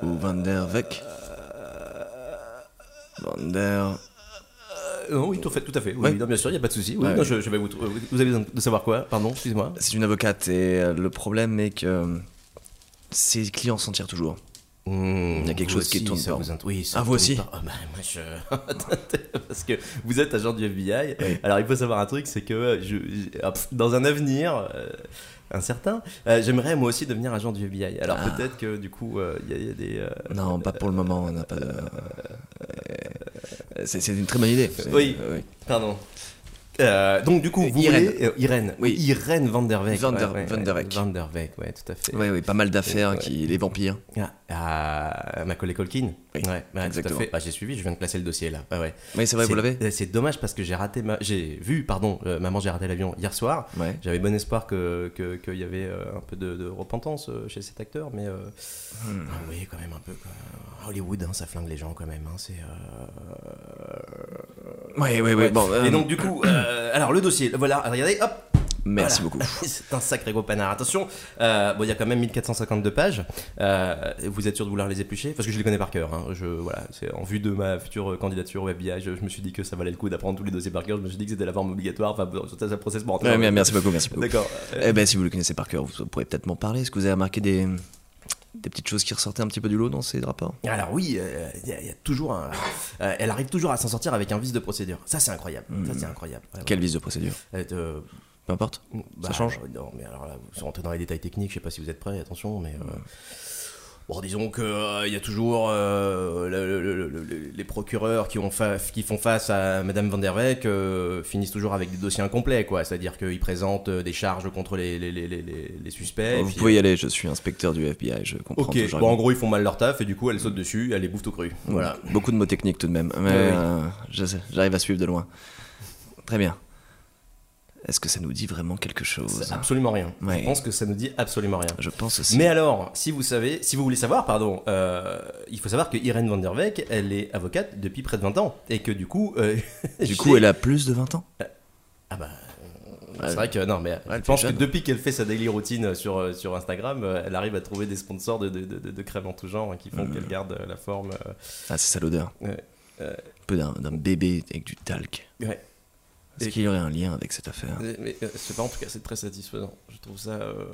S2: Ou van der Veck Van der
S1: euh, non, oui, tout à fait, tout à fait. Oui,
S2: Ouais.
S1: non, bien sûr, il n'y a pas de souci. Oui,
S2: Ouais,
S1: non,
S2: ouais.
S1: Je, je vais vous, trou- vous avez besoin de savoir quoi Pardon, excusez-moi.
S2: C'est une avocate et euh, le problème est que euh, ses clients s'en tirent toujours.
S1: Il
S2: y a quelque chose qui tourne pas.
S1: Oui, ça
S2: Ah, vous
S1: tourne
S2: aussi
S1: pas. Ah, bah, moi, je- Parce que vous êtes agent du FBI. Alors, il faut savoir un truc, c'est que euh, je, je- ah, pff, dans un avenir euh, incertain, euh, j'aimerais moi aussi devenir agent du FBI. Alors,
S2: Ah.
S1: peut-être que du coup, euh, il y, a- il y a des. euh,
S2: Non, pas pour le moment, on n'a pas de. Euh, C'est c'est une très bonne idée. C'est-
S1: Oui.
S2: euh,
S1: Pardon. Euh, donc du coup, vous
S2: Irène.
S1: voulez euh, Irène,
S2: Oui.
S1: Irène Van der Weyck,
S2: Van der-
S1: ouais, ouais,
S2: Van der Weyck.
S1: Van der Weyck, ouais, tout à fait.
S2: Oui, oui, pas mal d'affaires,
S1: Ouais.
S2: qui les vampires.
S1: Ah, à Macaulay Culkin.
S2: Oui,
S1: ouais, ouais,
S2: exactement.
S1: Tout à fait. Ah, j'ai suivi, je viens de classer le dossier là. Ah, ouais.
S2: Oui, c'est vrai, vous l'avez
S1: euh, C'est dommage parce que j'ai raté ma, j'ai vu, pardon, euh, maman, j'ai raté l'avion hier soir.
S2: Ouais.
S1: J'avais bon espoir que que- qu'il y avait euh, un peu de, de repentance euh, chez cet acteur, mais euh, ah oui, quand même un peu. quoi. Hollywood, hein, ça flingue les gens quand même. hein, c'est euh,
S2: Oui, oui, oui.
S1: ouais.
S2: Bon, euh,
S1: Et donc du coup, euh, alors le dossier, voilà, regardez, hop, voilà.
S2: merci beaucoup.
S1: C'est un sacré gros panard. Attention, euh, bon, il y a quand même 1452 pages. Euh, vous êtes sûr de vouloir les éplucher Parce que je les connais par cœur. hein. Je, voilà, c'est en vue de ma future euh, candidature au FBI, je, je me suis dit que ça valait le coup d'apprendre tous les dossiers par cœur. Je me suis dit que c'était la forme obligatoire. Enfin, bon, ça, ça process pour rentrer
S2: Ouais,
S1: dans-
S2: mais- merci beaucoup, merci beaucoup.
S1: D'accord. Euh,
S2: Eh ben, si vous le connaissez par cœur, vous pourrez peut-être m'en parler. Est-ce que vous avez remarqué des, des petites choses qui ressortaient un petit peu du lot dans ces rapports
S1: Alors oui, euh, il y, a- il y a toujours un- euh, elle arrive toujours à s'en sortir avec un vice de procédure. Ça c'est incroyable. Ça c'est incroyable. Ouais,
S2: Hmm. Quel vice de procédure
S1: ouais. Euh,
S2: Peu importe.
S1: ça change Non, mais alors là, vous rentrez dans les détails techniques, je sais pas si vous êtes prêts, attention, mais. euh, Bon, disons qu'il y a toujours euh, le- le- le- le- les procureurs qui, ont fa- qui font face à Madame Van der Weyck euh, finissent toujours avec des dossiers incomplets, quoi. C'est-à-dire qu'ils présentent euh, des charges contre les, les- les- les- les- les suspects. et
S2: vous
S1: puis- euh,
S2: pouvez y aller, je suis inspecteur du FBI, je comprends
S1: Ok,
S2: toujours.
S1: bon, en gros, ils font mal leur taf et du coup, elle saute dessus, elle les bouffe tout cru. Voilà.
S2: Voilà, beaucoup de mots techniques tout de même, mais
S1: Ouais, oui.
S2: euh, je sais, j'arrive à suivre de loin. Très bien. Est-ce que ça nous dit vraiment quelque chose
S1: C'est absolument rien.
S2: Ouais.
S1: Je pense que ça nous dit absolument rien.
S2: Je pense aussi.
S1: Mais alors, si vous savez, si vous voulez savoir, pardon, euh, il faut savoir que Irène Van der Weyck, elle est avocate depuis près de 20 ans et que du coup, euh,
S2: Du
S1: j'ai-
S2: coup, elle a plus de 20 ans
S1: ah bah, c'est vrai que non, mais
S2: elle
S1: je pense
S2: fait
S1: que
S2: jeune.
S1: depuis qu'elle fait sa daily routine sur euh, sur Instagram, euh, elle arrive à trouver des sponsors de de, de, de- de crèmes en tout genre hein, qui font qu'elle garde euh, la forme. euh,
S2: Ah, c'est ça l'odeur.
S1: ouais, euh,
S2: Un peu d'un d'un bébé avec du talc.
S1: ouais.
S2: Est-ce
S1: Et-
S2: qu'il y aurait un lien avec cette affaire
S1: Mais euh, c'est pas en tout cas, c'est très satisfaisant. Je trouve ça. euh,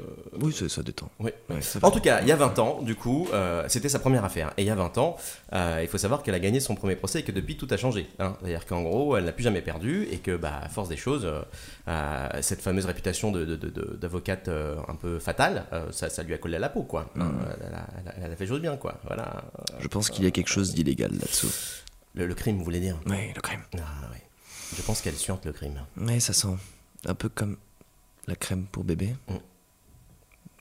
S2: Oui, ça, ça détend.
S1: Oui.
S2: Ouais, ça
S1: En
S2: va.
S1: tout cas, il y a 20 ans, du coup, euh, c'était sa première affaire. Et il y a 20 ans, euh, il faut savoir qu'elle a gagné son premier procès et que depuis tout a changé. hein. C'est-à-dire qu'en gros, elle n'a plus jamais perdu et que, bah, à force des choses, euh, euh, cette fameuse réputation de- de- de- de- d'avocate euh, un peu fatale, euh, ça, ça lui a collé à la peau, quoi. Hein, Elle, a, elle a- elle a fait chose bien, quoi. Voilà.
S2: Je pense qu'il y a quelque chose d'illégal là-dessous.
S1: Le, le crime, vous voulez dire
S2: Oui, le crime.
S1: Ah, oui. Je pense qu'elle suinte le crime.
S2: Oui, ça sent un peu comme la crème pour bébé.
S1: Mm.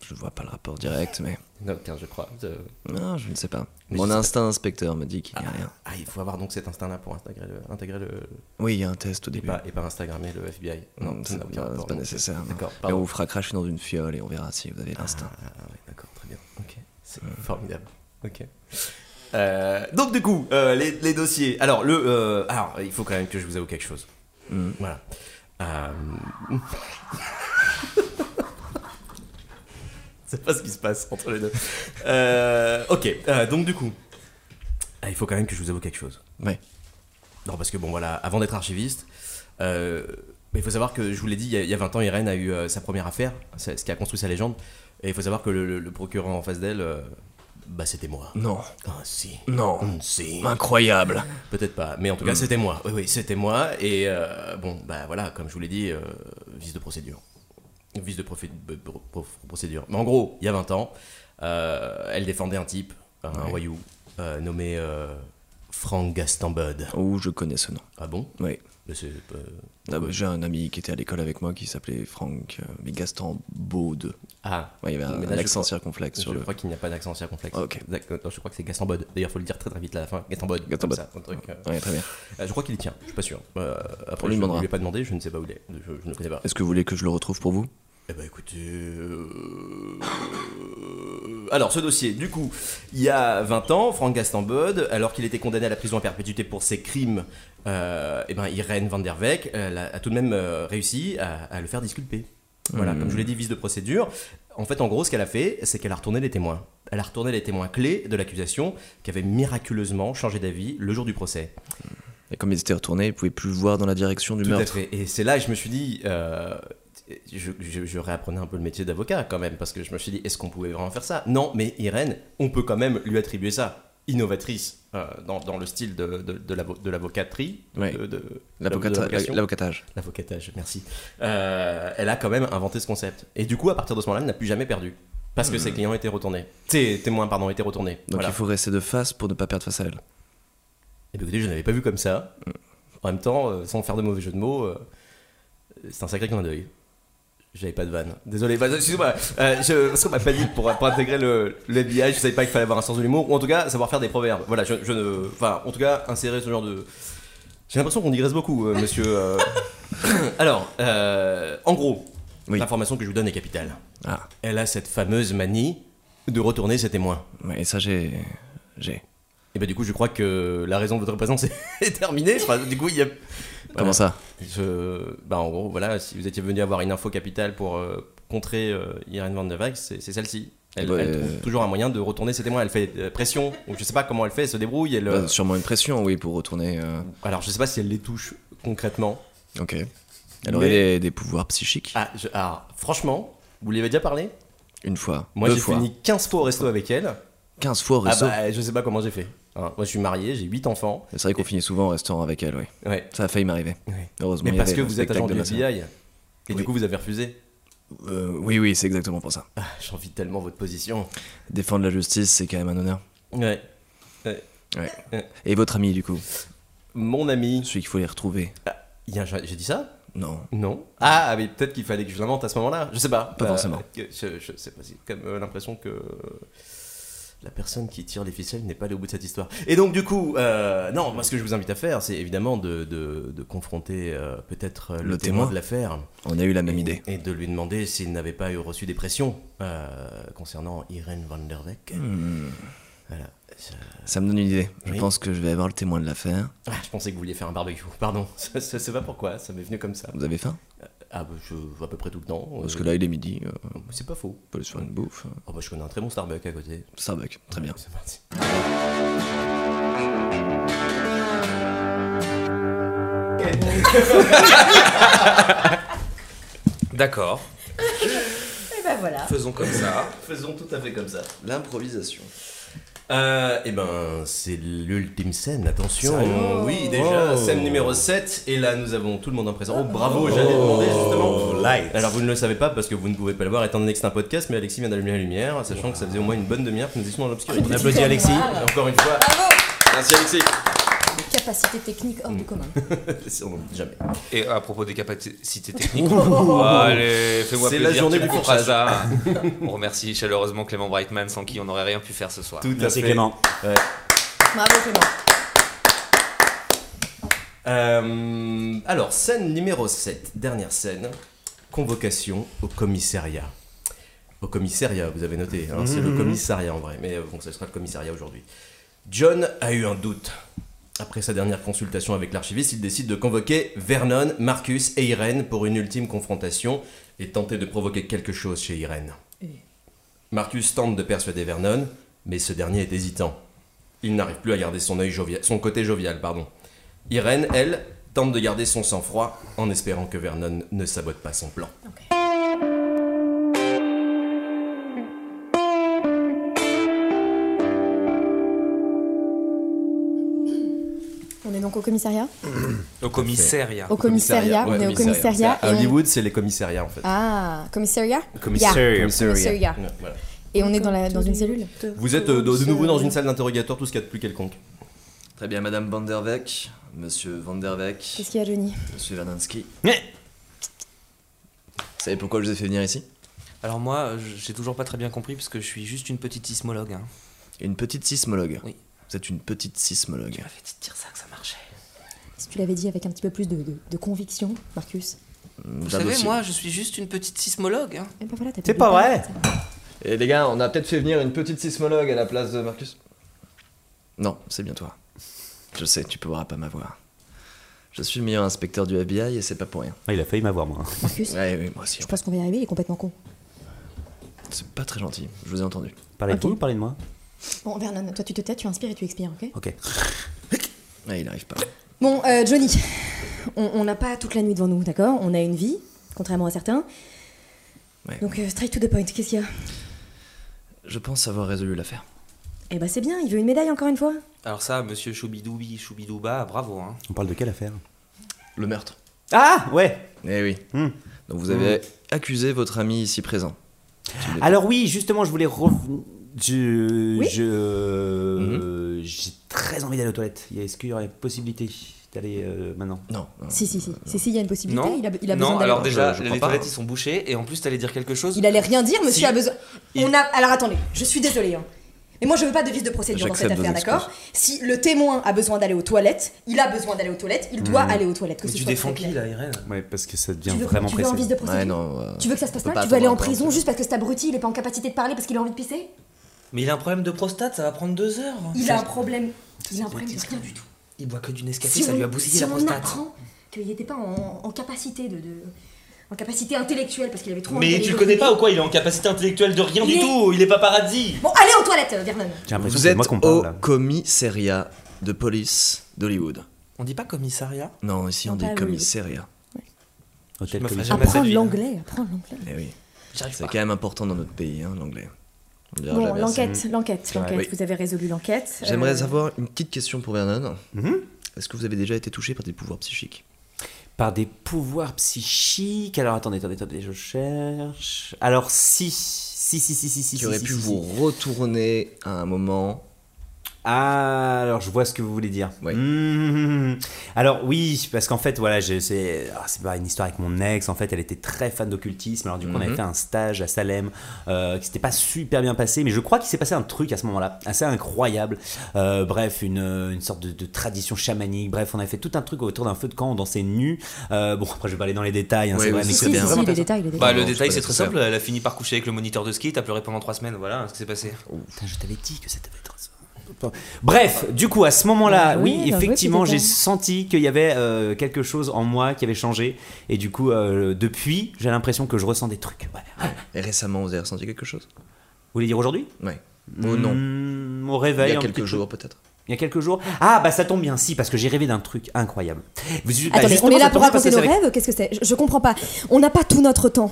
S2: Je vois pas le rapport direct, mais.
S1: Non, tiens, je crois. Euh,
S2: Non, je ne sais pas.
S1: Mais
S2: Mon
S1: je sais
S2: instinct inspecteur me dit qu'il n'y a rien.
S1: Ah, il faut avoir donc cet instinct-là pour intégrer le, intégrer le
S2: Oui, il y a un test au
S1: et
S2: début.
S1: pas et pas Instagrammer le FBI.
S2: Non,
S1: ça
S2: c'est
S1: n'a
S2: non,
S1: aucun rapport,
S2: c'est pas
S1: Mmh, donc,
S2: nécessaire. non.
S1: D'accord.
S2: Mais on
S1: Pardon.
S2: vous fera cracher dans une fiole et on verra si vous avez l'instinct.
S1: Ah ouais, d'accord, très bien. Ok, c'est formidable. Ok. Euh, donc du coup, euh, les, les dossiers. Alors le, euh, alors il faut quand même que je vous avoue quelque chose. Voilà. Euh, C'est pas ce qui se passe entre les deux. Euh, ok, euh, donc du coup, ah, il faut quand même que je vous avoue quelque chose.
S2: Ouais.
S1: Non, parce que bon, voilà, avant d'être archiviste, euh, mais il faut savoir que je vous l'ai dit, il y a- il y a 20 ans, Irène a eu euh, sa première affaire, c'est ce qui a construit sa légende. Et il faut savoir que le, le- le procureur en face d'elle, euh, bah c'était moi.
S2: Non.
S1: Ah, si.
S2: Non.
S1: Mm, Si.
S2: Incroyable.
S1: Peut-être pas, mais en tout cas, c'était moi. Oui, oui, c'était moi. Et euh, bon, bah voilà, comme je vous l'ai dit, euh, vice de procédure. Vice de profi- b- bro- prof- procédure. Mais en gros, il y a 20 ans, euh, elle défendait un type, un voyou, euh, nommé euh, Frank Gastambud.
S2: Oh, je connais ce nom.
S1: Ah bon
S2: Oui.
S1: Mais c'est, euh,
S2: Ah, bah, J'ai un ami qui était à l'école avec moi qui s'appelait Franck, euh, mais Gaston Baude.
S1: Ah,
S2: Ouais, il y avait
S1: Mais
S2: un,
S1: là, je
S2: accent
S1: crois-
S2: circonflexe
S1: Je
S2: sur le.
S1: crois qu'il n'y a pas d'accent circonflexe.
S2: Ah, ok.
S1: D'accord, non, je crois que c'est Gaston Bode. D'ailleurs, faut le dire très très vite là, à la fin. Gaston Bode.
S2: Gaston
S1: comme
S2: Bode.
S1: ça, un truc, euh.
S2: Ouais, très bien.
S1: Euh, je crois qu'il y tient, je suis pas sûr. Euh, après,
S2: On lui
S1: je ne
S2: demandera.
S1: lui ai pas demandé, je ne sais pas où il est. Je, je ne le connais pas.
S2: Est-ce que vous voulez que je le retrouve pour vous
S1: Eh ben écoutez. euh, Alors, ce dossier, du coup, il y a 20 ans, Franck Gastambode, alors qu'il était condamné à la prison à perpétuité pour ses crimes, euh, eh ben, Irène Van der Weyck elle a, a tout de même euh, réussi à, à le faire disculper. Voilà, comme je vous l'ai dit, vice de procédure. En fait, en gros, ce qu'elle a fait, c'est qu'elle a retourné les témoins. Elle a retourné les témoins clés de l'accusation qui avaient miraculeusement changé d'avis le jour du procès.
S2: Et comme ils étaient retournés, ils pouvaient plus voir dans la direction du
S1: Tout à
S2: meurtre.
S1: fait. Et c'est là que je me suis dit, euh, je, je- je réapprenais un peu le métier d'avocat quand même, parce que je me suis dit, est-ce qu'on pouvait vraiment faire ça Non, mais Irène, on peut quand même lui attribuer ça. Innovatrice euh, dans, dans le style de, de, de l'avo- de l'avocaterie, de-
S2: Ouais.
S1: de- de- de
S2: L'avocata-
S1: l'avocation.
S2: euh, L'avocatage.
S1: L'avocatage, merci. Euh, elle a quand même inventé ce concept. Et du coup, à partir de ce moment-là, elle n'a plus jamais perdu. Parce
S2: Mmh.
S1: que ses clients étaient retournés. Ses témoins, pardon, étaient retournés.
S2: Donc
S1: Voilà.
S2: il faut rester de face pour ne pas perdre face à elle.
S1: Eh bien, écoutez, je n'avais pas vu comme ça. En même temps, euh, sans faire de mauvais jeu de mots, euh, c'est un sacré clin d'œil. J'avais pas de vanne. Désolé, bah, excuse-moi. euh, je, parce qu'on m'a pas dit pour, pour intégrer le, le FBI, je savais pas qu'il fallait avoir un sens de l'humour, ou en tout cas savoir faire des proverbes. Voilà, je, je ne. Enfin, en tout cas, insérer ce genre de. J'ai l'impression qu'on digresse beaucoup, euh, monsieur. euh. Alors, euh, en gros,
S2: Oui.
S1: l'information que je vous donne est capitale.
S2: Ah,
S1: Elle a cette fameuse manie de retourner ses témoins.
S2: ouais, et ça j'ai. J'ai.
S1: Et bah, du coup, je crois que la raison de votre présence est terminée. Enfin, du coup, il y a.
S2: Comment
S1: Voilà.
S2: ça
S1: Je- bah, en gros, voilà, si vous étiez venu avoir une info capitale pour euh, contrer euh, Irene Van de Wijk, c'est c'est celle-ci. Elle,
S2: Ouais.
S1: elle trouve toujours un moyen de retourner ses témoins. Elle fait euh, pression, ou je sais pas comment elle fait, elle se débrouille. Elle, euh,
S2: Bah, Sûrement une pression, oui, pour retourner. euh,
S1: alors, je sais pas si elle les touche concrètement.
S2: Ok. Elle aurait
S1: Mais-
S2: des, des pouvoirs psychiques.
S1: Ah, je- ah, franchement, vous lui avez déjà parlé
S2: Une fois.
S1: Moi,
S2: deux
S1: j'ai
S2: fois.
S1: fini 15 fois au resto avec elle.
S2: 15 fois au
S1: Ah
S2: resto.
S1: bah, je sais pas comment j'ai fait. Hein, Moi, je suis marié, j'ai 8 enfants.
S2: C'est vrai qu'on finit souvent au restaurant avec elle, oui.
S1: Ouais.
S2: Ça a failli m'arriver.
S1: Ouais.
S2: Heureusement.
S1: Mais
S2: il y
S1: parce
S2: avait
S1: que
S2: le
S1: vous êtes
S2: spectacle
S1: agent
S2: de
S1: du
S2: la scène.
S1: FBI. Et
S2: Oui.
S1: du coup, vous avez refusé.
S2: Euh, oui, oui, c'est exactement pour ça.
S1: Ah, J'en vis tellement votre position.
S2: Défendre la justice, c'est quand même un honneur.
S1: Ouais.
S2: Ouais.
S1: Ouais.
S2: Et votre ami, du coup
S1: Mon ami.
S2: Celui qu'il faut les retrouver
S1: Il y a un- J'ai dit ça
S2: Non.
S1: Non. Ah, ah, mais peut-être qu'il fallait que je l'invente à ce moment-là. Je sais pas. Euh,
S2: Pas forcément.
S1: que- Je, je sais pas. J'ai comme euh, l'impression que la personne qui tire les ficelles n'est pas allée au bout de cette histoire. Et donc, du coup, euh, non, moi, ce que je vous invite à faire, c'est évidemment de, de- de confronter euh, peut-être euh, le, témoin,
S2: Le témoin.
S1: de l'affaire
S2: On a eu la même idée.
S1: et de lui demander s'il n'avait pas eu reçu des pressions euh, concernant Irene van der Weck.
S2: Hmm.
S1: Voilà.
S2: Ça me donne une idée. Je
S1: Oui.
S2: pense que je vais avoir le témoin de l'affaire.
S1: Ah, je pensais que vous vouliez faire un barbecue. Pardon. Je je sais pas pourquoi. Ça m'est venu comme ça.
S2: Vous avez faim
S1: Ah, bah, je vois à peu près tout le temps.
S2: Parce
S1: euh,
S2: que là, il est midi. euh, on
S1: c'est pas faux.
S2: peut aller se faire une bouffe.
S1: Oh, bah, je connais un très bon Starbucks à côté.
S2: Starbucks, très bien.
S1: C'est parti.
S4: D'accord.
S3: Et bah voilà.
S4: Faisons comme ça.
S1: Faisons tout à fait comme ça.
S2: L'improvisation.
S1: Euh, eh ben, c'est l'ultime scène, attention. Oh. Oui, déjà, scène numéro 7. Et là, nous avons tout le monde en présent. Oh, bravo, j'allais demander justement.
S6: light.
S1: Alors, vous ne le savez pas parce que vous ne pouvez pas le voir, étant donné que c'est un podcast, mais Alexis vient d'allumer la lumière, sachant que ça faisait au moins une bonne demi-heure que nous étions dans l'obscurité.
S6: On applaudit Alexis.
S1: Et Encore une fois,
S3: Bravo
S1: merci Alexis.
S5: Capacité technique hors du commun.
S1: On n'en dit jamais.
S4: Et à propos des capacités techniques, allez, fais-moi
S1: C'est
S4: plaisir.
S1: la journée
S4: tu
S1: du
S4: me couperas ça. On remercie chaleureusement Clément Brightman sans qui on n'aurait rien pu faire ce soir.
S1: Tout
S6: Merci
S1: à fait.
S6: Clément.
S1: Ouais.
S3: Bravo Clément.
S1: Euh, alors, scène numéro 7, dernière scène. Convocation au commissariat. Au commissariat, vous avez noté, hein, c'est le commissariat en vrai, mais euh, bon, ce sera le commissariat aujourd'hui. John a eu un doute. Après sa dernière consultation avec l'archiviste, il décide de convoquer Vernon, Marcus et Irène pour une ultime confrontation et tenter de provoquer quelque chose chez Irène. Marcus tente de persuader Vernon, mais ce dernier est hésitant. Il n'arrive plus à garder son, œil jovial, son côté jovial. pardon. Irène, elle, tente de garder son sang-froid en espérant que Vernon ne sabote pas son plan.
S5: On est donc au commissariat
S6: Ah,
S4: Au commissariat.
S5: Au commissariat, on
S1: ouais,
S5: est au commissariat.
S1: À
S5: et on-
S1: Hollywood, c'est les commissariats en fait.
S5: Ah, commissariat
S6: Commissaire.
S5: Commissariat.
S1: Ouais, voilà.
S5: Et on est dans, la, dans une cellule
S1: Vous êtes euh, de de nouveau dans une salle d'interrogatoire, tout ce qu'il y a de plus quelconque.
S2: Très bien, madame Van der Weck, monsieur Van der Weck,
S5: Qu'est-ce qu'il y a, Johnny
S2: monsieur Vernansky.
S9: Mais-
S2: Vous savez pourquoi je vous ai fait venir ici
S4: Alors moi, j'ai toujours pas très bien compris parce que je suis juste une petite sismologue. hein.
S2: Une petite sismologue.
S4: Oui.
S2: Vous êtes une petite sismologue.
S4: J'avais dit de dire ça que ça marchait.
S5: Si tu l'avais dit avec un petit peu plus de, de- de conviction, Marcus.
S4: Vous savez, moi, je suis juste une petite sismologue. hein.
S5: Eh ben voilà, t'as
S9: C'est
S5: pu
S9: pas
S5: le
S9: vrai.
S5: dire.
S2: Et Eh, les gars, on a peut-être fait venir une petite sismologue à la place de Marcus Non, c'est bien toi. Je sais, tu pourras pas m'avoir. Je suis le meilleur inspecteur du FBI et c'est pas pour rien.
S6: Ah, il a failli m'avoir, moi.
S5: Marcus,
S2: Ouais, oui, moi aussi.
S5: je pense qu'on va y arriver, il est complètement con.
S2: C'est pas très gentil, je vous ai entendu.
S6: Parlez de
S5: Ok.
S6: vous, parlez de moi.
S5: Bon, Vernon, toi tu te tais, tu inspires et tu expires, ok
S6: Ok.
S2: Ouais, il arrive pas.
S5: Bon, euh, Johnny, on on n'a pas toute la nuit devant nous, d'accord On a une vie, contrairement à certains.
S2: Ouais.
S5: Donc, euh, straight to the point, qu'est-ce qu'il y a
S2: Je pense avoir résolu l'affaire.
S5: Eh ben, c'est bien, il veut une médaille encore une fois.
S4: Alors ça, monsieur Choubidoubi, Choubidouba, bravo. Hein.
S11: On parle de quelle affaire
S2: Le meurtre.
S6: Ah ouais
S2: Eh oui.
S6: Hmm.
S2: Donc vous avez accusé votre ami ici présent.
S6: Alors oui, justement, je voulais revenir. Je.
S5: Oui
S6: je- euh, J'ai très envie d'aller aux toilettes. Y a- Est-ce qu'il y aurait possibilité d'aller euh, maintenant
S2: Non. non.
S5: Si, si, si. Si, si, il y a une possibilité,
S4: Non,
S5: il a, il a besoin
S4: non
S5: d'aller.
S4: alors déjà,
S2: Je- je
S4: les
S2: crois pas,
S4: toilettes,
S2: hein.
S4: ils sont bouchées, et en plus, t'allais dire quelque chose
S5: Il allait rien dire, monsieur
S4: Si.
S5: a besoin. On
S4: Il-
S5: a. Alors attendez, je suis désolée. hein. Mais moi, je veux pas de vice de procédure dans cette
S2: J'accepte vos
S5: affaire, d'accord Si le témoin a besoin d'aller aux toilettes, il a besoin d'aller aux toilettes, il doit aller aux toilettes. Que
S4: Hmm. Mais
S5: ce
S4: tu
S5: soit
S4: défends
S5: très
S4: qui,
S5: clair.
S4: là, Irène
S11: Ouais, parce que ça devient
S5: tu veux,
S11: vraiment
S5: tu veux un
S11: pressé.
S5: vice de procédure
S2: Ouais, non. euh,
S5: Tu veux que ça se passe
S2: on peut
S5: mal Tu
S2: pas
S5: veux aller en
S2: attendre encore,
S5: prison
S2: en fait.
S5: juste parce que cet abruti, il est pas en capacité de parler parce qu'il a envie de pisser
S4: Mais il a un problème de prostate, ça va prendre deux heures.
S5: Il a un problème. Il a un problème de rien du tout.
S4: Il boit que du Nescafé,
S5: Si
S4: ça lui a
S5: on,
S4: bousillé
S5: si
S4: la
S5: on
S4: prostate.
S5: apprend qu'il n'était pas en, en capacité de, de- en capacité intellectuelle parce qu'il avait trop. envie
S4: Mais
S5: d'aller
S4: tu le
S5: aux
S4: connais pas
S5: toilettes.
S4: ou quoi Il est en capacité intellectuelle de rien
S5: Il
S4: du
S5: est-
S4: tout, il est paparazzi
S5: Bon, allez aux toilettes, euh, Vernon.
S11: J'ai l'impression que
S2: Vous
S11: c'est
S2: êtes
S11: moi qu'on
S2: au
S11: parle. là.
S2: commissariat de police d'Hollywood.
S4: On dit pas commissariat
S2: Non, ici
S5: Non,
S2: on
S5: pas
S2: dit
S5: à
S2: commissariat.
S11: Hôtel
S4: me ferai
S11: Colisée.
S4: jamais- Apprends cette vie, hein.
S5: l'anglais, apprends l'anglais.
S2: Eh oui.
S4: J'arrive
S2: C'est
S4: pas.
S2: quand même important dans notre pays, hein, l'anglais. On dira
S12: Bon,
S2: jamais assez.
S12: l'enquête, l'enquête,
S2: Ouais.
S12: l'enquête.
S2: Oui.
S12: Vous avez résolu l'enquête.
S2: J'aimerais
S12: Euh,
S2: savoir une petite question pour Vernon.
S11: Mhm.
S2: Est-ce que vous avez déjà été touché par des pouvoirs psychiques
S6: Par des pouvoirs psychiques. Alors attendez, attendez, attendez, je cherche. Alors si, si, si, si, si, si.
S2: qui
S6: si,
S2: auraient
S6: si,
S2: pu
S6: si,
S2: vous
S6: si.
S2: retourner à un moment
S6: Ah, alors je vois ce que vous voulez dire.
S2: Oui.
S6: Mhm. Alors oui, parce qu'en fait, voilà, j'ai- c'est ah, c'est pas une histoire avec mon ex. En fait, elle était très fan d'occultisme. Alors du coup, on avait
S2: Mhm.
S6: fait un stage à Salem euh, qui s'était pas super bien passé, mais je crois qu'il s'est passé un truc à ce moment-là, assez incroyable. Euh, bref, une, une sorte de, de tradition chamanique. Bref, on avait fait tout un truc autour d'un feu de camp, on dansait nus. Euh, bon, après, je vais pas aller dans les détails. hein,
S2: Oui, oui,
S6: c'est vrai,
S2: si,
S6: mais
S2: si,
S6: c'était
S2: si,
S6: vraiment
S2: si,
S6: intéressant.
S5: détails, les
S4: Bah,
S2: Non,
S4: le
S2: je
S4: détail,
S2: peux
S4: c'est
S2: pas
S4: très
S2: laisser
S4: simple. Elle a fini par coucher avec le moniteur de ski, t'as pleuré pendant trois semaines, voilà ce qui s'est passé.
S6: Putain, je t'avais dit que ça devait être ça. Bref, du coup, à ce
S5: Bien
S6: moment-là,
S5: joué,
S6: oui,
S5: bien joué,
S6: effectivement,
S5: petit
S6: j'ai
S5: Étienne.
S6: senti qu'il y avait euh, quelque chose en moi qui avait changé. Et du coup, euh, depuis, j'ai l'impression que je ressens des trucs. Ouais. Vous
S2: Et récemment, vous avez ressenti quelque chose
S6: voulez dire aujourd'hui
S2: Oui. Ou Oh non
S6: Mmh, Au
S2: Il
S6: réveil,
S2: y a
S6: un
S2: quelques
S6: petit peu.
S2: jours peut-être.
S6: Il y a quelques jours. Ah, bah ça tombe bien, si, parce que j'ai rêvé d'un truc incroyable. Vous- bah,
S5: Attendez,
S6: justement,
S5: on est là
S6: ça
S5: pour
S6: tombe bien,
S5: raconter
S6: ça,
S5: nos
S6: c'est vrai.
S5: rêves Qu'est-ce que c'est je, je comprends pas. On n'a pas tout notre temps,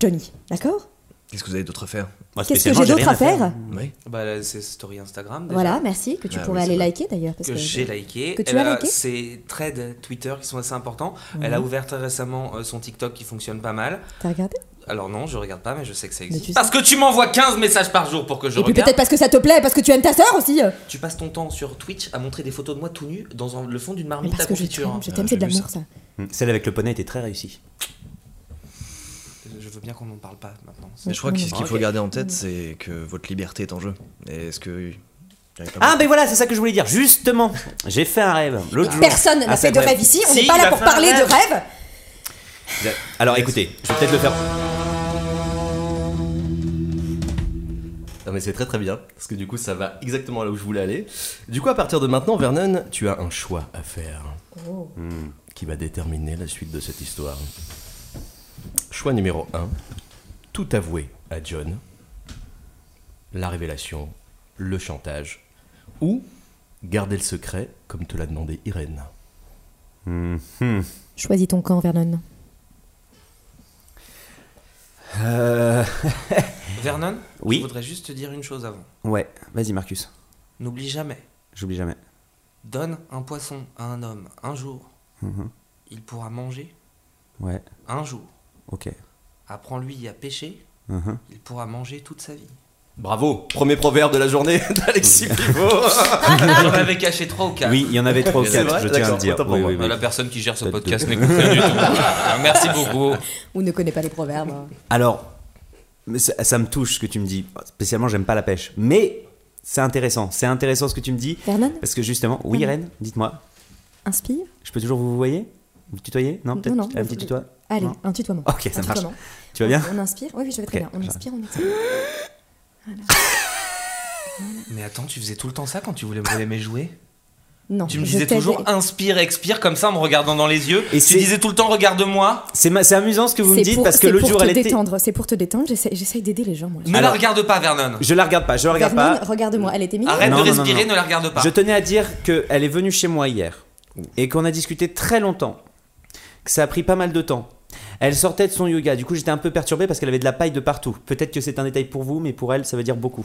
S5: Johnny, d'accord
S2: Qu'est-ce que vous avez d'autre à faire
S6: Moi,
S5: Qu'est-ce que
S6: spécialement,
S5: j'ai d'autre
S6: rien
S5: à faire
S2: Oui.
S4: Bah, là, c'est story Instagram. déjà.
S5: Voilà, merci, que tu
S2: Ah oui,
S5: pourrais
S2: c'est
S5: aller
S2: vrai.
S5: liker d'ailleurs. Parce
S4: que
S5: que
S4: j'ai liké.
S5: que tu
S4: elle
S5: as
S4: a
S5: liké Mhm.
S4: ses threads Twitter qui sont assez importants. Elle a ouvert très récemment euh, son TikTok qui fonctionne pas mal.
S5: T'as regardé
S4: Alors non, je regarde pas, mais je sais que ça
S5: tu
S4: existe.
S5: sais.
S4: Parce que tu m'envoies 15 messages par jour pour que je
S5: Et puis
S4: regarde.
S5: peut-être parce que ça te plaît, parce que tu aimes ta sœur aussi
S4: Tu passes ton temps sur Twitch à montrer des photos de moi tout nu dans un- le fond d'une
S5: Mais
S4: marmite
S5: parce
S4: à
S5: que je
S4: confiture.
S5: t'aime, je t'aime, c'est de
S2: j'ai vu
S5: l'amour ça.
S6: Mmh, Celle avec le poney était très réussie.
S4: Euh, Je veux bien qu'on n'en parle pas maintenant.
S2: Mais je crois que ce
S1: Ah,
S2: qu'il
S4: Ok.
S2: faut garder en
S1: Mmh.
S2: tête, c'est que votre liberté est en jeu. Et est-ce que.
S6: Ah, ben voilà, c'est ça que je voulais dire. Justement, j'ai fait un rêve. L'autre jour.
S5: Personne
S6: Ah,
S5: n'a
S6: c'est
S5: fait de
S6: vrai.
S5: rêve ici, on
S4: Si,
S5: n'est pas
S4: il
S5: là
S4: a
S5: pour
S4: fait un
S5: parler de
S4: rêve.
S5: rêve
S6: Alors écoutez, je vais peut-être le faire.
S1: Non mais c'est très très bien, parce que du coup ça va exactement là où je voulais aller. Du coup à partir de maintenant, Vernon, tu as un choix à faire. Qui va déterminer la suite de cette histoire. Choix numéro 1, tout avouer à John, la révélation, le chantage, ou garder le secret comme te l'a demandé Irène.
S5: Choisis ton camp, Vernon.
S6: Euh...
S4: Vernon,
S6: Oui.
S4: je voudrais juste te dire une chose avant.
S6: Ouais, vas-y Marcus.
S4: N'oublie jamais,
S6: J'oublie jamais.
S4: donne un poisson à un homme un jour,
S6: Mhm.
S4: il pourra manger
S6: Ouais,
S4: un jour.
S6: ok.
S4: Apprends-lui à pêcher,
S6: Mhm.
S4: il pourra manger toute sa vie.
S1: Bravo, premier proverbe de la journée d'Alexis Pivot.
S4: J'en avais caché trois ou quatre.
S6: Oui, il y en avait trois ou
S1: Ah. C'est
S6: quatre,
S1: vrai
S6: je tiens à le
S1: D'accord,
S6: dire.
S1: autant pour
S6: Oui,
S1: moi.
S6: oui, oui.
S4: Euh, La personne qui gère ce
S6: Peut-être
S4: podcast n'écoute rien du tout. Alors, Merci beaucoup.
S5: Ou ne connais pas les proverbes.
S6: Alors, mais ça, ça me touche ce que tu me dis. Spécialement, j'aime pas la pêche. Mais c'est intéressant, c'est intéressant ce que tu me dis.
S5: Vernon,
S6: Parce que justement, oui
S5: Mhm.
S6: Irène, dites-moi,
S5: inspire.
S6: je peux toujours vous voyez Vous tutoyer Non,
S5: Non,
S6: peut-être
S5: non,
S6: Un petit
S5: vous-
S6: tutoie
S5: Allez,
S6: Non.
S5: un tutoiement.
S6: Ok, ça
S5: un
S6: marche.
S5: tutoiement.
S6: Tu vas bien
S5: On inspire, oui, oui, je vais très
S6: Ok,
S5: bien. On
S6: ça va.
S5: inspire, on expire.
S4: Mais attends, tu faisais tout le temps ça quand tu voulais me voler mes jouets
S5: Non,
S4: Tu me
S5: je
S4: disais
S5: t'aide.
S6: hein,
S4: toujours inspire, expire comme ça en me regardant dans les yeux.
S6: Et
S4: Et
S6: c'est-
S4: tu disais tout le temps regarde-moi.
S6: C'est ma- c'est amusant ce que vous me
S5: C'est
S6: dites
S5: pour-
S6: parce que
S5: c'est
S6: l'autre
S5: pour
S6: jour,
S5: te
S6: elle était.
S5: détendre, C'est pour te détendre, j'essaie j'essaie d'aider les gens, moi.
S4: Ne
S6: Alors-
S4: la regarde pas, Vernon.
S6: Je la regarde pas, je la regarde
S5: Vernon,
S6: pas.
S5: regarde-moi, elle était mignonne.
S4: Arrête
S6: Ah, Non,
S4: de
S6: non, non,
S4: respirer,
S6: non.
S4: ne la regarde pas.
S6: Je tenais à dire qu'elle est venue chez moi hier. et qu'on a discuté très longtemps, que ça a pris pas mal de temps. Elle sortait de son yoga, du coup j'étais un peu perturbé parce qu'elle avait de la paille de partout. Peut-être que c'est un détail pour vous, mais pour elle ça veut dire beaucoup.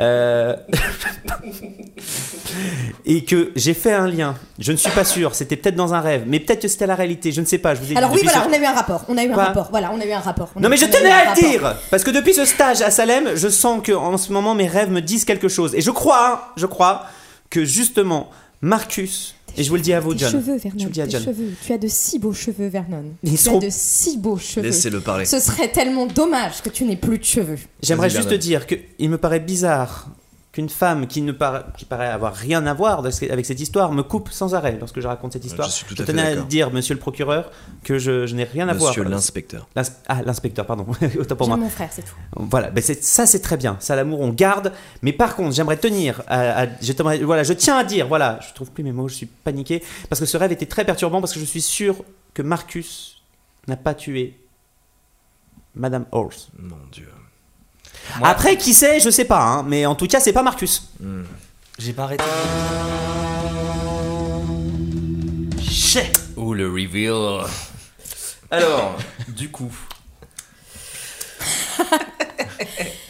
S6: Euh, et que j'ai fait un lien. Je ne suis pas sûr, c'était peut-être dans un rêve, mais peut-être que c'était la réalité, je ne sais pas. Je vous ai dit
S5: Alors oui,
S6: depuis
S5: voilà,
S6: ce-
S5: on a eu un rapport. On a eu un
S6: Quoi
S5: rapport. Voilà, on a eu un rapport. On
S6: non
S5: a-
S6: mais je
S5: on a eu
S6: tenais
S5: un
S6: à le
S5: rapport.
S6: dire parce que depuis ce stage à Salem, je sens que en ce moment mes rêves me disent quelque chose et je crois, hein, je crois que justement Marcus et je vous le dis à vous
S5: Tes
S6: John,
S5: cheveux,
S6: je vous
S5: Vernon.
S6: le dis à
S5: tes
S6: John.
S5: cheveux. Tu as de si beaux cheveux, Vernon.
S6: Ils
S5: tu
S6: sont-
S5: as de si beaux
S1: bah,
S5: cheveux.
S2: Laissez-le parler.
S5: Ce serait tellement dommage que tu n'aies plus de cheveux.
S6: J'aimerais
S2: Vas-y,
S6: juste te
S2: Bernard.
S6: dire que il me paraît bizarre qu'une femme qui ne para- qui paraît avoir rien à voir de ce- avec cette histoire me coupe sans arrêt lorsque je raconte cette histoire.
S2: Je suis tout à fait
S6: tenais à
S2: d'accord.
S6: dire monsieur le procureur que je, je n'ai rien à
S2: Monsieur
S6: voir.
S2: l'inspecteur.
S6: L'ins- Ah, l'inspecteur, pardon. Autant pour
S5: J'aime
S6: moi.
S5: mon frère, c'est tout.
S6: Voilà, ben c'est- ça c'est très bien, ça l'amour on garde, mais par contre j'aimerais tenir, à, à- je, t'aimerais- voilà, je tiens à dire, voilà, je trouve plus mes mots, je suis paniqué, parce que ce rêve était très perturbant, parce que je suis sûr que Marcus n'a pas tué Madame Horse.
S2: Mon dieu.
S6: Après qui sait, je sais pas, hein, mais en tout cas c'est pas Marcus.
S8: J'ai pas arrêté.
S1: Ouh, le reveal. Alors, du coup.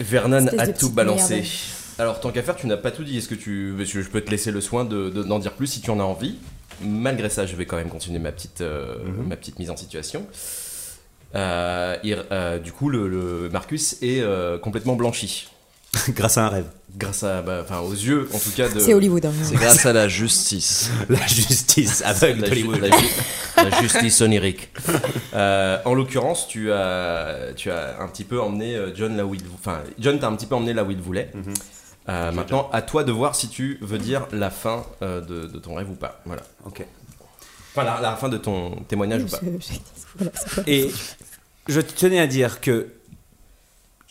S1: Vernon
S5: Espèce
S1: a
S5: de
S1: tout
S5: petite
S1: balancé.
S5: merde.
S1: Alors, tant qu'à faire, tu n'as pas tout dit. Est-ce que tu. parce que Je peux te laisser le soin de- de- d'en dire plus si tu en as envie. Malgré ça, je vais quand même continuer ma petite, euh, ma petite mise en situation. Euh, il- euh, du coup, le, le Marcus est euh, complètement blanchi.
S6: Grâce à un rêve.
S1: Grâce à. bah, Enfin, aux yeux, en tout cas, de.
S5: C'est Hollywood. hein.
S2: C'est grâce à la justice.
S6: La justice aveugle
S1: la, ju-
S6: d'Hollywood.
S1: la ju- la justice onirique. Euh, en l'occurrence, tu as, tu as un petit peu emmené euh, John là où il, vou- enfin John t'a un petit peu emmené là où il voulait. Euh, maintenant, à toi de voir si tu veux dire la fin euh, de, de ton rêve ou pas. Voilà.
S6: Ok.
S1: Enfin, la, la fin de ton témoignage ou pas.
S5: Je- je- voilà, c'est quoi
S6: Et je tenais à dire que,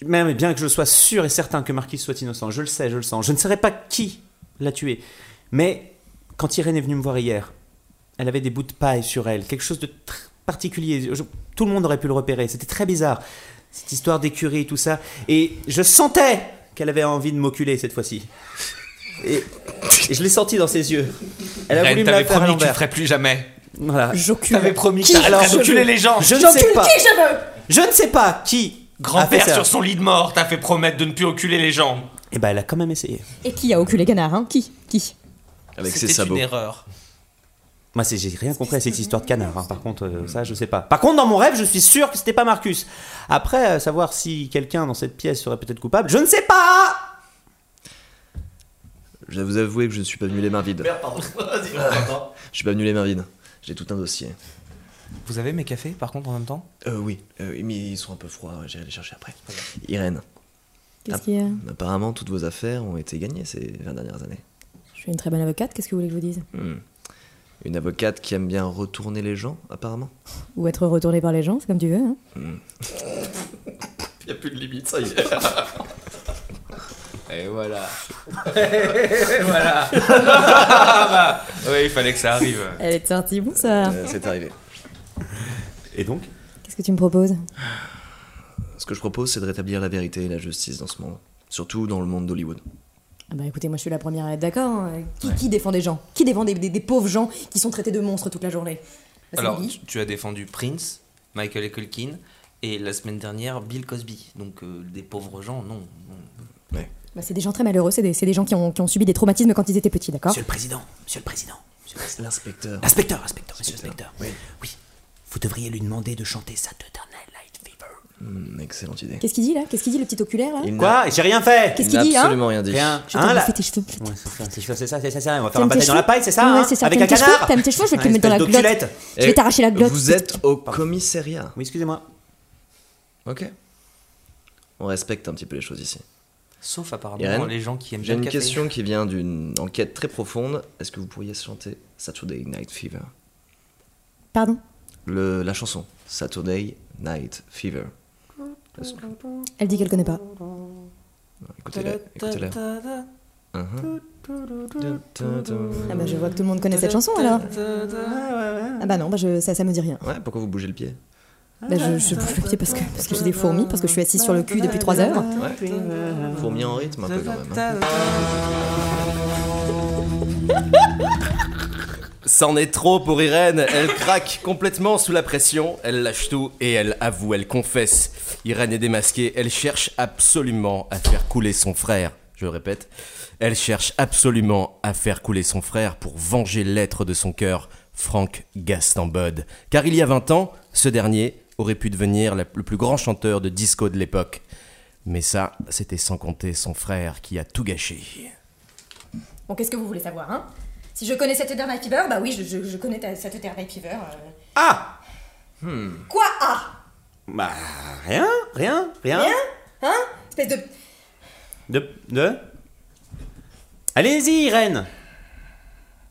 S6: même bien que je sois sûr et certain que Marquis soit innocent, je le sais, je le sens, je ne saurais pas qui l'a tué, mais quand Irène est venue me voir hier, elle avait des bouts de paille sur elle, quelque chose de tr- particulier, Je- tout le monde aurait pu le repérer, c'était très bizarre, cette histoire d'écurie, tout ça, et je sentais qu'elle avait envie de m'oculer cette fois-ci. Et, et je l'ai senti dans ses yeux. Elle a voulu me la
S8: t'avais
S6: faire à
S8: promis que tu le
S6: l'envers.
S8: ferais plus jamais.
S6: Voilà.
S5: J'occupe.
S8: T'avais promis
S5: Qui
S8: que t'arrêterais
S5: je
S8: d'enculer
S5: veux
S8: les
S4: Oh,
S8: gens.
S6: Je ne sais
S5: J'encule
S6: pas.
S5: qui je veux
S6: Je ne sais pas qui. a
S8: Grand-père
S6: fait ça.
S8: sur son lit de mort t'as fait promettre de ne plus reculer les gens.
S6: Eh ben, elle a quand même essayé.
S5: Et qui a oculé Canard hein Qui Qui
S2: Avec ses
S8: C'était
S2: sabots.
S8: une erreur.
S6: Moi, c'est- j'ai rien compris à cette histoire de canard. hein. Par contre, euh, ça, je sais pas. Par contre, dans mon rêve, je suis sûr que c'était pas Marcus. Après, euh, savoir si quelqu'un dans cette pièce serait peut-être coupable, je ne sais pas. hein.
S2: Je vais vous avouer que je ne suis pas venu les mains vides. Ah, Je suis pas venu les mains vides. J'ai tout un dossier.
S8: Vous avez mes cafés par contre en même temps
S2: Euh, oui, euh, mais ils sont un peu froids, j'irai les chercher après. Irène,
S6: Ah.
S5: Qu'est-ce qu'il y a
S2: apparemment toutes vos affaires ont été gagnées ces 20 dernières années.
S5: Je suis une très bonne avocate, qu'est-ce que vous voulez que je vous dise
S2: Une avocate qui aime bien retourner les gens, apparemment.
S5: Ou être retournée par les gens, c'est comme tu veux. Hein
S1: Il n'y a plus de limite, ça y est.
S8: Et voilà. Et voilà. oui, il fallait que ça arrive.
S5: Elle est sortie, bon ça.
S2: Euh, C'est arrivé.
S6: Et donc
S5: Qu'est-ce que tu me proposes
S2: Ce que je propose, c'est de rétablir la vérité et la justice dans ce monde. Surtout dans le monde d'Hollywood.
S5: Ah Bah écoutez, moi je suis la première à être d'accord. hein. Qui, qui défend des gens Qui défend des, des- des pauvres gens qui sont traités de monstres toute la journée Bah, c'est
S8: Alors,
S5: Guy.
S8: tu- tu as défendu Prince, Michael et Culkin, et la semaine dernière, Bill Cosby. Donc, euh, des pauvres gens, non. non.
S5: Bah, c'est des gens très malheureux, c'est des, c'est des gens qui ont, qui ont subi des traumatismes quand ils étaient petits, d'accord
S6: Monsieur le président, monsieur le président, monsieur le président.
S2: L'inspecteur.
S6: Inspecteur, inspecteur, monsieur l'inspecteur. Oui. Vous devriez lui demander de chanter ça de Darnell Light Fever.
S2: Hmm, excellente idée.
S5: Qu'est-ce qu'il dit là Qu'est-ce qu'il dit le petit oculaire là
S2: Il n'a-
S6: Quoi J'ai rien fait.
S5: Qu'est-ce
S2: il
S5: qu'il
S2: n'a
S5: dit hein
S2: absolument rien dit.
S6: Rien.
S5: Je vais
S6: Hein,
S5: te
S6: là
S5: bouffer tes cheveux.
S6: Ouais, c'est ça, c'est ça, c'est ça, c'est ça. On va
S5: T'aimes
S6: faire un
S5: tes
S6: bataille dans la
S5: cheveux
S6: paille, c'est ça
S5: Ouais,
S6: hein
S5: c'est ça.
S6: Avec
S5: T'aimes
S6: un
S5: tes cheveux
S6: canard
S5: T'aimes tes cheveux, je vais te
S6: Ouais,
S5: le mettre dans la
S6: espèce
S5: glotte.
S6: d'enculette.
S5: Je vais t'arracher la glotte.
S2: Vous êtes au
S6: Pardon.
S2: commissariat.
S6: Oui, excusez-moi.
S2: Ok. On respecte un petit peu les choses ici.
S8: Sauf apparemment
S2: Irène,
S8: les gens qui aiment
S2: J'ai
S8: bien
S2: une
S8: le café.
S2: question qui vient d'une enquête très profonde. Est-ce que vous pourriez chanter Saturday Night Fever
S5: Pardon
S2: Le- La chanson Saturday Night Fever. Est-ce que-
S5: Elle dit qu'elle connaît pas.
S2: Écoutez-la. Écoutez-la. Mhm.
S5: Ah bah je vois que tout le monde connaît cette chanson alors. Ah bah non, bah je, ça, ça me dit rien.
S2: Ouais, pourquoi vous bougez le pied
S5: Bah je, je bouge le pied parce que, parce que j'ai des fourmis, parce que je suis assise sur le cul depuis 3 heures.
S2: Ouais. Fourmis en rythme un peu quand même. hein.
S1: C'en est trop pour Irène, elle craque complètement sous la pression, elle lâche tout et elle avoue, elle confesse. Irène est démasquée, elle cherche absolument à faire couler son frère. Je le répète, elle cherche absolument à faire couler son frère pour venger l'être de son cœur, Franck Gastambode. Car il y a 20 ans, ce dernier aurait pu devenir la- le plus grand chanteur de disco de l'époque. Mais ça, c'était sans compter son frère qui a tout gâché.
S5: Bon, qu'est-ce que vous voulez savoir, hein Si je connais cette dernière Fever, bah oui, je, je- je connais ta- cette dernière Fever. euh.
S9: Ah
S5: Quoi Ah
S9: Bah, rien, rien, rien.
S5: Rien Hein Espèce de.
S9: De. de... Allez-y, Irène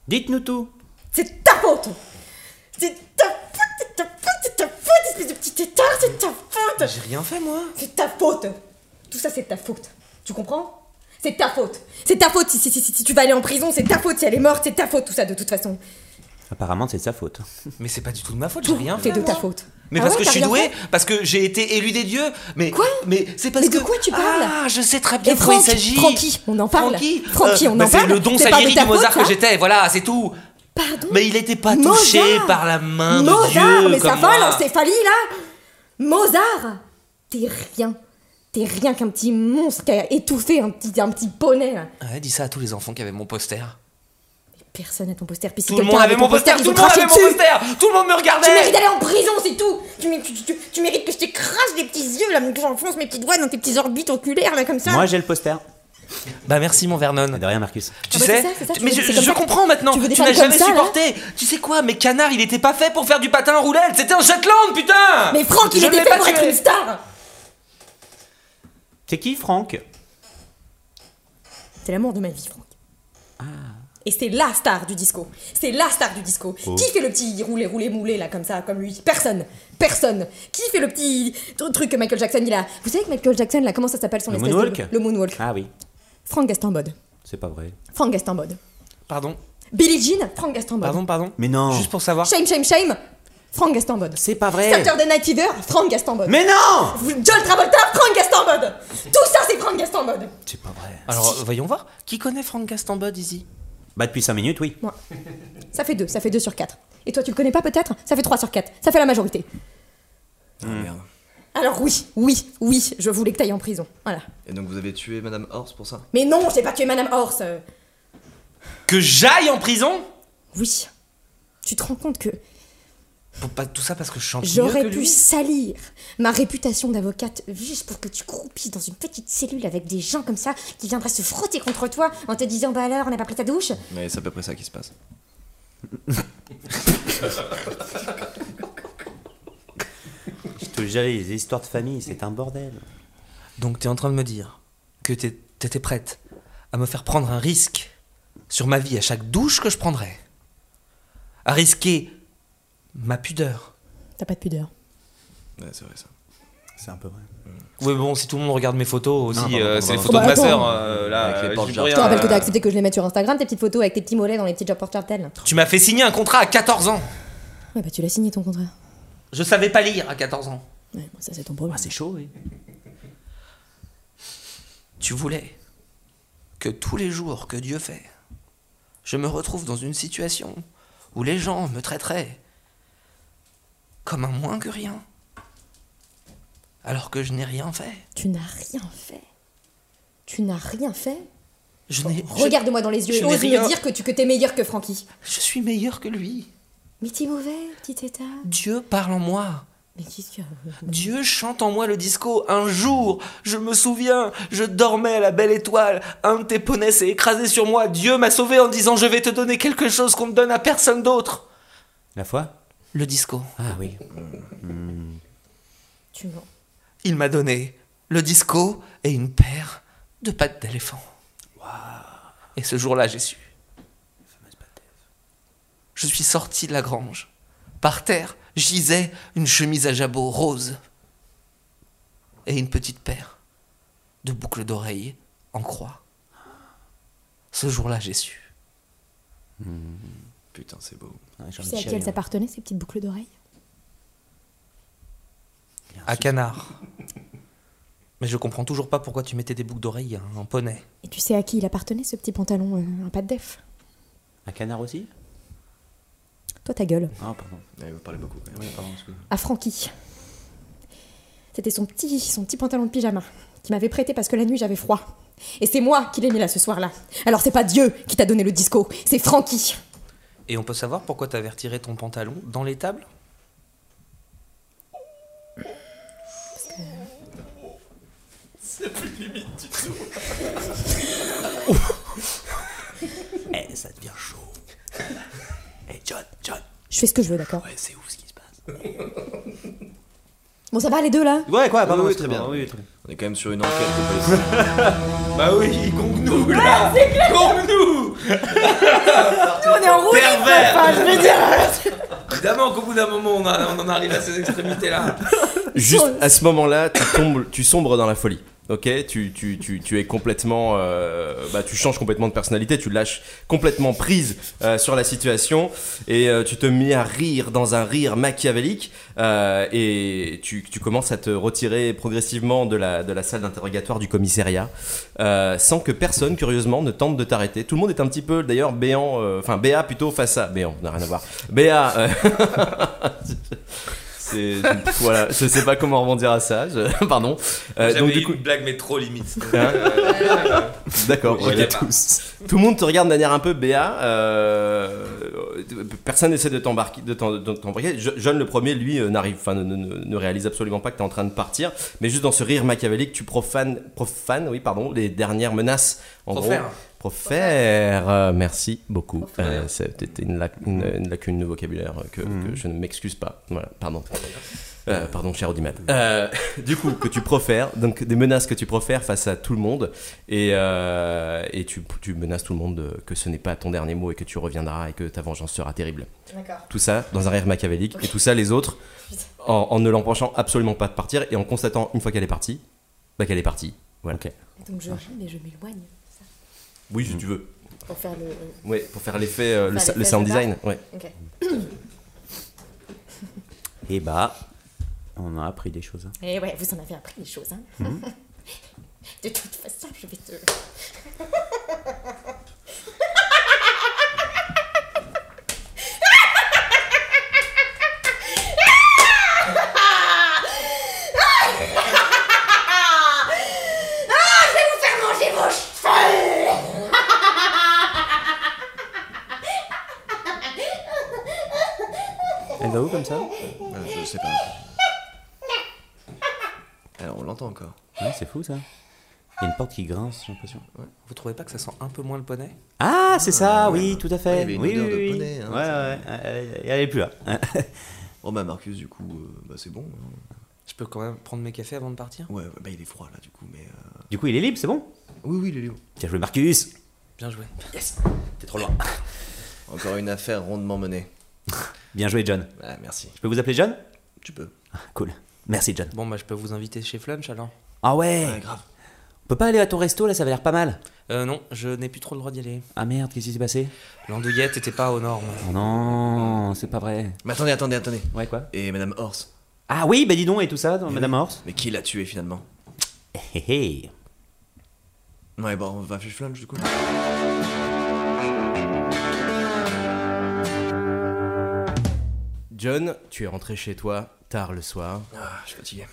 S9: Dites-nous tout
S5: C'est ta faute C'est ta faute, c'est ta faute, c'est ta faute, espèce de petit tétard, c'est ta faute
S4: J'ai rien fait, moi.
S5: C'est ta faute Tout ça, c'est ta faute. Tu comprends C'est ta faute C'est ta faute si, si, si, si, si tu vas aller en prison, c'est ta faute si elle est morte, c'est ta faute tout ça de toute façon.
S9: Apparemment, c'est de sa faute.
S4: Mais c'est pas du tout de ma faute, j'ai rien fait.
S5: C'est de ta
S4: moi.
S5: faute.
S4: Mais
S5: Ah
S4: parce
S5: ouais,
S4: que je
S5: t'as
S4: suis
S5: rien
S4: doué,
S5: fait
S4: parce que j'ai été élu des dieux. Mais
S5: Quoi
S4: Mais c'est parce
S5: Mais de
S4: que-
S5: quoi tu parles
S4: Ah, je sais très bien
S5: Et
S4: de quoi il
S5: Franck,
S4: s'agit.
S5: Francky, on en parle.
S4: Francky,
S5: Francky, on
S4: bah,
S5: en parle.
S4: C'est le don
S5: C'est pas de
S4: Salieri
S5: ta
S4: du Mozart
S5: faute,
S4: que
S5: hein.
S4: j'étais. Voilà, c'est tout.
S5: Pardon
S4: Mais il était pas touché
S5: Mozart
S4: par la main de
S5: Mozart,
S4: Dieu.
S5: mais ça hein,
S4: comme
S5: va
S4: moi.
S5: l'encéphalie là Mozart T'es rien. T'es rien qu'un petit monstre qui a étouffé un petit, un petit poney là.
S4: Ah Ouais, dis ça à tous les enfants qui avaient mon poster.
S5: Personne n'a ton poster. Puis si
S4: Tout le
S5: quelqu'un
S4: monde avait
S5: ton
S4: mon poster,
S5: ils
S4: tout
S5: ont
S4: le monde
S5: craché
S4: avait mon
S5: dessus.
S4: poster, tout le monde
S5: Tu
S4: me
S5: mérites
S4: regardait.
S5: d'aller en prison, c'est tout tu, mé- tu- tu- tu mérites que je t'écrase les petits yeux, là, que j'enfonce mes petits doigts dans tes petits orbites oculaires, là, comme ça
S9: Moi, j'ai le poster.
S4: Bah merci mon Vernon.
S9: De rien, Marcus.
S5: Ah
S4: Tu
S5: bah
S4: sais,
S5: c'est ça, c'est ça, tu
S4: mais
S5: veux-
S4: je,
S5: c'est comme
S4: je
S5: ça que-
S4: comprends maintenant.
S5: tu veux
S4: Tu,
S5: des
S4: n'as
S5: femmes
S4: jamais
S5: comme ça, là
S4: supporté. Tu sais quoi, mais Canard, il était pas fait pour faire du patin à roulette. C'était un Shetland, putain.
S5: Mais Franck, il
S4: Je
S5: était
S4: l'ai
S5: fait
S4: pas
S5: pour être
S4: tué.
S5: une star
S9: C'est qui, Franck
S5: C'est l'amour de ma vie, Franck.
S9: Ah.
S5: Et c'est la star du disco. C'est la star du disco.
S9: Oh.
S5: Qui fait le petit roulé, roulé, moulé, là, comme ça, comme lui Personne. Personne. Qui fait le petit tr- truc que Michael Jackson, il a Vous savez que Michael Jackson, là, comment ça s'appelle son
S9: Le
S5: espèce de-
S9: moonwalk
S5: Le moonwalk.
S9: Ah oui,
S5: Franck Gastambode.
S9: c'est pas vrai.
S5: Franck Gastambode.
S4: Pardon,
S5: Billie Jean, Franck Gastambode.
S4: pardon, pardon.
S9: Mais non.
S4: Juste pour savoir.
S5: Shame, shame, shame, Franck Gastambode.
S9: C'est pas vrai
S5: Saturday Night Fever, Franck Gastambode.
S9: Mais non
S5: John Travolta, Franck Gastambode. Tout ça, c'est Franck Gastambode.
S9: C'est pas vrai.
S4: Alors voyons voir. Qui connaît Franck Gastambode ici
S9: Bah, depuis 5 minutes, oui.
S5: Ça fait 2, ça fait 2 sur 4. Et toi, tu le connais pas peut-être Ça fait 3 sur 4. Ça fait la majorité.
S2: Ah, merde.
S5: Alors oui, oui, oui, je voulais que t'ailles en prison. Voilà.
S2: Et donc vous avez tué Madame Horse pour ça
S5: Mais non, j'ai pas tué Madame Horse. euh.
S4: Que j'aille en prison
S5: Oui. Tu te rends compte que
S4: Pour pas tout ça parce que je chante mieux
S5: j'aurais
S4: que
S5: pu
S4: lui.
S5: salir ma réputation d'avocate juste pour que tu croupisses dans une petite cellule avec des gens comme ça qui viendraient se frotter contre toi en te disant bah alors on n'a pas pris ta douche
S2: Mais c'est à peu près ça qui se passe.
S9: Je te jure, les histoires de famille, c'est un bordel.
S4: Donc t'es en train de me dire que t'es- t'étais prête à me faire prendre un risque sur ma vie à chaque douche que je prendrais, à risquer ma pudeur.
S5: T'as pas de pudeur.
S2: Ouais, c'est vrai ça.
S9: C'est un peu vrai.
S4: Ouais bon, si tout le monde regarde mes photos aussi,
S9: Non, pardon,
S4: euh,
S9: pardon,
S4: c'est les
S9: pardon.
S4: photos
S5: Bah,
S4: de ma
S5: attends.
S4: sœur euh, là.
S2: Avec les
S4: euh,
S2: portes jartelles.
S5: Je
S4: j'y peux
S5: te
S4: rien,
S5: rappelle que t'as
S4: euh,
S5: accepté que je les mette sur Instagram, tes petites photos avec tes petits mollets dans les petits job porter
S4: Tu m'as fait signer un contrat à 14 ans.
S5: Ouais bah tu l'as signé ton contrat.
S4: Je savais pas lire à 14 ans.
S5: Ouais, bon, ça c'est ton
S4: Ah,
S5: problème.
S9: C'est chaud, oui.
S4: Tu voulais que tous les jours que Dieu fait, je me retrouve dans une situation où les gens me traiteraient comme un moins que rien, alors que je n'ai rien fait.
S5: Tu n'as rien fait. Tu n'as rien fait
S4: Je, n'ai- je-
S5: Regarde-moi dans les yeux
S4: je
S5: et
S4: n'ai
S5: ose
S4: rien.
S5: me dire que tu que t'es meilleur que Francky.
S4: je suis meilleur que lui.
S5: Mais t'es mauvais, petit état. Ah,
S4: Dieu parle en moi.
S5: Mais qu'est-ce que tu as
S4: Dieu chante en moi le disco. Un jour, je me souviens, je dormais à la belle étoile. Un de tes poneys s'est écrasé sur moi. Dieu m'a sauvé en disant Je vais te donner quelque chose qu'on ne donne à personne d'autre.
S9: La foi
S4: Le disco.
S9: Ah oui.
S5: Tu mens.
S4: Il m'a donné le disco et une paire de pattes d'éléphant. Et ce jour-là, j'ai su. Je suis sorti de la grange. Par terre, gisait une chemise à jabot rose et une petite paire de boucles d'oreilles en croix. Ce jour-là, j'ai su.
S2: Putain, c'est beau.
S9: Ouais,
S5: Tu sais à qui
S9: Jean-Michel,
S5: elles appartenaient, ces petites boucles d'oreilles
S4: À canard. Mais je comprends toujours pas pourquoi tu mettais des boucles d'oreilles à un poney.
S5: Et tu sais à qui il appartenait, ce petit pantalon, euh, un pas de def
S9: Un canard aussi
S5: Toi, ta gueule.
S9: Ah, pardon.
S2: Elle veut parler beaucoup.
S9: Ouais, pardon, excuse.
S5: à Francky. C'était son petit, son petit pantalon de pyjama qui m'avait prêté parce que la nuit j'avais froid. Et c'est moi qui l'ai mis là ce soir-là. Alors c'est pas Dieu qui t'a donné le disco, c'est Francky.
S4: Et on peut savoir pourquoi t'avais retiré ton pantalon dans l'étable
S9: Eh, ça devient chaud. Eh, John, John.
S5: Je fais ce que je veux, d'accord
S4: eh,
S9: Ouais, c'est ouf ce qui se passe.
S5: Bon, ça va les deux là
S9: Ouais, quoi, Ah, pardon,
S2: Oui, oui,
S9: excuse-moi.
S2: très bien.
S9: Oui, oui, très bien.
S2: On est quand même sur une enquête de police.
S1: Bah oui, gongue-nous
S8: Ah,
S1: là Gongue-nous
S5: Nous on est en roue libre,
S1: Pervers.
S5: enfin, je veux dire
S8: euh,
S1: Évidemment qu'au bout d'un moment, on, a- on en arrive à ces extrémités-là. Juste
S5: Sur-
S1: à ce moment-là, tu, tombes, tu sombres dans la folie. Ok, tu, tu, tu, tu es complètement, euh, bah, tu changes complètement de personnalité, tu lâches complètement prise euh, sur la situation et euh, tu te mets à rire dans un rire machiavélique euh, et tu, tu commences à te retirer progressivement de la, de la salle d'interrogatoire du commissariat euh, sans que personne, curieusement, ne tente de t'arrêter. Tout le monde est un petit peu, d'ailleurs, béant, euh, enfin béat plutôt face à béant, n'a rien à voir. Béat. euh, C'est, voilà, je sais pas comment rebondir à ça, je- pardon. Euh, donc du coup,
S4: blague mais trop limite.
S1: Hein d'accord,
S4: Oui,
S1: ok.
S4: je l'ai pas.
S1: tous. Tout le monde te regarde de manière un peu béa. euh, personne n'essaie de t'embarquer, de t'en- de t'embarquer. Je- John le premier, lui, euh, n'arrive, enfin, ne, ne- ne réalise absolument pas que t'es en train de partir, mais juste dans ce rire machiavélique, tu profanes, profanes, oui, pardon, les dernières menaces. En
S4: Profère.
S1: gros. Profère, euh, merci beaucoup.
S4: Profère.
S1: Euh, C'était une, lac- une- une lacune de vocabulaire euh, que,
S4: Mm.
S1: que je ne m'excuse pas. Voilà, pardon. Euh, pardon, cher Audimat. Euh, du coup, que tu profères, donc des menaces que tu profères face à tout le monde, et, euh, et tu, tu menaces tout le monde de- que ce n'est pas ton dernier mot et que tu reviendras et que ta vengeance sera terrible.
S3: D'accord.
S1: Tout ça dans un rire machiavélique, et tout ça les autres, en, en ne l'empêchant absolument pas de partir et en constatant une fois qu'elle est partie, bah qu'elle est partie. Voilà.
S3: Donc je ris, mais je m'éloigne. ça,
S1: Oui, si tu veux.
S3: Pour faire le.
S1: Mm. Ouais, pour faire l'effet, euh, le,
S3: Faire
S1: sa- le
S3: l'effet
S1: sound
S3: de barre.
S1: design. Ouais.
S3: Ok.
S9: Et bah, on a appris des choses. hein.
S3: Et Eh ouais, vous en avez appris des choses, hein.
S1: Hmm.
S3: De toute façon, je vais te.
S9: Elle va où comme ça
S2: Euh, je sais pas. Alors, on l'entend encore.
S9: Ouais, c'est fou ça. Il y a une porte qui grince, j'ai l'impression.
S4: Vous trouvez pas que ça sent un peu moins le poney
S9: Ah, c'est ça, oui, tout à
S2: Ouais, il y
S9: fait.
S2: avait une
S9: oui,
S2: odeur
S9: oui,
S2: de
S9: oui.
S2: poney, hein,
S9: ouais, ouais, elle- elle est plus là. hein.
S2: Oh bah Marcus, du coup, euh, bah c'est bon. hein.
S4: Je peux quand même prendre mes cafés avant de partir
S2: Ouais, ouais, bah il est froid là, du coup, mais... euh,
S9: du coup, il est libre, c'est bon
S2: Oui, oui, il est libre.
S9: Tiens, joué Marcus
S4: Bien joué. Yes
S9: T'es trop loin.
S2: Encore une affaire rondement menée.
S9: Bien joué, John.
S2: Ah, merci.
S9: Je peux vous appeler John
S2: Tu peux.
S9: Ah, Cool. Merci, John.
S4: Bon bah je peux vous inviter chez Flunch alors
S9: Ah ouais,
S2: Ouais, grave.
S9: On peut pas aller à ton resto là, ça va l'air pas mal.
S4: Euh non, je n'ai plus trop le droit d'y aller.
S9: Ah merde, qu'est-ce qui s'est passé
S4: L'andouillette était pas aux normes.
S9: Oh non, c'est pas vrai.
S2: Mais attendez, attendez, attendez.
S9: Ouais, quoi
S2: Et Madame Horse
S9: Ah oui, bah dis donc, et tout ça, dans Madame Horse
S2: Mais qui l'a tué finalement
S9: Hé hé
S2: Ouais, bon, on va faire flunch du coup.
S1: John, tu es rentré chez toi tard le soir.
S2: Ah, je suis fatigué.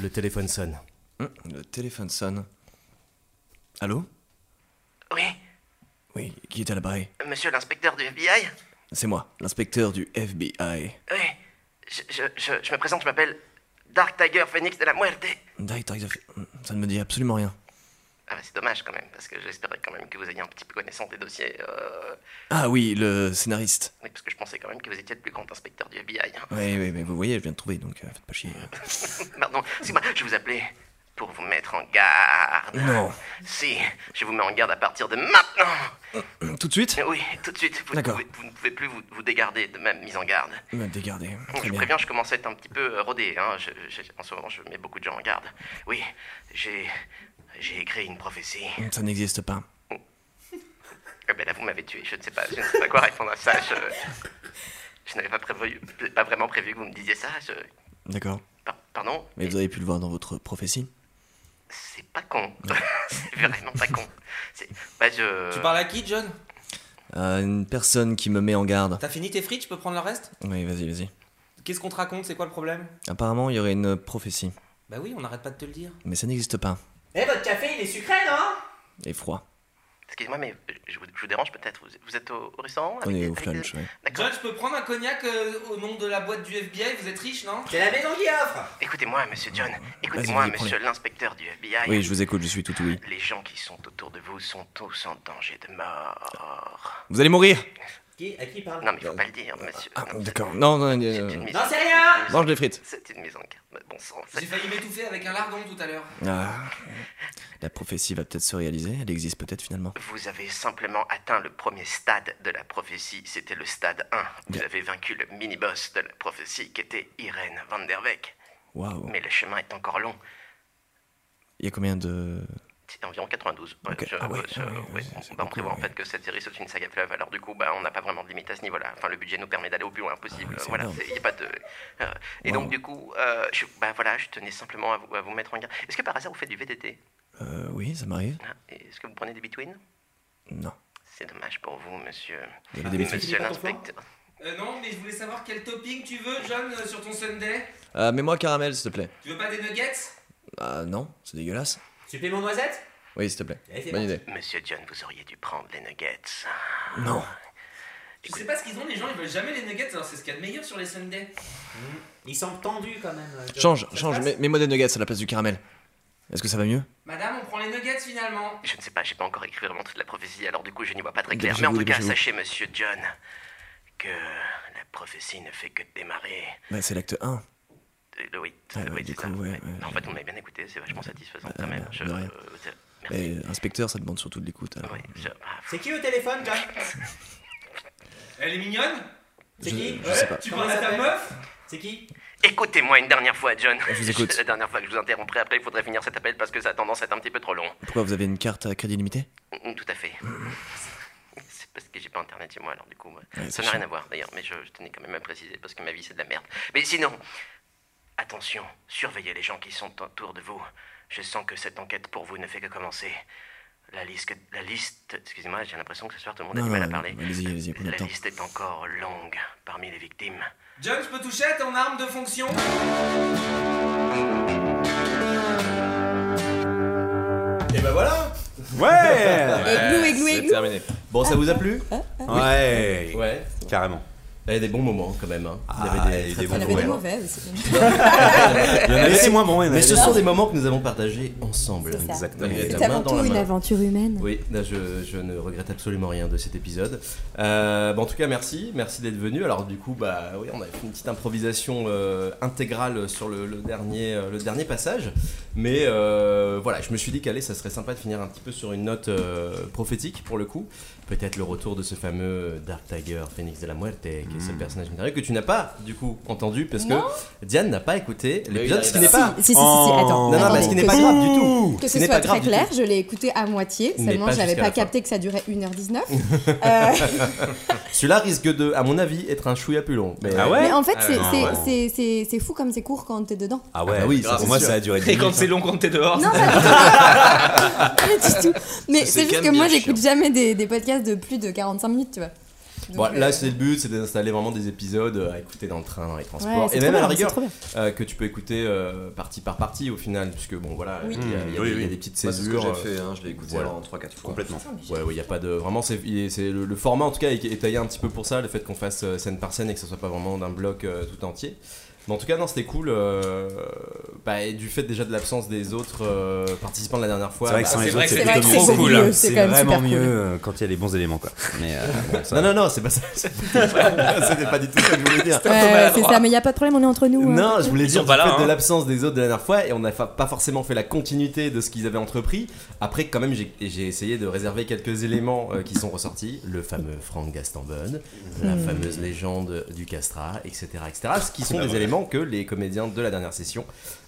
S1: Le téléphone sonne.
S2: Hum, Le téléphone sonne. Allô
S13: Oui,
S2: Oui, qui est à l'appareil
S13: monsieur l'inspecteur du FBI
S2: C'est moi, l'inspecteur du FBI.
S13: Oui, je, je, je, je me présente, je m'appelle Dark Tiger Phoenix de la Muerte.
S2: Direct, direct, hmm, ça ne me dit absolument rien.
S13: Ah, mais c'est dommage quand même, parce que j'espérais quand même que vous ayez un petit peu connaissance des dossiers. euh,
S2: Ah oui, le scénariste.
S13: Oui, parce que je pensais quand même que vous étiez le plus grand inspecteur du FBI. hein.
S2: Oui, oui, mais vous voyez, je viens de trouver, donc euh, faites pas chier.
S13: Pardon, excusez-moi, je vous appelais pour vous mettre en garde.
S2: Non.
S13: Ah, Si, je vous mets en garde à partir de maintenant.
S2: Tout de suite
S13: Oui, tout de suite, vous, ne
S2: D'accord.
S13: pouvez, vous ne pouvez plus vous, vous dégarder de ma mise en garde.
S2: Me dégarder.
S13: Bon,
S2: Très
S13: je
S2: bien.
S13: préviens, je commence à être un petit peu euh, rodé. Hein. Je- je- en ce moment, je mets beaucoup de gens en garde. Oui, j'ai j'ai écrit une prophétie.
S2: Ça n'existe pas.
S13: Eh ben là, vous m'avez tué. Je ne sais pas, je ne sais pas quoi répondre à ça. Je, je n'avais pas prévu, pas vraiment prévu que vous me disiez ça. Je,
S2: D'accord.
S13: par- pardon.
S2: Mais vous avez pu le voir dans votre prophétie
S13: C'est pas con. c'est vraiment pas con. C'est- Bah je.
S4: Tu parles à qui John
S2: à Euh, une personne qui me met en garde.
S8: T'as fini tes frites, je peux prendre le reste
S2: Oui, vas-y, vas-y.
S8: Qu'est-ce qu'on te raconte C'est quoi le problème
S2: Apparemment, il y aurait une prophétie,
S8: Bah oui, on n'arrête pas de te le dire.
S2: mais ça n'existe pas.
S8: Eh, votre café, il est sucré, non
S2: Et froid.
S13: Excusez-moi, mais euh, je vous, je vous dérange peut-être. Vous, vous êtes au, au restaurant avec
S2: On est
S13: des-
S2: au
S13: avec
S2: flunch,
S13: des-
S2: ouais.
S8: John,
S13: D'accord.
S8: je peux prendre un cognac euh, au nom de la boîte du FBI Vous êtes riche, non
S9: C'est la maison qui offre
S13: Écoutez-moi, monsieur John.
S2: Vas-y,
S13: Écoutez-moi,
S2: vas-y, prends-les.
S13: monsieur l'inspecteur du FBI.
S2: Oui, je vous écoute, je suis tout oui.
S13: Les gens qui sont autour de vous sont tous en danger de mort.
S2: Vous allez mourir
S9: Qui À qui il
S8: Ah.
S9: parle
S13: Non, mais il faut pas le dire, monsieur.
S2: Ah,
S13: Non,
S2: d'accord. Non, non,
S13: c'est-
S2: non.
S13: c'est une
S2: non.
S13: mise
S9: Non,
S13: en-
S9: c'est rien
S2: Mange les frites.
S13: C'est une mise en garde. Mais Bon sang. c'est-
S8: J'ai failli m'étouffer avec un lardon tout à l'heure.
S2: Ah. La prophétie va peut-être se réaliser, elle existe peut-être finalement.
S13: Vous avez simplement atteint le premier stade de la prophétie, c'était le stade 1. Hein, Vous
S2: Bien.
S13: avez vaincu le mini-boss de la prophétie qui était Irène Van der Beek.
S2: Waouh.
S13: Mais le chemin est encore long.
S2: Il y a combien de.
S13: C'est environ 92. Ouais,
S2: Ok.
S13: je-
S2: Ah ouais,
S13: euh, je-
S2: ah ouais,
S13: ouais,
S2: ouais, c'est
S13: on va en
S2: beaucoup,
S13: prévoir en
S2: ouais.
S13: fait que cette série c'est une saga fleuve, alors du coup bah, on n'a pas vraiment de limite à ce niveau-là. Enfin le budget nous permet d'aller au plus loin possible.
S2: Ah ouais, c'est
S13: voilà,
S2: énorme.
S13: il n'y a pas de. euh, et
S2: Wow.
S13: donc du coup, euh, je, bah, voilà, je tenais simplement à vous, à vous mettre en garde. Est-ce que par hasard vous faites du VTT
S2: Euh, oui, ça m'arrive
S13: hein Et Est-ce que vous prenez des between
S2: Non.
S13: C'est dommage pour vous, monsieur.
S2: Il y avait des bêtises.
S13: Monsieur l'inspecteur.
S8: Euh, non, mais je voulais savoir quel topping tu veux, John, euh, sur ton Sunday.
S2: Euh, mets-moi caramel, s'il te plaît.
S8: Tu veux pas des nuggets
S2: Ah non, c'est dégueulasse.
S9: Supplément noisette
S2: Oui, s'il te plaît.
S9: Allez, c'est
S2: Bonne
S9: parti.
S2: idée.
S13: Monsieur John, vous auriez dû prendre les nuggets.
S2: Non.
S8: Je sais pas ce qu'ils ont, les gens, ils veulent jamais les nuggets, alors c'est ce qu'il y a de meilleur sur les Sundays.
S9: Ils semblent tendus quand même. euh, John.
S2: Change,
S9: Ça se
S2: change,
S9: passe
S2: mets- mets-moi des nuggets à la place du caramel. Est-ce que ça va mieux
S8: Madame, on prend les nuggets finalement.
S13: Je ne sais pas, j'ai pas encore écrit vraiment toute la prophétie, alors du coup je n'y vois pas très clair.
S2: Dépêchez-vous,
S13: Mais en tout cas,
S2: dépêchez-vous.
S13: sachez, monsieur John, que la prophétie ne fait que démarrer.
S2: Bah, c'est l'acte 1.
S13: Euh, oui,
S2: Ouais,
S13: oui,
S2: Ah, ouais, du
S13: c'est
S2: coup,
S13: ça.
S2: ouais,
S13: Ouais.
S2: ouais,
S13: en
S2: ouais.
S13: fait, on m'a bien écouté, c'est vachement satisfaisant
S2: Euh,
S13: quand même.
S2: bah,
S13: Je-
S2: de rien.
S13: euh, c'est-
S2: Mais
S13: merci.
S2: inspecteur, ça demande surtout de l'écoute. alors.
S13: Oui, je- ah,
S9: C'est qui au téléphone, John
S8: Elle est mignonne
S9: C'est
S2: Je-
S9: qui
S2: je sais pas.
S8: Tu
S9: Comment
S8: parles à
S9: elle
S8: ta
S9: s'appelle
S8: meuf
S9: C'est qui
S13: Écoutez-moi une dernière fois, John.
S2: Je vous écoute.
S13: C'est la dernière fois que je vous interromprai. Après, il faudrait finir cet appel parce que ça a tendance à être un petit peu trop long.
S2: Pourquoi vous avez une carte à crédit limité
S13: Mm, Tout à fait. C'est parce que j'ai pas internet chez moi, alors du coup, moi,
S2: Ouais,
S13: ça
S2: c'est
S13: n'a rien
S2: chiant.
S13: à voir d'ailleurs, mais je, je tenais quand même à préciser parce que ma vie c'est de la merde. Mais sinon, attention, surveillez les gens qui sont autour de vous. Je sens que cette enquête pour vous ne fait que commencer. La liste, la liste, excusez-moi, j'ai l'impression que ce soir tout le monde a
S2: Non,
S13: du
S2: non,
S13: mal à
S2: non,
S13: parler.
S2: allez-y, allez-y, prenez
S13: la
S2: le temps.
S13: liste est encore longue parmi les victimes.
S8: John, je peux toucher à ton arme de fonction
S6: Et
S1: ben
S6: bah voilà
S9: Ouais
S5: Églou, églou,
S1: Euh, C'est
S5: églou.
S1: terminé. Bon, ça vous a plu
S6: Ouais
S1: Ouais.
S6: Carrément.
S1: Il y a des bons moments quand même. hein.
S6: Ah, il y a eu des
S1: très,
S6: bons
S1: très
S5: Il
S1: bons
S5: y en avait
S6: moments.
S5: des
S1: moments.
S5: mauvais aussi.
S6: Il y en avait des moins bons, il y en
S1: Mais
S6: avait
S1: ce
S6: des-
S1: sont des moments que nous avons partagés ensemble.
S5: C'est ça.
S6: Exactement.
S1: Et
S5: C'est
S1: la main
S5: avant
S1: dans
S5: tout
S1: la
S5: une
S1: main.
S5: aventure humaine.
S1: Oui, là, je, je ne regrette absolument rien de cet épisode. Euh, bah, en tout cas, merci, merci d'être venu. Alors du coup, bah oui, on a fait une petite improvisation euh, intégrale sur le, le dernier, euh, le dernier passage. Mais euh, voilà, je me suis dit qu'allez, ça serait sympa de finir un petit peu sur une note euh, prophétique pour le coup. Peut-être le retour de ce fameux euh, Dark Tiger, Phoenix de la Muerte, qui est ce personnage mystérieux que tu n'as pas du coup entendu parce
S5: Non.
S1: que Diane n'a pas écouté l'épisode,
S2: il
S1: ce qui
S2: arrive
S1: n'est pas.
S5: Si, si, si, si,
S1: Non, non,
S5: attends.
S1: mais
S5: attendez,
S1: ce qui n'est
S5: que
S1: pas
S5: ce-
S1: grave du tout.
S5: Que
S1: Ce
S5: ce,
S1: n'est
S5: soit
S1: pas
S5: très
S1: grave du
S5: clair,
S1: tout.
S5: je l'ai écouté à moitié,
S1: Mais
S5: seulement
S1: pas
S5: j'avais
S1: jusqu'à
S5: pas
S1: la fin.
S5: capté que ça durait 1h19. Euh,
S1: Celui-là risque de, à mon avis, être un chouïa plus long. Mais...
S6: Ah ouais
S5: mais en fait,
S6: Ah
S5: c'est-
S6: non,
S5: c'est-
S6: ouais.
S5: c'est- c'est c'est fou comme c'est court quand t'es dedans.
S6: Ah ouais,
S1: Ah bah oui, ça,
S6: pour
S1: c'est
S6: moi
S1: sûr.
S6: ça a duré
S8: Et
S6: des
S8: quand c'est long, quand t'es
S1: Oh,
S8: dehors
S5: Non, pas du tout. Pas du tout. Mais
S2: Ça, c'est
S5: c'est
S2: quand
S5: juste que
S2: même
S5: moi,
S2: bien
S5: j'écoute jamais des, des podcasts de plus de 45 minutes, tu vois. Donc,
S1: Bon,
S5: euh,
S1: là, c'est le but, c'est d'installer vraiment des épisodes euh, à écouter dans le train, dans les transports,
S5: ouais, c'est
S1: et
S5: trop
S1: même à la
S5: bien, c'est
S1: rigueur
S5: trop bien.
S1: euh, que tu peux écouter euh, partie par partie au final, puisque bon, voilà,
S5: Oui.
S1: il y a- il y, a
S6: Mmh,
S1: des-
S6: oui,
S1: il y a
S6: oui.
S1: des petites
S2: Moi, c'est ce
S1: césures.
S2: que j'ai
S1: euh,
S2: fait, hein, je l'ai écouté
S1: voilà.
S2: en 3-4 fois.
S6: Complètement.
S1: Ouais, ouais, il y a pas de. Vraiment, c'est il est- c'est le, le format en tout cas est, est taillé un petit peu pour ça, le fait qu'on fasse euh, scène par scène et que ce soit pas vraiment d'un bloc euh, tout entier. Mais en tout cas, non, c'était cool. euh, bah, et du fait déjà de l'absence des autres euh, participants de la dernière fois.
S6: C'est vrai que
S1: bah,
S6: sans
S8: c'est
S6: les
S8: vrai
S6: autres,
S8: que
S6: c'est
S8: c'est vrai que
S6: plutôt
S5: c'est
S6: mieux.
S5: cool,
S6: cool.
S5: c'est
S6: C'est
S5: quand même
S6: vraiment
S5: super cool.
S6: mieux euh, quand il y a les bons éléments, quoi. Mais euh, bon, ça
S1: non,
S6: va.
S1: non, non, c'est pas ça. C'était pas du tout ça que je voulais dire.
S5: Ouais, c'est ça, mais il n'y a pas de problème, on est entre nous. hein.
S1: Non, je voulais
S8: Ils
S1: dire
S8: sont pas
S1: du
S8: là,
S1: fait
S8: hein.
S1: de l'absence des autres de la dernière fois et on n'a fa- pas forcément fait la continuité de ce qu'ils avaient entrepris. Après, quand même, j'ai- j'ai essayé de réserver quelques éléments euh, qui sont ressortis. Le fameux Franck Gastambonne, la
S5: Hmm.
S1: fameuse légende du Castrat, etc., etc. Ce qui sont des éléments que les comédiens de la dernière session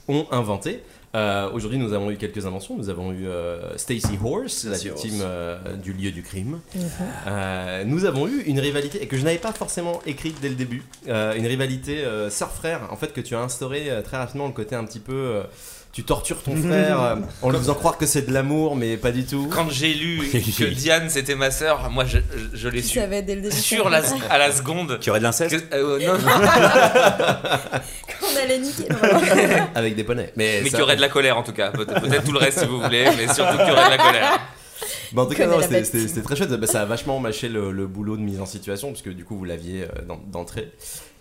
S1: ont inventé. Euh, Aujourd'hui, nous avons eu quelques inventions. Nous avons eu euh, Stacy Horse, la
S2: Stacy Horse.
S1: victime euh, du lieu du crime.
S3: Mhm.
S1: Euh, nous avons eu une rivalité et que je n'avais pas forcément écrite dès le début. Euh, une rivalité euh, sœur-frère, en fait, que tu as instauré euh, très rapidement le côté un petit peu. euh, tu tortures ton frère euh, en lui faisant croire que c'est de l'amour, mais pas du tout.
S4: Quand j'ai lu que Diane c'était ma sœur, moi je, je- je l'ai
S3: Tu
S4: su
S3: savais dès le début.
S4: sur la, à la seconde.
S6: Tu aurais de l'inceste
S4: Que- euh, non, non,
S3: On allait niquer. Non, vraiment.
S1: Avec des poneys. Mais,
S4: mais
S1: ça-
S4: qu'il y aurait de la colère en tout cas. Peut- Peut-être tout le reste si vous voulez, mais surtout qu'il y aurait de la colère.
S1: Mais en tout cas,
S3: Connais
S1: non,
S3: la
S1: c'était-
S3: bête.
S1: c'était c'était très chouette. Bah, ça a vachement mâché le, le boulot de mise en situation, parce que du coup, vous l'aviez euh, d'en- d'entrée.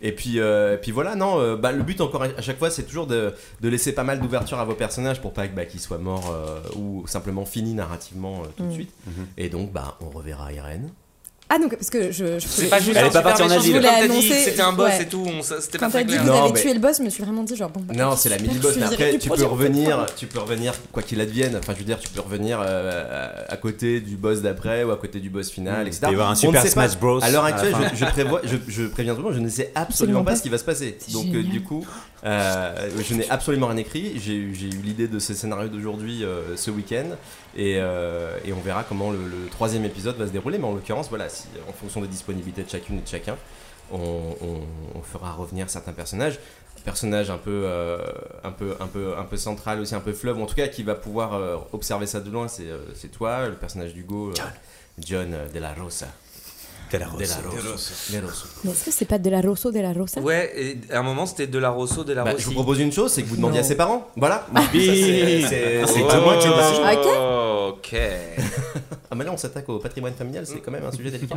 S1: Et puis, euh, et puis voilà, non, euh, bah, le but encore à à chaque fois, c'est toujours de, de laisser pas mal d'ouverture à vos personnages pour pas que, bah, qu'ils soient morts euh, ou simplement finis narrativement euh, tout de
S5: Mm.
S1: suite.
S6: Mhm.
S1: Et donc, bah, on reverra Irène.
S5: Ah donc parce que je. je
S4: C'est pas juste
S6: Elle
S4: un
S6: est pas
S4: super
S6: partie en
S4: méchant,
S6: asile.
S4: comme t'as
S5: Je
S4: dit,
S5: voulais
S4: C'était un boss
S5: annoncer,
S4: et tout, on s- c'était pas
S5: Quand t'as
S4: très
S5: dit que
S4: clair.
S5: vous
S1: Non,
S5: avez
S1: mais-
S5: tué le boss, je me suis vraiment dit genre bon. bah,
S1: Non, c'est la
S5: j'espère
S1: mini
S5: que
S1: boss.
S5: je
S1: Mais
S5: suis
S1: après,
S5: virée
S1: tu
S5: du
S1: peux
S5: projet,
S1: revenir,
S5: en
S1: tu peux revenir quoi qu'il advienne. Enfin, je veux dire, tu peux revenir euh, à à côté du boss d'après ou à côté du boss final, etc.
S6: Il va Mmh. y avoir un
S1: On
S6: super
S1: ne sait pas.
S6: Smash Bros.
S1: À l'heure
S6: la
S1: actuelle,
S6: fin.
S1: je, je prévois, je, je préviens tout le monde, je ne sais absolument,
S5: Absolument
S1: pas,
S5: pas.
S1: ce qui va se passer.
S5: C'est
S1: Donc euh,
S5: génial.
S1: du coup, euh, je n'ai absolument rien écrit. J'ai eu j'ai eu l'idée de ce scénario d'aujourd'hui euh, ce week-end et, euh, et on verra comment le, le troisième épisode va se dérouler. Mais en l'occurrence, voilà, si- en fonction des disponibilités de chacune et de chacun, on, on- on fera revenir certains personnages. Personnage un peu, euh, un peu, un peu, un peu central aussi, un peu fleuve. En tout cas, qui va pouvoir euh, observer ça de loin, c'est euh, c'est toi, le personnage d'Hugo, euh, John euh, de la Rosa.
S6: T'as la rose.
S1: De la Rosa. De la Rosa.
S5: Mais est-ce que c'est pas de la Rosso de la Rosa
S4: Ouais, et à un moment c'était de la Rosso, de la
S1: Bah,
S4: Rossi.
S1: je vous propose une chose, c'est que vous demandiez
S5: Non.
S1: à ses parents. Voilà.
S6: Ah, Bim
S1: C'est c'est
S4: Oh,
S1: pas moi qui
S6: Ah,
S1: ai décidé.
S4: Ok.
S1: Ah mais là on s'attaque au patrimoine familial, c'est quand même
S6: Ah,
S1: un sujet délicat.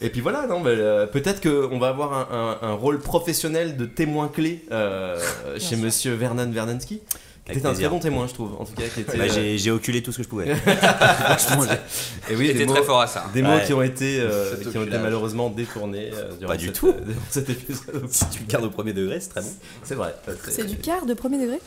S1: Et puis voilà, non, mais, euh, peut-être qu'on va avoir un, un- un rôle professionnel de témoin clé euh, chez Monsieur Vernon Vernonsky. Qui
S6: Avec
S1: était un très
S6: plaisir.
S1: bon témoin, je trouve. En tout cas, qui était.
S6: Bah,
S1: euh,
S6: j'ai j'ai oculé tout ce que je pouvais. Franchement, j'ai-
S1: et oui,
S4: J'étais
S1: des
S4: très
S1: mots,
S4: fort à ça.
S1: des mots
S6: Ouais.
S1: qui ont été, euh,
S2: Cet
S1: qui ont été
S2: oculage.
S1: malheureusement détournés euh, durant
S6: Pas du
S1: cette-
S6: tout.
S1: durant cet épisode.
S6: si tu le gardes au premier degré, c'est très bon.
S1: C'est vrai.
S5: C'est du quart de premier degré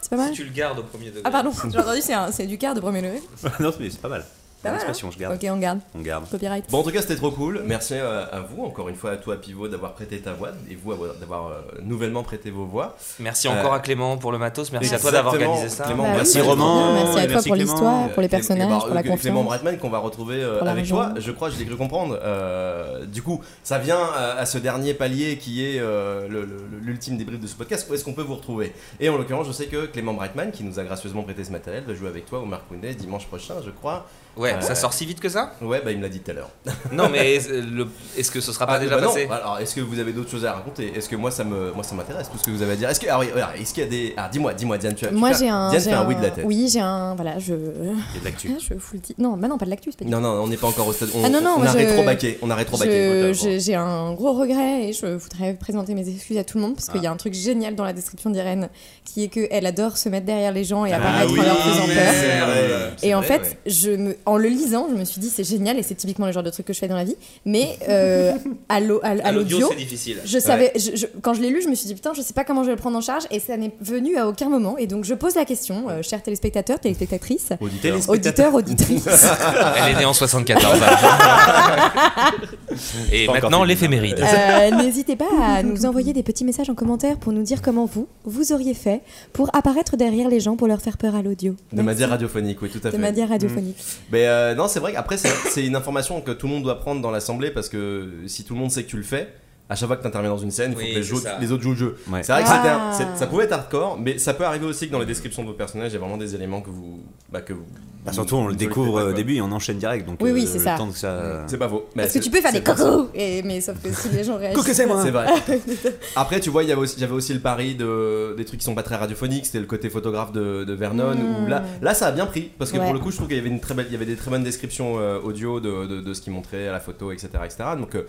S5: C'est pas mal
S4: tu le gardes au premier degré.
S5: Ah pardon, j'ai entendu c'est un- c'est du quart de premier degré.
S6: non, mais c'est pas mal.
S5: Pas mal,
S6: L'expression, je garde.
S5: Ok, on garde.
S6: On garde.
S5: Copyright.
S1: Bon, en tout cas, c'était trop cool. Merci euh, à, vous, encore une fois, à toi, Pivot, d'avoir prêté ta voix et vous avoir- d'avoir euh, nouvellement prêté vos voix.
S4: Merci encore à Clément pour le matos, merci à toi
S1: Exactement.
S4: d'avoir organisé ça.
S1: Clément,
S5: Bah oui,
S1: merci
S5: c'est trop
S6: Roman,
S5: bien, Merci à toi
S6: merci
S5: pour
S6: Clément.
S5: l'histoire, pour les
S1: Clé-
S5: personnages,
S1: Clément-
S5: pour la
S1: Clément
S5: confiance.
S1: Bratman qu'on va retrouver euh,
S5: Pour la
S1: avec
S5: région.
S1: toi. Je crois, je l'ai cru comprendre. Euh, du coup, ça vient euh, à ce dernier palier qui est euh, le- le- le- l'ultime débrief de ce podcast. Où est-ce qu'on peut vous retrouver Et en l'occurrence, je sais que Clément Brightman, qui nous a gracieusement prêté ce matériel, va jouer avec toi au Marcounet dimanche prochain, je crois.
S4: Ouais,
S1: Euh,
S4: ça sort si vite que ça
S1: Ouais, bah il me l'a dit tout à l'heure.
S4: Non, mais est-ce- euh, le- est-ce que ce sera pas
S1: Ah,
S4: déjà
S1: bah non.
S4: passé
S1: Alors, est-ce que vous avez d'autres choses à raconter Est-ce que moi ça me, moi ça m'intéresse tout ce que vous avez à dire Est-ce que, alors, alors, est-ce qu'il y a des, ah, dis-moi, dis-moi, Diane, tu as, tu
S5: Moi
S1: fais-
S5: j'ai un.
S1: Diane
S5: j'ai
S1: fait un
S5: un-
S1: oui de la tête.
S5: Oui, j'ai un. Voilà, je.
S6: Il y a de l'actu.
S5: Ah, je fous le titre. Non, bah non, pas de l'actu, c'est pas du
S1: Non, non, on n'est pas encore au stade. On,
S5: Ah non, non,
S1: on a
S5: moi, je-
S1: rétro-baqué, on a rétro-baqué.
S5: Je- J'ai j'ai un gros regret et je voudrais présenter mes excuses à tout le monde parce qu'il y a un truc génial dans la description d'Irène qui est qu'elle adore se mettre derrière les gens et
S1: Ah
S5: apparaître en leur faisant peur. Et en fait, je me, en le lisant, je me suis dit c'est génial et c'est typiquement le genre de truc que je fais dans la vie. Mais euh, à l'au- à- à l'audio,
S4: c'est difficile.
S5: je savais, je- je- quand je l'ai lu, je me suis dit putain, je sais pas comment je vais le prendre en charge et ça n'est venu à aucun moment. Et donc je pose la question, euh, chers téléspectateurs, téléspectatrices,
S1: Auditeur.
S5: auditeurs, auditrices.
S1: Ah,
S4: Elle est née en 74. hein. Et
S6: Pas encore
S4: maintenant,
S6: fini.
S4: l'éphéméride.
S5: Euh, N'hésitez pas à nous envoyer des petits messages en commentaire pour nous dire comment vous, vous auriez fait pour apparaître derrière les gens pour leur faire peur à l'audio.
S1: De manière radiophonique, oui, tout à
S5: De
S1: fait.
S5: manière radiophonique.
S1: Mais euh, non, c'est vrai qu'après, c'est- c'est une information que tout le monde doit prendre dans l'assemblée parce que si tout le monde sait que tu le fais, à chaque fois que tu interviens dans une scène, il faut
S4: Oui,
S1: que les,
S4: c'est
S1: autres-
S4: ça.
S1: les autres jouent le jeu.
S6: Ouais.
S1: C'est vrai que c'était un-
S5: Ah.
S1: c'est- ça pouvait être hardcore, mais ça peut arriver aussi que dans les descriptions de vos personnages, il y a vraiment des éléments que vous. Bah, que vous
S6: Bah, surtout, on
S1: vous
S6: le
S1: ne
S6: découvre
S1: connaissez
S6: euh,
S1: pas,
S6: au
S1: quoi.
S6: début et on enchaîne direct. Donc,
S5: Oui,
S6: euh,
S5: oui, c'est
S6: le
S5: ça.
S6: temps que ça.
S1: C'est pas faux. Mais
S5: Parce que
S1: c'est-
S5: tu peux faire
S1: c'est
S5: des
S1: pas-
S5: coucou et mais sauf que si les gens réagissent.
S6: Coucou, c'est moi.
S1: C'est vrai. Après, tu vois, il y avait aussi- j'avais aussi le pari de, des trucs qui sont pas très radiophoniques. C'était le côté photographe de, de Vernon.
S5: Mm.
S1: Où là, là, ça a bien pris. Parce que
S5: Ouais.
S1: pour le coup, je trouve qu'il y avait, une très belle, il y avait des très bonnes descriptions euh, audio de, de, de ce qu'il montrait à la photo, etc. etc. Donc, euh,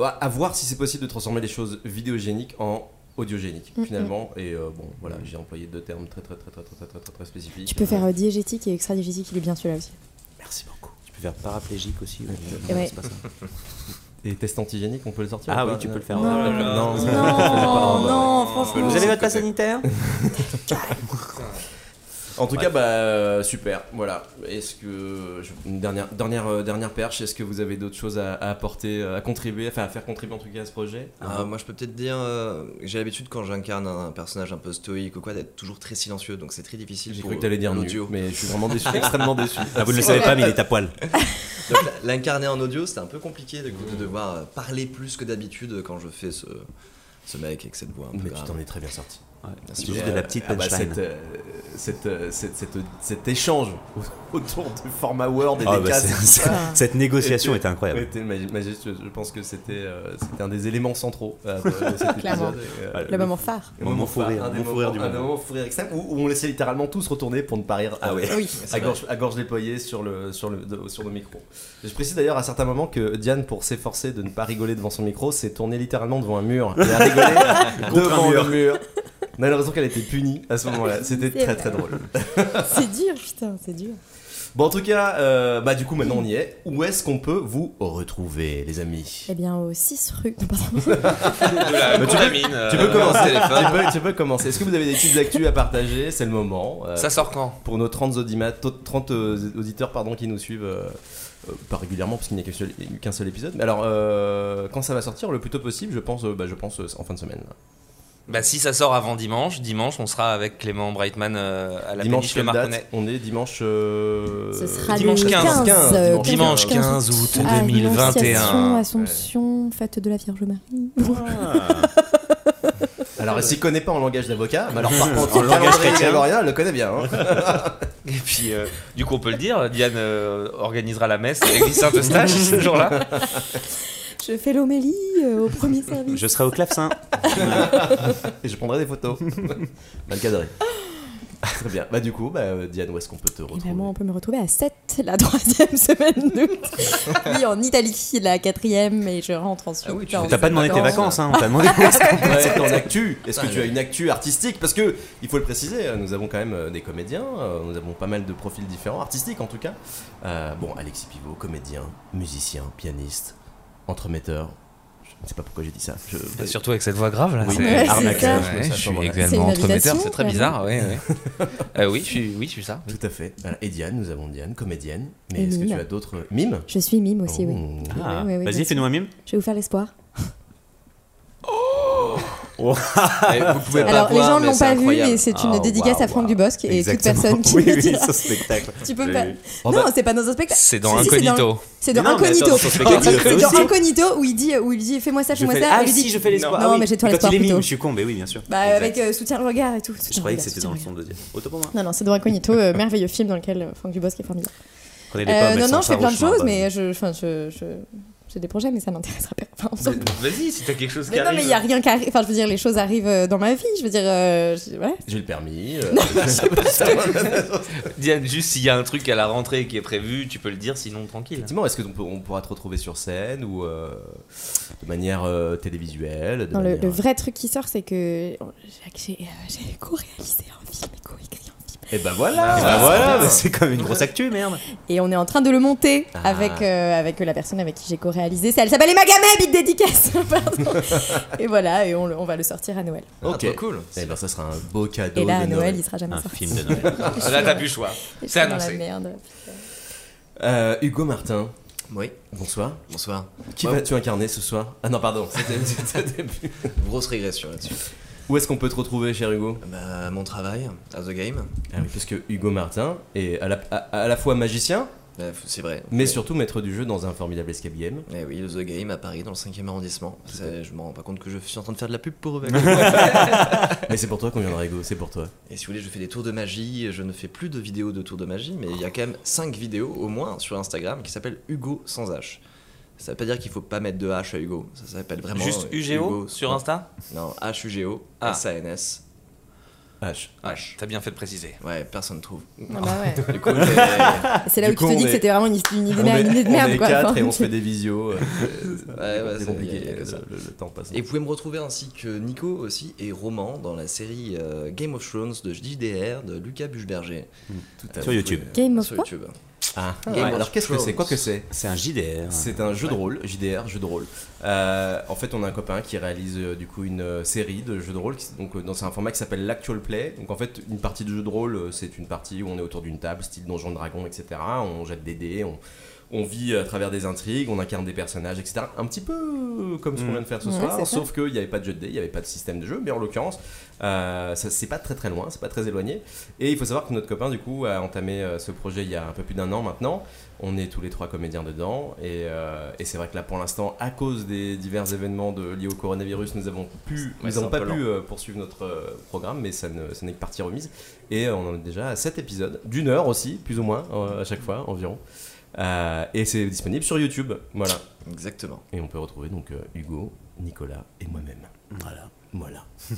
S1: à à voir si c'est possible de transformer les choses vidéogéniques en audiogéniques,
S5: Mm,
S1: finalement. Et euh, bon, voilà, j'ai employé deux termes très, très, très, très, très, très, très, très, très spécifiques.
S5: Tu peux faire euh, diégétique et extra-diégétique, il est bien celui-là aussi.
S6: Merci beaucoup. Tu peux faire paraplégique aussi.
S5: Et ouais.
S1: Et tests antigéniques, on peut le sortir
S6: Ah
S1: ou
S6: oui,
S1: pas Euh,
S6: tu peux le faire.
S2: Oh
S5: Non.
S6: ouais.
S1: Non,
S5: Non, non, franchement.
S6: Vous avez votre passe sanitaire
S1: En tout cas, bah euh, super. Voilà. Est-ce que je- une dernière dernière euh, dernière perche Est-ce que vous avez d'autres choses à, à apporter, euh, à contribuer, enfin à faire contribuer en tout cas à ce projet
S2: Ah, moi, je peux peut-être dire, euh, j'ai l'habitude quand j'incarne un personnage un peu stoïque ou quoi d'être toujours très silencieux, donc c'est très difficile.
S1: J'ai
S2: pour
S1: cru que t'allais dire
S2: l'audio.
S1: nu, mais je suis vraiment déçu, extrêmement déçu.
S9: Ah, vous ne le savez pas, mais il est à poil.
S2: Donc, la- l'incarner en audio, c'était un peu compliqué du coup, de devoir euh, parler plus que d'habitude quand je fais ce, ce mec avec cette voix un peu
S1: Mais tu
S2: grave.
S1: t'en es très bien sorti.
S2: Merci.
S9: Surtout de la petite
S1: Ah bah,
S9: punchline.
S1: cette, euh, cette, euh, cette- cette- cet échange au- autour du format Word et
S9: Ah,
S1: des
S9: bah,
S1: cases.
S9: c'est- c'est- cette négociation était incroyable.
S1: était magi- majestueuse. Je pense que c'était euh, c'était un des éléments centraux euh, de cet
S5: Clairement.
S1: épisode. Et, euh,
S5: Le moment phare.
S1: le moment
S9: Moment fou
S1: phare,
S9: rire,
S1: un des
S9: moment fou
S1: moments-
S9: rire du
S1: un des
S9: moment.
S1: moments fou rire extrême, où, où on laissait littéralement tous retourner pour ne pas rire ah ouais,
S5: Oui.
S1: à, gorge, à gorge déployée sur, le, sur, le, de- sur nos micros. Je précise d'ailleurs à certains moments que Diane, pour s'efforcer de ne pas rigoler devant son micro, s'est tournée littéralement devant un mur et a rigolé devant le mur. Malheureusement qu'elle a été punie à ce moment-là. C'était
S5: C'est
S1: très
S5: vrai.
S1: très drôle.
S5: C'est dur, putain, c'est dur.
S1: Bon, en tout cas, euh, bah du coup, maintenant on y est. Où est-ce qu'on peut vous retrouver, les amis
S5: Eh bien, au 6 rue. Non, pardon.
S4: De la contamine, euh,
S1: tu peux
S4: dans
S1: commencer,
S4: le téléphone.
S1: tu peux, tu peux commencer. Est-ce que vous avez des petites actus à partager C'est le moment. Euh,
S4: Ça sort quand
S1: pour nos 30, audima- 30 euh, auditeurs pardon, qui nous suivent, euh, euh, pas régulièrement parce qu'il n'y a qu'un seul, qu'un seul épisode, mais alors euh, quand ça va sortir, le plus tôt possible, je pense, euh, bah, je pense euh, en fin de semaine.
S4: Bah si ça sort avant dimanche, dimanche on sera avec Clément Brightman euh, à la
S1: dimanche,
S4: péniche Le
S1: quelle date
S4: Marconnet.
S1: On est dimanche. euh,
S5: Ce sera
S4: dimanche
S5: le
S4: 15,
S5: 15, euh,
S4: Dimanche 15 août 2021.
S5: Annonciation, Assomption, fête de la Vierge Marie.
S1: Alors, elle s'y connaît pas en langage d'avocat, mais alors par contre,
S4: En
S1: le
S4: langage
S1: calendrier
S4: chrétien.
S1: grégorien, elle le connaît bien. hein.
S4: Et puis euh, du coup on peut le dire, Diane euh, organisera la messe à l'église Saint-Eustache ce jour-là.
S5: Je fais l'homélie euh, au premier service.
S9: Je serai au clavecin.
S1: Et je prendrai des photos. Mal cadré. Très bien. Bah, du coup, bah, euh, Diane, où est-ce qu'on peut te
S5: Et
S1: retrouver
S5: ben moi, on peut me retrouver à 7 la troisième semaine d'août. Oui, en Italie, la quatrième, et je rentre ensuite.
S2: Ah oui, tu
S5: en
S2: fais-
S9: T'as pas demandé tes vacances, hein. On t'a demandé.
S1: Ouais, ton actu. Est-ce que tu as une actu artistique Parce que il faut le préciser, euh, nous avons quand même euh, des comédiens, euh, nous avons pas mal de profils différents, artistiques en tout cas. Euh, bon, Alexis Pivot, comédien, musicien, pianiste, entremetteur. Je ne sais pas pourquoi j'ai dit ça. Je-
S4: Et surtout avec cette voix grave là.
S1: Oui,
S4: c'est-
S5: Ouais, c'est
S4: arnaque,
S5: ça.
S4: euh,
S1: Ouais,
S4: ouais,
S1: ça
S4: je suis
S1: ressemble à-
S5: C'est une
S4: également entremetteur,
S5: invitation,
S4: c'est très
S5: ouais.
S4: bizarre. Ouais, ouais. Euh, oui, je suis, oui, je suis ça.
S5: Bah,
S1: Tout à fait. Voilà. Et Diane, nous avons Diane, comédienne. Mais
S5: Et
S1: est-ce que tu
S5: mime.
S1: as d'autres mimes
S5: Je suis mime aussi, oui.
S1: Oh.
S9: Ah,
S5: oui, oui, bien
S9: Vas-y,
S5: sûr.
S9: fais-nous un mime.
S5: Je vais vous faire l'espoir.
S9: Oh. Eh,
S4: Et vous pouvez
S5: Alors,
S4: pas
S5: les
S4: voir,
S5: gens ne
S4: mais
S5: l'ont
S4: c'est
S5: pas vu,
S4: incroyable.
S5: mais c'est une
S9: Ah,
S5: dédicace
S9: waouh,
S5: à Franck
S9: waouh.
S5: Dubosc et
S9: Exactement.
S5: toute personne qui
S9: Oui,
S5: le
S9: oui,
S5: dira.
S9: ce spectacle.
S5: Tu peux
S9: Je
S5: pas.
S9: l'ai vu.
S1: Oh,
S5: non,
S1: bah,
S5: c'est pas dans un spectacle.
S4: C'est dans
S5: Si, si, c'est
S4: Incognito.
S5: C'est dans
S9: Mais non, mais
S5: Incognito.
S9: attends, son
S5: Pardon,
S9: spectacle,
S5: C'est dans
S9: aussi.
S5: Incognito où il dit, où il dit fais-moi ça,
S9: Je
S5: fais-moi
S9: fais-
S5: ça.
S9: Ah
S5: Et
S9: oui,
S5: il dit-
S9: si, je fais l'espoir.
S5: Non,
S9: Ah oui.
S5: mais j'ai toi
S9: Quand
S5: l'espoir
S9: il est mime,
S5: plutôt.
S9: je suis con, mais oui, bien sûr.
S5: Bah,
S9: Exact.
S5: avec euh, soutien le regard et tout.
S9: Je croyais que c'était dans le son de dire. Autant pour moi.
S5: Non, non, c'est dans Incognito, euh, merveilleux film dans lequel euh, Franck Dubosc est formidable.
S9: Prenez les
S5: Euh,
S9: pommes,
S5: non,
S9: elles
S5: non,
S9: sont
S5: je fais plein de
S9: farouchement
S5: choses,
S9: bonnes.
S5: mais euh, je, enfin, je, je- j'ai des projets, mais ça m'intéressera pas. Enfin, on s'en-
S4: Vas-y, si t'as quelque chose qui
S5: mais non, mais il y a
S4: arrive.
S5: rien qui arrive. Enfin, je veux dire, les choses arrivent euh, dans ma vie. Je veux dire, euh, je- voilà.
S1: J'ai le permis. euh,
S4: Diane, juste s'il y a un truc à la rentrée qui est prévu, tu peux le dire, sinon tranquille.
S1: Effectivement, est-ce qu'on peut- on pourra te retrouver sur scène ou euh, de manière euh, télévisuelle de
S5: Non, le,
S1: manière-
S5: le vrai truc qui sort, c'est que oh, j'ai- j'ai, euh, j'ai co-réalisé un film et co-écrit un film.
S1: Et bah voilà
S4: Ah,
S9: Bah voilà,
S1: Putain.
S9: bah, c'est comme une grosse actu, merde.
S5: Et on est en train de le monter
S1: Ah.
S5: avec, euh, avec la personne avec qui j'ai co-réalisé. Ça, elle s'appelle Emma Gamet, big dédicace. Pardon. et voilà, et on, le- on va le sortir à Noël.
S1: Ok.
S2: Ah, trop cool.
S1: Eh ben, ça sera un beau cadeau
S5: Et là, à
S1: de
S5: Noël,
S1: Noël.
S5: il sera jamais
S9: Un
S5: sorti.
S9: film de Noël.
S4: Là, t'as plus le choix.
S5: Je suis
S4: C'est
S5: dans la
S4: annoncé.
S5: merde.
S1: Euh, Hugo Martin,
S2: Oui,
S1: bonsoir.
S2: bonsoir.
S1: Qui
S2: Ouais.
S1: vas-tu incarner ce soir Ah non, pardon, c'était- c'était plus.
S2: Grosse régression là-dessus.
S1: Où est-ce qu'on peut te retrouver, cher Hugo
S2: Bah, mon travail, à The Game,
S1: ah oui, Parce que Hugo Martin est à la, à- à la fois magicien,
S2: euh, c'est vrai.
S1: mais surtout maître du jeu dans un formidable escape game.
S2: Eh oui, le The Game à Paris, dans le 5e arrondissement. Ça, Je me rends pas compte que je suis en train de faire de la pub pour eux.
S1: Mais c'est pour toi qu'on viendra, Hugo, c'est pour toi.
S2: Et si vous voulez, je fais des tours de magie. Je ne fais plus de vidéos de tours de magie, mais il y a quand même 5 vidéos au moins sur Instagram qui s'appellent Hugo sans H. Ça veut pas dire qu'il faut pas mettre de H à Hugo. Ça s'appelle vraiment.
S4: Juste
S2: euh,
S4: UGO
S2: Hugo.
S4: sur Insta
S2: Non, H-U-G-O,
S4: Ah.
S2: S-A-N-S.
S1: H.
S4: Ouais, t'as bien fait de préciser.
S2: Ouais, personne trouve.
S5: Ah bah ouais.
S2: Du coup, j'ai-
S5: C'est là
S1: Du
S5: où
S1: coup,
S5: tu
S1: on
S5: te dis
S1: est-
S5: que c'était vraiment une, une idée,
S1: On est,
S5: une idée de
S1: on
S5: merde.
S1: est
S5: quoi.
S1: quatre
S5: Enfin,
S1: et on se fait des visios. euh, c'est-
S2: Ouais, ouais,
S1: c'est
S2: ça,
S1: compliqué,
S2: y a que
S1: euh,
S2: ça.
S1: le, le temps passe.
S2: Et vous pouvez me retrouver ainsi que Nico aussi et Roman dans la série euh, Game of Thrones de JDR de Lucas Buchberger
S1: Tout à
S9: Sur
S1: fait.
S9: YouTube.
S5: Game of
S2: sur
S5: quoi
S2: YouTube.
S1: Ah, Game
S6: ouais.
S1: Alors qu'est-ce que c'est Quoi que c'est
S6: C'est un JDR.
S1: C'est un jeu de rôle, JDR, jeu de rôle. Euh, en fait, on a un copain qui réalise euh, du coup une euh, série de jeux de rôle. qui- donc, euh, dans un format qui s'appelle l'actual play. Donc, en fait, une partie de jeu de rôle, euh, c'est une partie où on est autour d'une table, style donjon dragon, etc. On jette des dés, on, on vit à travers des intrigues, on incarne des personnages, etc. Un petit peu euh, comme
S14: Mm.
S1: ce qu'on vient de faire ce
S5: Ouais, c'est
S1: soir,
S5: ça.
S1: sauf qu'il n'y avait pas de jeu de dés, il n'y avait pas de système de jeu. Mais en l'occurrence, euh, ça c'est pas très très loin, c'est pas très éloigné. Et il faut savoir que notre copain, du coup, a entamé euh, ce projet il y a un peu plus d'un an maintenant. On est tous les trois comédiens dedans. Et, euh, et c'est vrai que là, pour l'instant, à cause des divers événements de, liés au coronavirus, nous avons pu,
S14: Ouais,
S1: nous
S14: c'est
S1: avons
S14: un
S1: pas
S14: peu
S1: pu euh, poursuivre notre euh, programme, mais ça ne- ça n'est que partie remise. Et euh, on en est déjà à 7 épisodes, d'une heure aussi, plus ou moins, euh, à chaque fois, environ. Euh, et c'est disponible sur YouTube. Voilà.
S2: Exactement.
S1: Et on peut retrouver donc euh, Hugo, Nicolas et moi-même.
S6: Voilà.
S1: Voilà.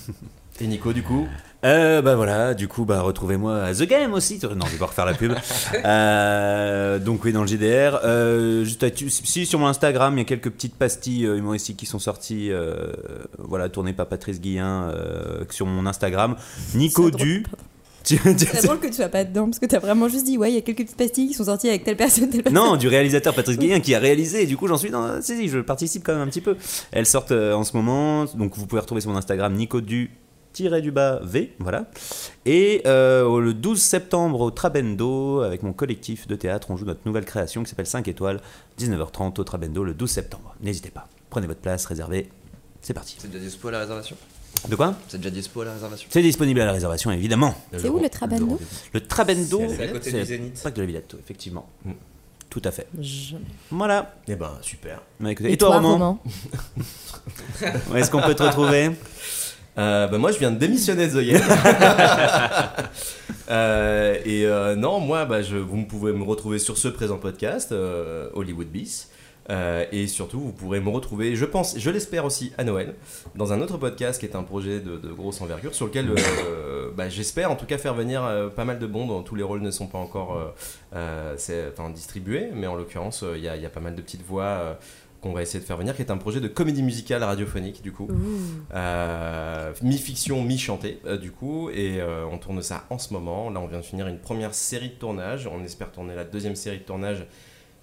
S1: et Nico, du coup,
S6: Euh, bah voilà, du coup, bah retrouvez-moi à The Game aussi. Non, je vais pas refaire la pub. Euh, donc oui, dans le JDR. Euh, juste à- tu- si sur mon Instagram, il y a quelques petites pastilles euh, humoristiques qui sont sorties. euh, voilà, tournées par Patrice Guillain euh, sur mon Instagram. Nico
S5: C'est drôle,
S6: Du. Tu- tu-
S5: C'est drôle que tu sois pas dedans parce que t'as vraiment juste dit ouais, il y a quelques petites pastilles qui sont sorties avec telle personne, telle personne.
S6: Non, du réalisateur Patrice Guéhin qui a réalisé. Et du coup, j'en suis dans. Si, si, je participe quand même un petit peu. Elles sortent euh, en ce moment. Donc, vous pouvez retrouver sur mon Instagram Nico du tiré du bas V, voilà. Et euh, au- le 12 septembre au Trabendo, avec mon collectif de théâtre, on joue notre nouvelle création qui s'appelle 5 étoiles, 19h30 au Trabendo le 12 septembre. N'hésitez pas, prenez votre place, réservez, c'est parti.
S2: C'est déjà dispo à la réservation
S6: De quoi
S2: C'est déjà dispo à la réservation
S6: C'est disponible à la réservation, évidemment.
S5: C'est où le Trabando
S6: Le Trabendo,
S1: C'est à la
S15: Villette. C'est à côté du Zénith.
S6: Pas que de la Villette, effectivement.
S1: Mm.
S6: Tout à fait.
S5: Je-
S6: Voilà.
S1: eh ben super.
S6: Bah, écoutez, et, toi, Roman Où est-ce qu'on peut te retrouver
S1: Euh, bah moi je viens de démissionner de The Game. Euh, et euh, non, moi bah, je, vous pouvez me retrouver sur ce présent podcast, euh, Hollywood Beast. Euh, et surtout, vous pourrez me retrouver, je pense, je l'espère aussi à Noël, dans un autre podcast qui est un projet de, de grosse envergure sur lequel euh, bah, j'espère en tout cas faire venir euh, pas mal de bons dont tous les rôles ne sont pas encore euh, euh, c'est- enfin, distribués, mais en l'occurrence, euh, il y, a- il y a pas mal de petites voix euh, qu'on va essayer de faire venir, qui est un projet de comédie musicale radiophonique du coup. Euh, mi-fiction, mi-chanté, euh, du coup, et euh, on tourne ça en ce moment. Là, on vient de finir une première série de tournage. On espère tourner la deuxième série de tournage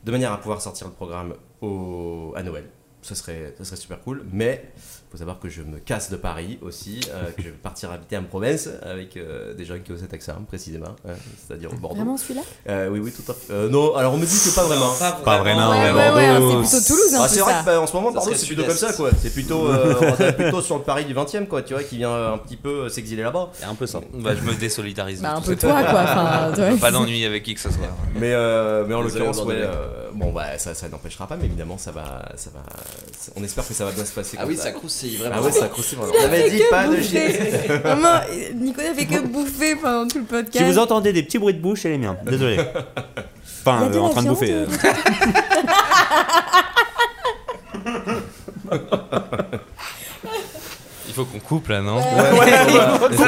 S1: de manière à pouvoir sortir le programme au- à Noël. Ce serait, ce serait super cool, mais faut savoir que je me casse de Paris aussi, euh, que je vais partir habiter en province avec euh, des gens qui ont cet accent précisément, hein, c'est-à-dire au Bordeaux.
S5: Vraiment celui-là
S1: Euh, oui, oui, tout à fait. Euh, non, alors on me dit que pas vraiment.
S6: Pas vraiment,
S5: Ouais, ouais,
S6: ouais,
S5: ouais,
S6: Bordeaux.
S5: alors c'est plutôt Toulouse un
S1: Ah,
S5: peu
S1: c'est vrai
S5: ça.
S1: que bah, en ce moment,
S14: Ça
S1: Bordeaux,
S14: serait
S1: c'est plutôt comme
S14: sud-est.
S1: ça, quoi. C'est plutôt, euh, on serait plutôt sur le Paris du 20 e quoi, tu vois, qui vient euh, un petit peu euh, s'exiler là-bas.
S6: C'est un peu ça.
S8: Bah, je me désolidarise.
S5: Bah,
S8: de
S5: un
S8: tout
S5: peu
S8: cet
S5: toi,
S8: homme.
S5: quoi. Enfin, ouais.
S8: Pas d'ennui avec qui que ce soit.
S1: Mais, euh, mais en
S2: Désolé,
S1: l'occurrence, ouais,
S2: Bordelais.
S1: euh, bon, bah, ça, ça n'empêchera pas, mais évidemment, ça va, ça va. On espère que ça va bien se passer.
S2: Ah
S1: comme
S2: oui, ça croustille vraiment.
S1: Ah ouais, ça croustille vraiment.
S5: Il a fait que
S1: shit.
S5: bouffer. Vraiment, Nicolas fait que bouffer pendant tout le podcast.
S6: Si vous entendez des petits bruits de bouche, c'est les miens. Désolé.
S5: Il y a
S6: Enfin,
S5: de hein.
S6: euh, en
S5: la
S6: train de
S5: viande,
S6: bouffer. euh.
S8: Il faut qu'on coupe là, non
S1: Ouais, faut
S5: Faut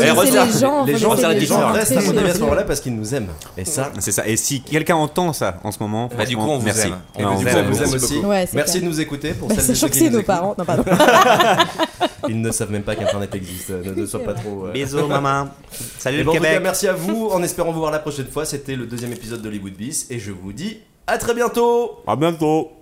S5: laisser les gens,
S1: Eh, les
S5: faut
S1: gens,
S5: laisser
S1: les
S5: les
S1: gens
S5: gens
S1: restent à
S5: rentrer,
S1: mon avis à ce
S5: bien
S1: moment-là parce qu'ils nous aiment. Et ça,
S6: C'est ça. Et si quelqu'un entend ça en ce moment,
S8: Bah, du
S6: franchement,
S8: coup, on vous
S6: merci.
S8: aime.
S6: Ouais, Ah, on
S1: du
S6: vous
S1: coup,
S6: aime.
S1: ça vous aime aussi.
S5: Ouais, c'est
S1: euh, Merci
S5: clair.
S1: de nous écoutez pour
S5: Bah,
S1: celles et ceux
S5: sachant que
S1: qui
S5: c'est
S1: nous
S5: nos
S1: écoutent.
S5: parents. Non, pardon.
S1: Ils ne savent même pas qu'Internet existe. Ne ne sois pas trop. euh,
S6: Bisous, maman.
S1: Et
S6: Salut le
S1: bon, Eh ben, en tout cas,
S6: Québec.
S1: merci à vous. En espérant vous voir la prochaine fois. C'était le deuxième épisode d'Hollywood Beast. Et je vous dis à très bientôt.
S6: À bientôt.